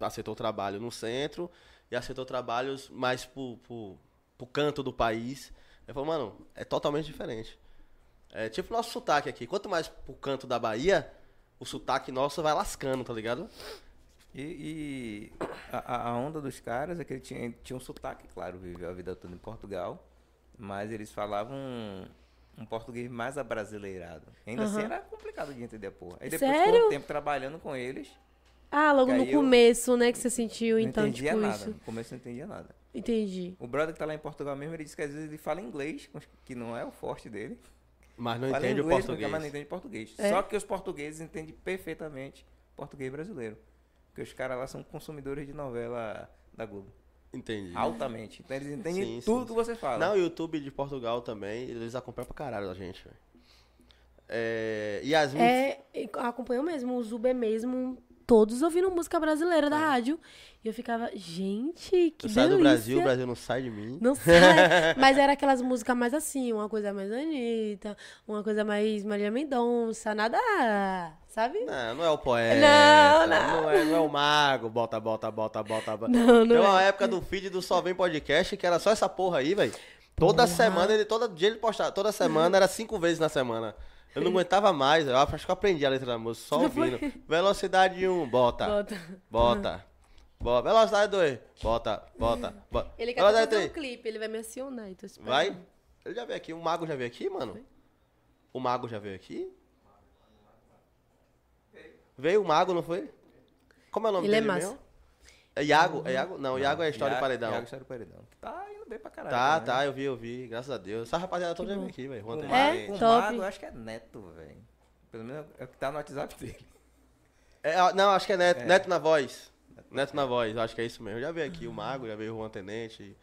S2: aceitou trabalho no centro e aceitou trabalhos mais pro, pro, pro canto do país. Ele falou, mano, é totalmente diferente. É tipo o nosso sotaque aqui. Quanto mais pro canto da Bahia, o sotaque nosso vai lascando, tá ligado?
S4: E, e a, a- a onda dos caras é que ele tinha, tinha um sotaque, claro, viveu a vida toda em Portugal, mas eles falavam um, um português mais abrasileirado. Ainda assim era complicado de entender, porra. Aí depois ficou
S3: Sério?
S4: um tempo trabalhando com eles,
S3: Ah, logo
S4: Que
S3: no
S4: aí eu
S3: começo, né, que você sentiu,
S4: não
S3: então,
S4: entendia
S3: tipo,
S4: nada.
S3: isso.
S4: No começo não entendia nada.
S3: Entendi.
S4: O brother que tá lá em Portugal mesmo, ele disse que às vezes ele fala inglês, que não é o forte dele.
S2: Mas não
S4: fala
S2: entende o
S4: inglês,
S2: português.
S4: Mas não entende português.
S3: É?
S4: Só que os portugueses entendem perfeitamente português brasileiro. Porque os caras lá são consumidores de novela da Globo.
S2: Entendi.
S4: Altamente. Então eles entendem
S2: Sim, sim,
S4: tudo
S2: sim.
S4: que você fala.
S2: Não, é o YouTube de Portugal também, eles acompanham pra caralho a gente, velho. É, Yasmin
S3: É, e acompanhou mesmo, os Uber mesmo, todos ouvindo música brasileira da rádio. E eu ficava, gente, que
S2: Eu saio do Brasil, o
S3: delícia.
S2: Brasil não sai de mim.
S3: Não sai. Mas era aquelas músicas mais assim, uma coisa mais Anitta, uma coisa mais Maria Mendonça, nada. Sabe?
S2: Não, não é o poeta.
S3: Não,
S2: não. é, não é o mago. Bota, bota, bota, bota, bota.
S3: Não, não
S2: Tem uma
S3: é.
S2: época do feed do Só Vem Podcast que era só essa porra aí, velho. Toda semana, ele, todo dia ele postava. Toda semana, era cinco vezes na semana. Eu não aguentava mais. Eu acho que eu aprendi a letra da música só ouvindo. Velocidade 1, bota.
S3: Bota.
S2: Bota. Bota. Velocidade 2, bota, bota, bota.
S3: Ele quer
S2: Velocidade
S3: fazer um
S2: três.
S3: clipe, ele vai me acionar. Então espera.
S2: Vai. Ele já veio aqui. O Mago já veio aqui, mano? O Mago já veio aqui? Veio o Mago, não foi? Como é o nome
S3: Ele é
S2: dele
S3: massa.
S2: mesmo? É Iago? É Iago? Não, Iago é História
S4: Iago-
S2: do Paredão.
S4: Iago História do Paredão. Tá indo bem pra caralho.
S2: tá,
S4: né?
S2: tá, eu vi, eu vi. Graças a Deus. Essa rapaziada toda já veio aqui, velho. Juan
S4: O
S2: Tomás.
S4: Mago,
S3: É,
S4: o
S3: top.
S4: Mago, eu acho que é neto, velho. Pelo menos é o que tá no WhatsApp dele.
S2: É, ah, não, acho que é Neto, Neto na Voz. Neto na Voz, eu acho que é isso mesmo. Já veio aqui o Mago, já veio o Juan Tenente.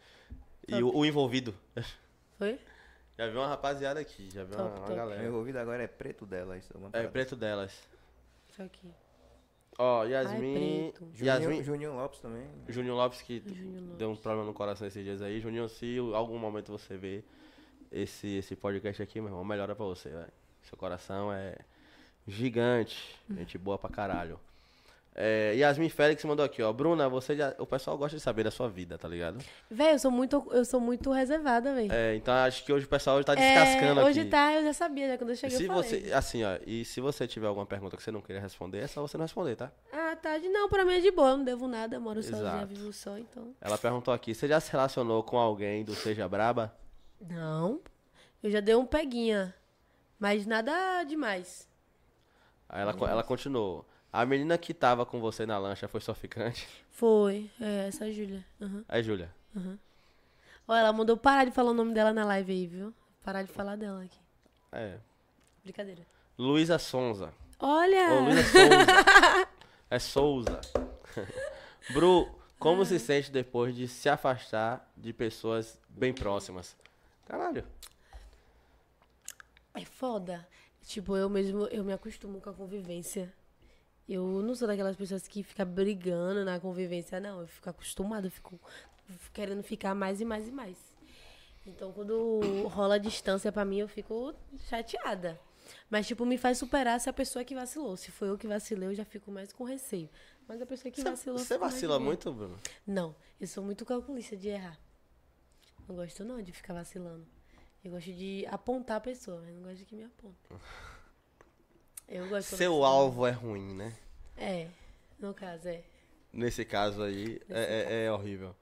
S2: E, o, o Envolvido.
S3: Foi?
S2: Já veio uma rapaziada aqui, já veio
S3: Top,
S2: uma, uma
S3: top.
S4: Meu
S2: galera.
S4: envolvido agora é preto dela. Isso, alguma
S2: É,
S4: parada.
S2: Preto Delas.
S3: Foi aqui.
S2: Ó, Yasmin...
S3: Preto.
S4: Juninho,
S2: Yasmin...
S4: Juninho Lopes também.
S2: Juninho Lopes que deu um problema no coração esses dias aí. Juninho, se em algum momento você vê esse, esse podcast aqui, meu irmão, melhora pra
S3: Hum.
S2: você, velho. Seu coração é gigante. Gente boa pra caralho. É, Yasmin Félix mandou aqui, ó. Bruna, você já. O pessoal gosta de saber da sua vida, tá ligado?
S3: Véi, eu sou muito, eu sou muito reservada, véi.
S2: É, então acho que hoje o pessoal hoje tá descascando
S3: É, hoje
S2: aqui.
S3: tá, eu já sabia, né? Quando eu cheguei,
S2: Se
S3: eu falei.
S2: você, assim, ó, e se você tiver alguma pergunta que você não queira responder, é só você não responder, tá?
S3: Ah, tarde não, pra mim é de boa, eu não devo nada, eu moro sozinha,
S2: Exato.
S3: vivo só, então.
S2: Ela perguntou aqui, você já se relacionou com alguém do Seja Braba?
S3: Não, eu já dei um peguinha, mas nada demais.
S2: Aí ela, co- ela continuou. A menina que tava com você na lancha foi sua ficante?
S3: Foi, é, essa é a Júlia. Aham.
S2: Aí, Júlia.
S3: Ó, ela mandou parar de falar o nome dela na live aí, viu? Parar de falar dela aqui.
S2: É.
S3: Brincadeira.
S2: Luísa Sonza.
S3: Olha!
S2: Ô, Luísa Souza. É Souza. Bru, como se sente depois de se afastar de pessoas bem próximas? Caralho.
S3: É foda. Tipo, eu mesmo, eu me acostumo com a convivência. Eu não sou daquelas pessoas que fica brigando na convivência, não. Eu fico acostumada, eu fico querendo ficar mais e mais e mais. Então, quando rola a distância pra mim, eu fico chateada. Mas, tipo, me faz superar se a pessoa que vacilou. Se foi eu que vacilei, eu já fico mais com receio. Mas a pessoa que
S2: Você,
S3: vacilou.
S2: você
S3: fica mais de
S2: vacila
S3: boa.
S2: muito, né, Bruno?
S3: Não, eu sou muito calculista de errar. Não gosto não de ficar vacilando. Eu gosto de apontar a pessoa, mas não gosto de que me apontem. Eu gosto quando
S2: Seu
S3: você-
S2: alvo é ruim, né?
S3: É, no caso, é.
S2: Nesse caso aí, é, é- é horrível.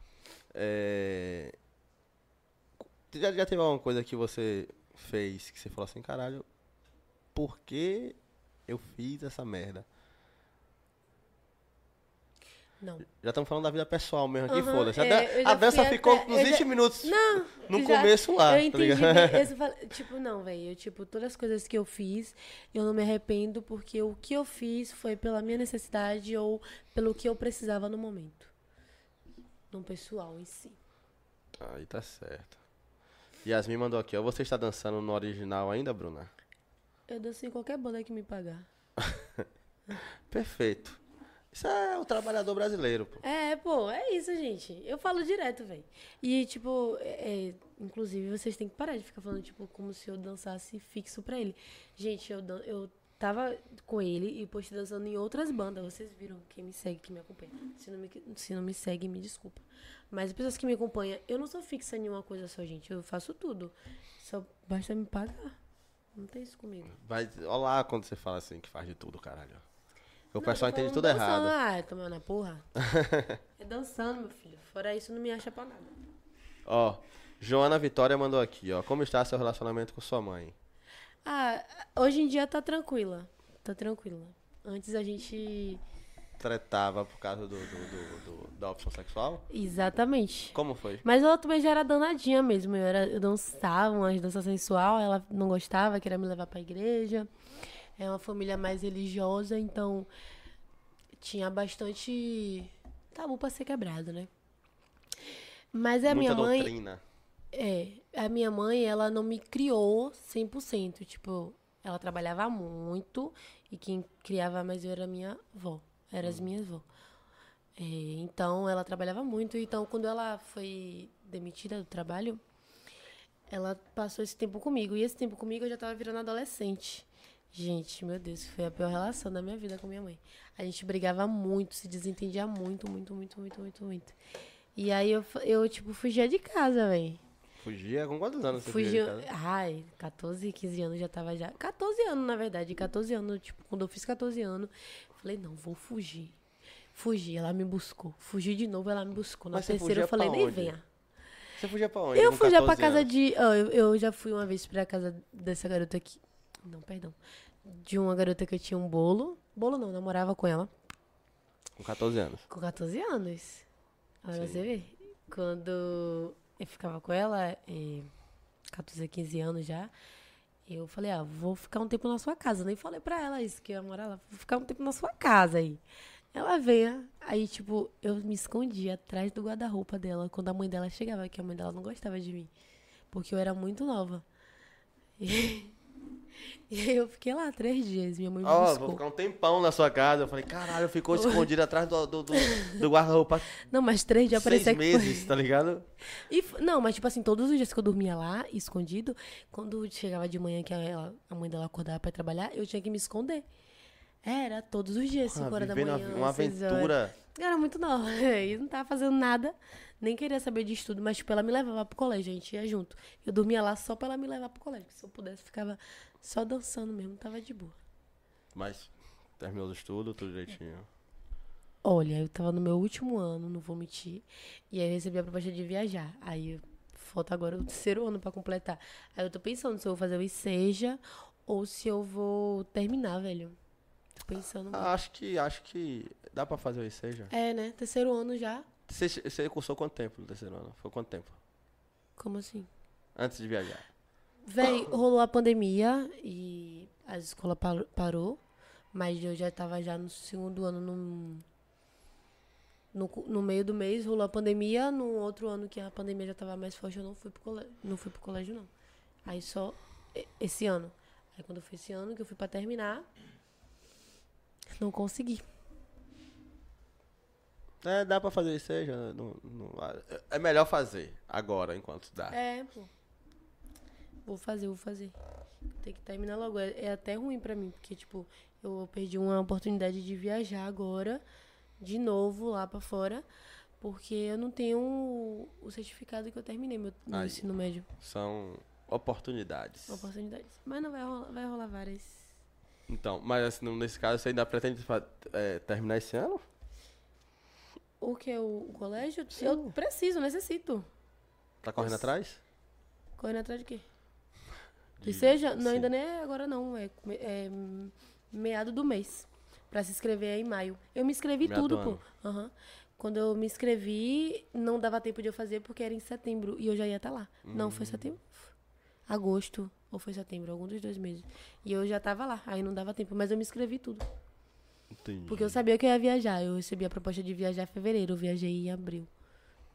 S2: É... Já, já teve alguma coisa que você fez que você falou assim, caralho, por que eu fiz essa merda?
S3: Não.
S2: Já estamos falando da vida pessoal mesmo aqui,
S3: Aham,
S2: foda-se. A,
S3: é,
S2: dan-
S3: eu já
S2: a dança
S3: fui
S2: ficou
S3: até-
S2: nos
S3: eu já-
S2: 20 minutos
S3: Não,
S2: no
S3: já-
S2: começo lá,
S3: Eu
S2: tá
S3: entendi.
S2: ligado?
S3: bem, eu falei- tipo, não, velho. Eu, tipo, todas as coisas que eu fiz, eu não me arrependo, porque o que eu fiz foi pela minha necessidade ou pelo que eu precisava no momento. No pessoal em si.
S2: Aí tá certo. Yasmin mandou aqui, ó. Você está dançando no original ainda, Bruna?
S3: Eu danço em qualquer banda que me pagar.
S2: Perfeito. Isso é o trabalhador brasileiro, pô.
S3: É, pô, é isso, gente. Eu falo direto, velho. E, tipo, é, é, inclusive, vocês têm que parar de ficar falando, tipo, como se eu dançasse fixo pra ele. Gente, eu, dan- eu tava com ele e postei dançando em outras bandas. Vocês viram quem me segue, que me acompanha. Se não me, se não me segue, me desculpa. Mas as pessoas que me acompanham, eu não sou fixa em uma coisa só, gente. Eu faço tudo. Só basta me pagar. Não tem isso comigo.
S2: Mas olha lá quando você fala assim que faz de tudo, caralho. O
S3: Não,
S2: pessoal
S3: eu tô
S2: entende tudo
S3: falando dançando.
S2: errado.
S3: Ah, tomando a porra. é dançando, meu filho. Fora isso, não me acha pra nada.
S2: Ó, Joana Vitória mandou aqui, ó. Como está seu relacionamento com sua mãe?
S3: Ah, hoje em dia tá tranquila. Tá tranquila. Antes a gente.
S2: Tretava por causa do, do- do- do- da opção sexual?
S3: Exatamente.
S2: Como foi?
S3: Mas ela também já era danadinha mesmo. Eu, era, eu dançava umas danças sensual, ela não gostava, queria me levar pra igreja. É uma família mais religiosa, então tinha bastante tabu pra ser quebrado, né? Mas a minha
S2: Muita
S3: mãe.
S2: doutrina.
S3: É, a minha mãe, ela não me criou 100%, tipo, ela trabalhava muito e quem criava mais eu era minha avó, eram as minhas avó. É, então, ela trabalhava muito, então quando ela foi demitida do trabalho, ela passou esse tempo comigo, e esse tempo comigo eu já tava virando adolescente. Gente, meu Deus, foi a pior relação da minha vida com minha mãe. A gente brigava muito, se desentendia muito, muito, muito, muito, muito, muito. E aí eu, fa- eu tipo, fugia de casa, velho.
S2: Fugia? Com quantos anos você
S3: Fugiu.
S2: fugiu? de casa?
S3: Ai, 14, 15 anos já tava já. 14 anos, na verdade. 14 anos, tipo, quando eu fiz 14 anos, falei, não, vou fugir. Fugi, ela me buscou. Fugi de novo, ela me buscou. Na
S2: Mas você
S3: terceira
S2: fugia
S3: eu
S2: pra
S3: falei, nem
S2: onde?
S3: venha.
S2: Você fugia pra onde?
S3: Eu
S2: com
S3: fui já pra
S2: 14
S3: casa
S2: anos?
S3: de. ó, eu, eu já fui uma vez pra casa dessa garota aqui. Não, perdão. De uma garota que eu tinha um bolo. Bolo não, namorava com ela.
S2: Com 14 anos.
S3: Com 14 anos. Agora
S2: Sim.
S3: você vê. Quando eu ficava com ela, eh, 14, 15 anos já, eu falei, ah, vou ficar um tempo na sua casa. Nem falei pra ela isso, que eu ia morar lá. Vou ficar um tempo na sua casa aí. Ela veio, aí tipo, eu me escondia atrás do guarda-roupa dela, quando a mãe dela chegava, que a mãe dela não gostava de mim. Porque eu era muito nova. E, e aí eu fiquei lá três dias, minha mãe me
S2: Ó,
S3: buscou.
S2: vou ficar um tempão na sua casa. Eu falei, caralho, ficou escondido atrás do, do, do, do guarda-roupa
S3: Não, mas três dias
S2: seis
S3: parecia que foi.
S2: meses, tá ligado?
S3: E f- não, mas tipo assim, todos os dias que eu dormia lá, escondido, quando chegava de manhã que ela- a mãe dela acordava pra trabalhar, eu tinha que me esconder. Era todos os dias, 5 horas da
S2: Ah, vivendo
S3: manhã.
S2: uma- uma
S3: seis horas.
S2: aventura.
S3: Eu era muito nova, e não tava fazendo nada, nem queria saber de estudo, mas tipo, ela me levava pro colégio, a gente ia junto. Eu dormia lá só pra ela me levar pro colégio, que se eu pudesse, ficava só dançando mesmo, tava de boa.
S2: Mas terminou o estudo, tudo direitinho.
S3: Olha, eu tava no meu último ano, não vou mentir, e aí eu recebi a proposta de viajar. Aí falta agora o terceiro ano pra completar. Aí eu tô pensando se eu vou fazer o ISEJA ou se eu vou terminar, velho. Tô pensando.
S2: Ah, acho que, acho que dá pra fazer o IC já.
S3: É, né? Terceiro ano já.
S2: Você, você cursou quanto tempo no terceiro ano? Foi quanto tempo?
S3: Como assim?
S2: Antes de viajar.
S3: Véi, rolou a pandemia e a escola parou, parou, mas eu já tava já no segundo ano, num- no, cu- no, meio do mês rolou a pandemia, no outro ano que a pandemia já tava mais forte, eu não fui pro colégio, não fui pro colégio não. Aí só e- esse ano. Aí quando foi esse ano que eu fui pra terminar, não consegui.
S2: É, dá pra fazer isso aí, já. não- não- é melhor fazer agora, enquanto dá.
S3: É, pô. Vou fazer, vou fazer. Tem que terminar logo. É, é até ruim pra mim, porque, tipo, eu perdi uma oportunidade de viajar agora, de novo, lá pra fora, porque eu não tenho o- o certificado que eu terminei meu, meu
S2: Aí.
S3: ensino médio.
S2: São oportunidades.
S3: Oportunidades. Mas não vai rolar, vai rolar várias.
S2: Então, mas assim, no- nesse caso, você ainda pretende fa- é, terminar esse ano?
S3: O que? é O, o colégio? Eu preciso, necessito.
S2: Tá correndo atrás?
S3: Correndo atrás de quê?
S2: De-
S3: Que seja, não,
S2: sim.
S3: ainda nem é agora não, é, me- é hum, meado do mês. Pra se inscrever é em maio. Eu me inscrevi
S2: Meado
S3: tudo,
S2: do
S3: pô.
S2: ano.
S3: Aham. Quando eu me inscrevi, não dava tempo de eu fazer porque era em setembro e eu já ia estar lá. Não,
S2: Hum.
S3: foi setembro. Agosto ou foi setembro, algum dos dois meses. E eu já tava lá, aí não dava tempo, mas eu me inscrevi tudo.
S2: Entendi.
S3: Porque eu sabia que eu ia viajar. Eu recebi a proposta de viajar em fevereiro, eu viajei em abril,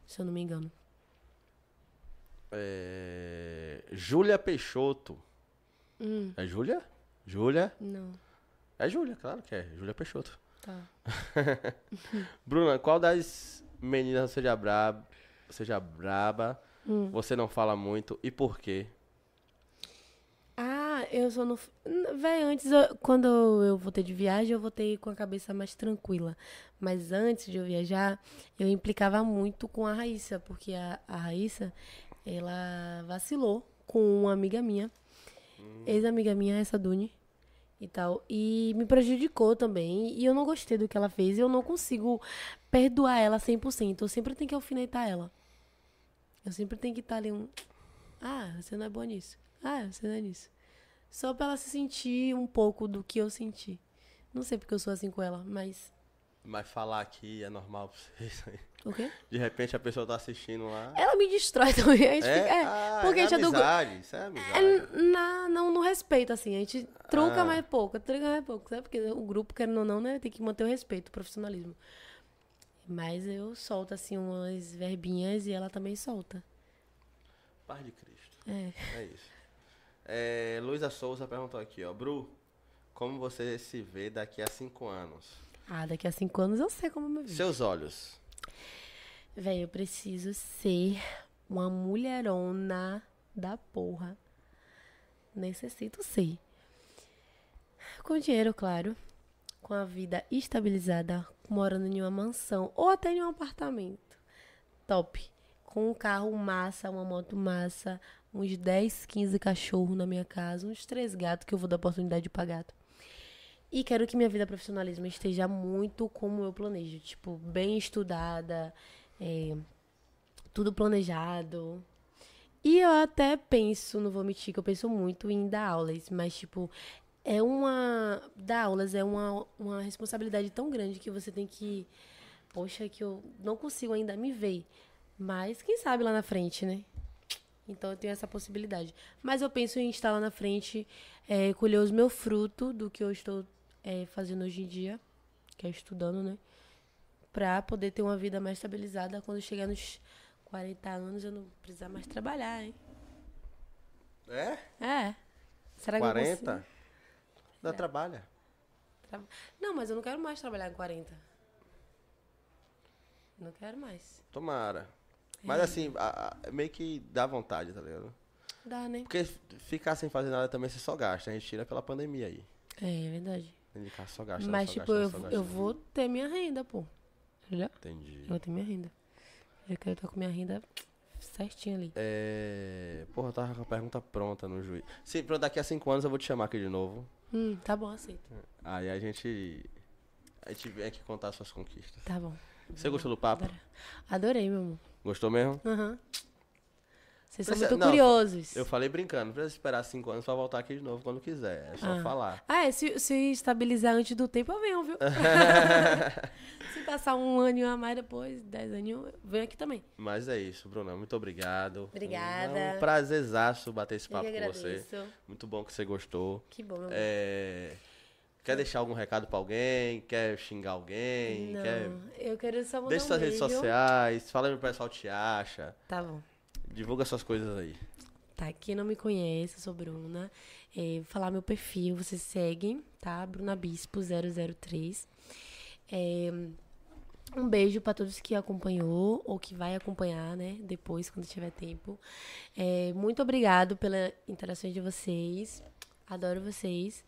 S3: se eu não me engano.
S2: É... Júlia Peixoto.
S3: Hum.
S2: É Júlia? Júlia?
S3: Não,
S2: É Júlia, claro que é. Júlia Peixoto.
S3: tá.
S2: Bruna, qual das meninas seja braba, seja braba,
S3: Hum.
S2: você não fala muito e por quê?
S3: Ah, eu só não. N- Véi, antes, eu- quando eu voltei de viagem, eu voltei com a cabeça mais tranquila. Mas antes de eu viajar, eu implicava muito com a Raíssa, porque a, a Raíssa, ela vacilou com uma amiga minha, ex-amiga minha, essa Dune, e tal. E me prejudicou também. E eu não gostei do que ela fez. e Eu não consigo perdoar ela 100%. Eu sempre tenho que alfinetar ela. Eu sempre tenho que estar ali um. Ah, você não é boa nisso. Ah, você não é nisso. Só pra ela se sentir um pouco do que eu senti. Não sei porque eu sou assim com ela, mas.
S2: Mas falar aqui é normal pra vocês. aí.
S3: O quê?
S2: De repente a pessoa tá assistindo lá.
S3: Ela me destrói também. A gente fica- é,
S2: ah,
S3: porque
S2: é
S3: a gente é do grupo.
S2: amizade, isso é amizade.
S3: É, n- na, não, não respeito, assim. A gente trunca
S2: Ah.
S3: mais pouco, trunca mais pouco, sabe? Porque o grupo, querendo ou não, né? Tem que manter o respeito, o profissionalismo. Mas eu solto, assim, umas verbinhas e ela também solta.
S2: Paz de Cristo.
S3: É.
S2: É isso. É, Luísa Souza perguntou aqui, ó. Bru, como você se vê daqui a cinco anos?
S3: Ah, daqui a cinco anos eu sei como eu me vejo.
S2: Seus olhos.
S3: Véi, eu preciso ser uma mulherona da porra. Necessito ser. Com dinheiro, claro. Com a vida estabilizada, morando em uma mansão ou até em um apartamento. Top. Com um carro massa, uma moto massa, uns 10, 15 cachorros na minha casa, uns três gatos que eu vou dar oportunidade pra gato. E quero que minha vida profissionalismo esteja muito como eu planejo. Tipo, bem estudada, é, tudo planejado. E eu até penso, não vou mentir, que eu penso muito em dar aulas, mas, tipo, é uma. Dar aulas é uma, uma responsabilidade tão grande que você tem que. Poxa, que eu não consigo ainda me ver. Mas quem sabe lá na frente, né? Então eu tenho essa possibilidade. Mas eu penso em estar lá na frente, é, colher os meus frutos do que eu estou é, fazendo hoje em dia, que é estudando, né? Pra poder ter uma vida mais estabilizada quando eu chegar nos 40 anos eu não precisar mais trabalhar, hein?
S2: É?
S3: É. Será que eu
S2: 40?
S3: consigo?
S2: Dá
S3: É.
S2: trabalha.
S3: Tra- Não, mas eu não quero mais trabalhar com 40. Não quero mais.
S2: Tomara.
S3: É.
S2: Mas assim, a- a- meio que dá vontade, tá ligado?
S3: Dá, né?
S2: Porque ficar sem fazer nada também você só gasta. A gente tira pela pandemia aí.
S3: É, é verdade.
S2: Indicar só gastando,
S3: Mas,
S2: só
S3: tipo,
S2: gastando,
S3: eu,
S2: só
S3: eu
S2: gastando.
S3: vou ter minha renda, pô. Entendeu?
S2: Entendi.
S3: Eu vou ter minha renda. Eu quero estar com minha renda certinha ali.
S2: É... Porra, eu tava com a pergunta pronta no juiz. Se pra daqui a cinco anos eu vou te chamar aqui de novo.
S3: Hum, tá bom, aceito.
S2: Aí a gente... A gente vem aqui contar suas conquistas.
S3: Tá bom.
S2: Você gostou do papo?
S3: Adora- Adorei, meu amor.
S2: Gostou mesmo?
S3: Aham. Vocês são
S2: Precisa-
S3: muito
S2: não,
S3: curiosos.
S2: Eu falei brincando, não precisa esperar cinco anos pra voltar aqui de novo quando quiser. É só
S3: Ah.
S2: falar.
S3: Ah, é, se, se estabilizar antes do tempo, eu venho, viu? se passar um ano a mais depois, dez aninhos, eu venho aqui também.
S2: Mas é isso, Bruna. Muito obrigado.
S3: Obrigada.
S2: É um prazerzaço bater esse
S3: Eu
S2: papo
S3: que
S2: com
S3: agradeço.
S2: você. Muito bom que você gostou.
S3: Que bom, meu amor.
S2: É, Quer deixar algum recado pra alguém? Quer xingar alguém?
S3: Não,
S2: Quer...
S3: eu quero só mandar
S2: Deixa
S3: um
S2: suas redes
S3: beijo.
S2: sociais, fala aí pro pessoal que te acha,
S3: Tá bom.
S2: divulga suas coisas aí.
S3: Tá, quem não me conhece, eu sou Bruna. É, vou falar meu perfil, vocês seguem, tá? Bruna Bispo 003. É, um beijo pra todos que acompanhou ou que vai acompanhar, né? Depois, quando tiver tempo. É, muito obrigado pela interação de vocês. Adoro vocês.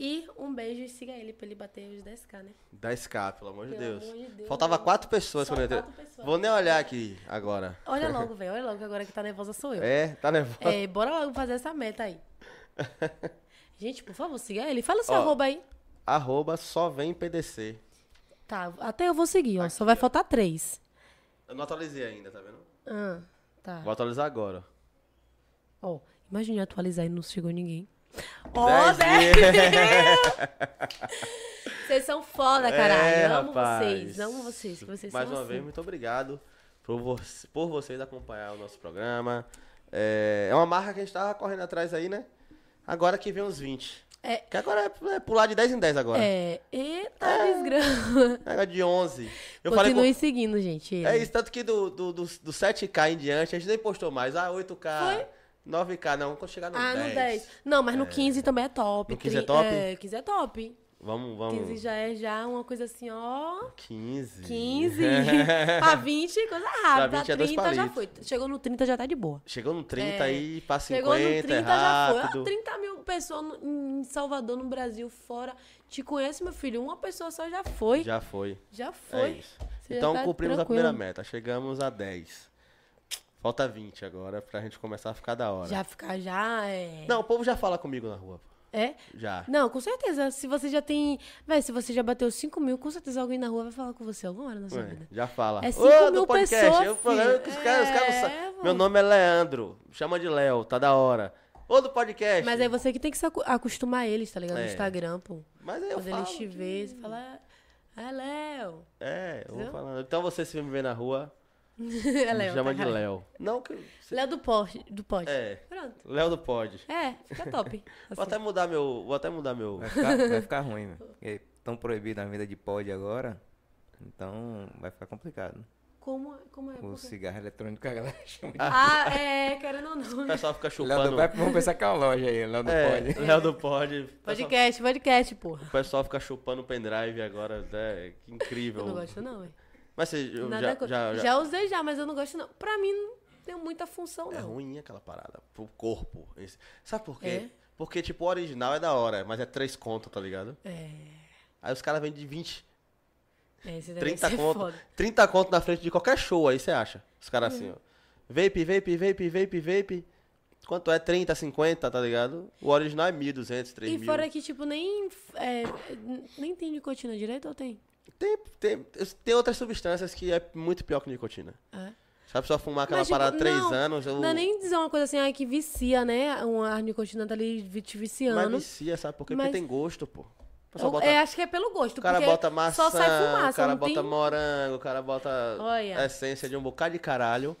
S3: E um beijo e siga ele pra ele bater os 10k, né?
S2: 10k, pelo amor de,
S3: Pelo
S2: Deus.
S3: amor de Deus,
S2: Faltava
S3: meu.
S2: quatro pessoas
S3: Só
S2: quando eu entrei.
S3: quatro pessoas.
S2: Vou nem olhar aqui agora.
S3: Olha logo, velho. Olha logo que agora que tá nervosa sou eu.
S2: É, tá nervoso?
S3: É, bora logo fazer essa meta aí. Gente, por favor, siga ele. Fala o seu
S2: Ó.
S3: arroba aí.
S2: Arroba só vem PDC.
S3: Tá, até eu vou seguir, ó. Só vai faltar três.
S2: Eu não atualizei ainda, tá vendo?
S3: Ah, tá.
S2: Vou atualizar agora.
S3: Ó, imagine atualizar e não chegou ninguém. Ó,
S2: Dez
S3: dez
S2: dias.
S3: mil! Vocês são foda, caralho.
S2: É,
S3: amo
S2: rapaz.
S3: vocês, amo vocês, que vocês
S2: Mais
S3: são
S2: uma
S3: assim.
S2: vez, muito obrigado por, vo- por vocês acompanhar o nosso programa. É, é uma marca que a gente tava correndo atrás aí, né? Agora que vem os 20.
S3: É.
S2: Que agora é, é pular de 10 em 10 agora. É.
S3: É, eita, desgrama.
S2: Agora de 11. Eu falei com...
S3: Continuem seguindo, gente. ele.
S2: É isso, tanto que do, do, do, do 7K em diante, a gente nem postou mais. Ah, 8K, 9K, não. Quando chegar no
S3: Ah,
S2: 10.
S3: no 10. Não, mas no 15 também é top.
S2: No 15 é
S3: Tri-
S2: top?
S3: É, 15 é top.
S2: Vamos, vamos.
S3: 15 já é já uma coisa assim, ó.
S2: 15.
S3: 15 pra 20, coisa rápida.
S2: Pra 20 é dois
S3: 30 já foi.
S2: palitos.
S3: Chegou no 30 já tá de boa.
S2: Chegou no 30
S3: É.
S2: aí, pra 50,
S3: Chegou no 30
S2: é
S3: já foi.
S2: rápido.
S3: Ah, 30 mil pessoas no- em Salvador, no Brasil, fora. Te conhece, meu filho? Uma pessoa só já foi. Já,
S2: Já foi. É
S3: foi.
S2: isso.
S3: Você já
S2: Então
S3: tá
S2: cumprimos
S3: tranquilo.
S2: a primeira meta, chegamos a 10. Falta 20 agora pra gente começar a ficar da hora.
S3: Já ficar já é.
S2: Não, o povo já fala comigo na rua. pô.
S3: É?
S2: Já.
S3: Não, com certeza. Se você já tem. Véi, se você já bateu 5 mil, com certeza alguém na rua vai falar com você alguma hora na sua
S2: Ué,
S3: vida.
S2: Já fala.
S3: É
S2: Ô,
S3: cinco
S2: do
S3: mil
S2: podcast.
S3: pessoas,
S2: eu falei,
S3: filho.
S2: os caras, os caras não
S3: É,
S2: sabem.
S3: mano.
S2: Meu nome é Leandro. Chama de Léo, tá da hora. Ô, do podcast.
S3: Mas é você que tem que se acu- acostumar eles, tá ligado?
S2: É.
S3: No Instagram, pô.
S2: Mas aí eu
S3: Quando
S2: falo.
S3: eles te veem, você fala. Ah, Léo.
S2: É, eu vou
S3: Entendeu?
S2: falando. Então você se me ver na rua,
S3: É
S2: me
S3: Léo.
S2: chama
S3: tá,
S2: de
S3: cara?
S2: Léo. Não que.
S3: Léo do pote. Do pote.
S2: É,
S3: Pronto.
S2: Léo do pod.
S3: É, assim. fica top.
S2: Vou até mudar meu. Vou até mudar meu.
S4: Vai ficar, vai ficar ruim, meu. Porque tão proibido a venda de pod agora. Então vai ficar complicado.
S3: Como, como é?
S4: O
S3: Por quê?
S4: cigarro eletrônico que a galera chama de.
S3: Ah, é, querendo ou
S2: O
S3: não.
S2: pessoal fica
S4: Léo
S2: chupando.
S4: do vai- Vamos pensar que é uma loja aí, Léo do
S2: É,
S4: pod.
S2: Léo do Pod. O pessoal-
S3: Podcast, podcast, porra.
S2: O pessoal fica chupando o pendrive agora, né? Que incrível.
S3: Eu não gosto, não, velho.
S2: Mas você eu
S3: Nada
S2: já,
S3: co-
S2: já, já-
S3: usei já, é mas eu não gosto, não. Pra mim, não tem muita função,
S2: É
S3: um não.
S2: ruim aquela parada. Pro corpo. Esse- Sabe por quê?
S3: É?
S2: Porque, tipo, o original é da hora, mas é três conto, tá ligado?
S3: É.
S2: Aí os caras vendem de 20,
S3: É, esse daí
S2: 30
S3: é
S2: conto.
S3: foda. É.
S2: 30 conto na frente de qualquer show, aí você acha. Os caras assim, ó. Vape, vape, vape, vape, vape. Quanto é? 30, 50, tá ligado? O original é 1.200, 3.000.
S3: E fora que, tipo, nem. é, nem tem nicotina direito ou tem?
S2: Tem, tem, tem outras substâncias que é muito pior que nicotina.
S3: É.
S2: Sabe só fumar aquela
S3: Mas, tipo,
S2: parada há 3
S3: não,
S2: anos? Eu...
S3: Não é nem dizer uma coisa assim, ah, que vicia, né? Um ar nicotina tá ali vi- te
S2: Mas
S3: viciando.
S2: vicia, sabe por quê?
S3: Mas-
S2: Porque tem gosto, pô. O, pessoal
S3: Eu-
S2: bota-
S3: é, acho que é pelo gosto.
S2: o cara
S3: porque
S2: bota maçã,
S3: só sai fumaça,
S2: o cara
S3: não
S2: bota
S3: tem...
S2: morango, o cara bota
S3: Olha.
S2: essência de um bocado de caralho.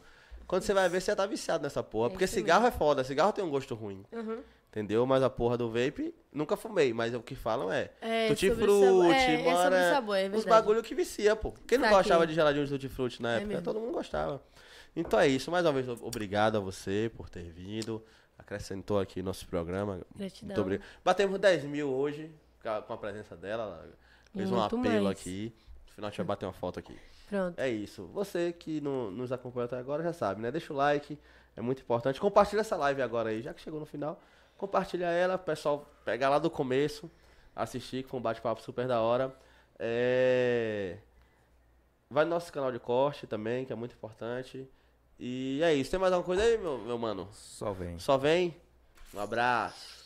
S2: Quando você vai ver, você já tá viciado nessa porra.
S3: É
S2: porque
S3: isso
S2: cigarro é foda, cigarro tem um gosto ruim.
S3: Uhum.
S2: Entendeu? Mas a porra do vape, nunca fumei, mas o que falam é.
S3: É,
S2: tutti
S3: sobre o sabor-
S2: frutti,
S3: é, é sobre o
S2: morango,
S3: sabor, é
S2: Os
S3: verdade.
S2: bagulho que vicia, pô. Quem não
S3: Pra
S2: gostava
S3: quem?
S2: de geladinho de tutti frutti na
S3: É
S2: época?
S3: mesmo.
S2: Todo mundo gostava. Então é isso. Mais uma vez, obrigado a você por ter vindo. Acrescentou aqui nosso programa.
S3: Gratidão.
S2: Muito obrigado. Batemos 10 mil hoje, com a- com a presença dela. Ela fez um
S3: Muito
S2: apelo
S3: mais.
S2: aqui. No final a gente vai bater uma foto aqui.
S3: Pronto.
S2: É isso. Você que no- nos acompanhou até agora já sabe, né? Deixa o like, é muito importante. Compartilha essa live agora aí, já que chegou no final. Compartilha ela, o pessoal pegar lá do começo. assistir, que foi um bate-papo super da hora. É... Vai no nosso canal de corte também, que é muito importante. E é isso. Tem mais alguma coisa aí, meu, meu mano?
S4: Só vem.
S2: Só vem. Um abraço.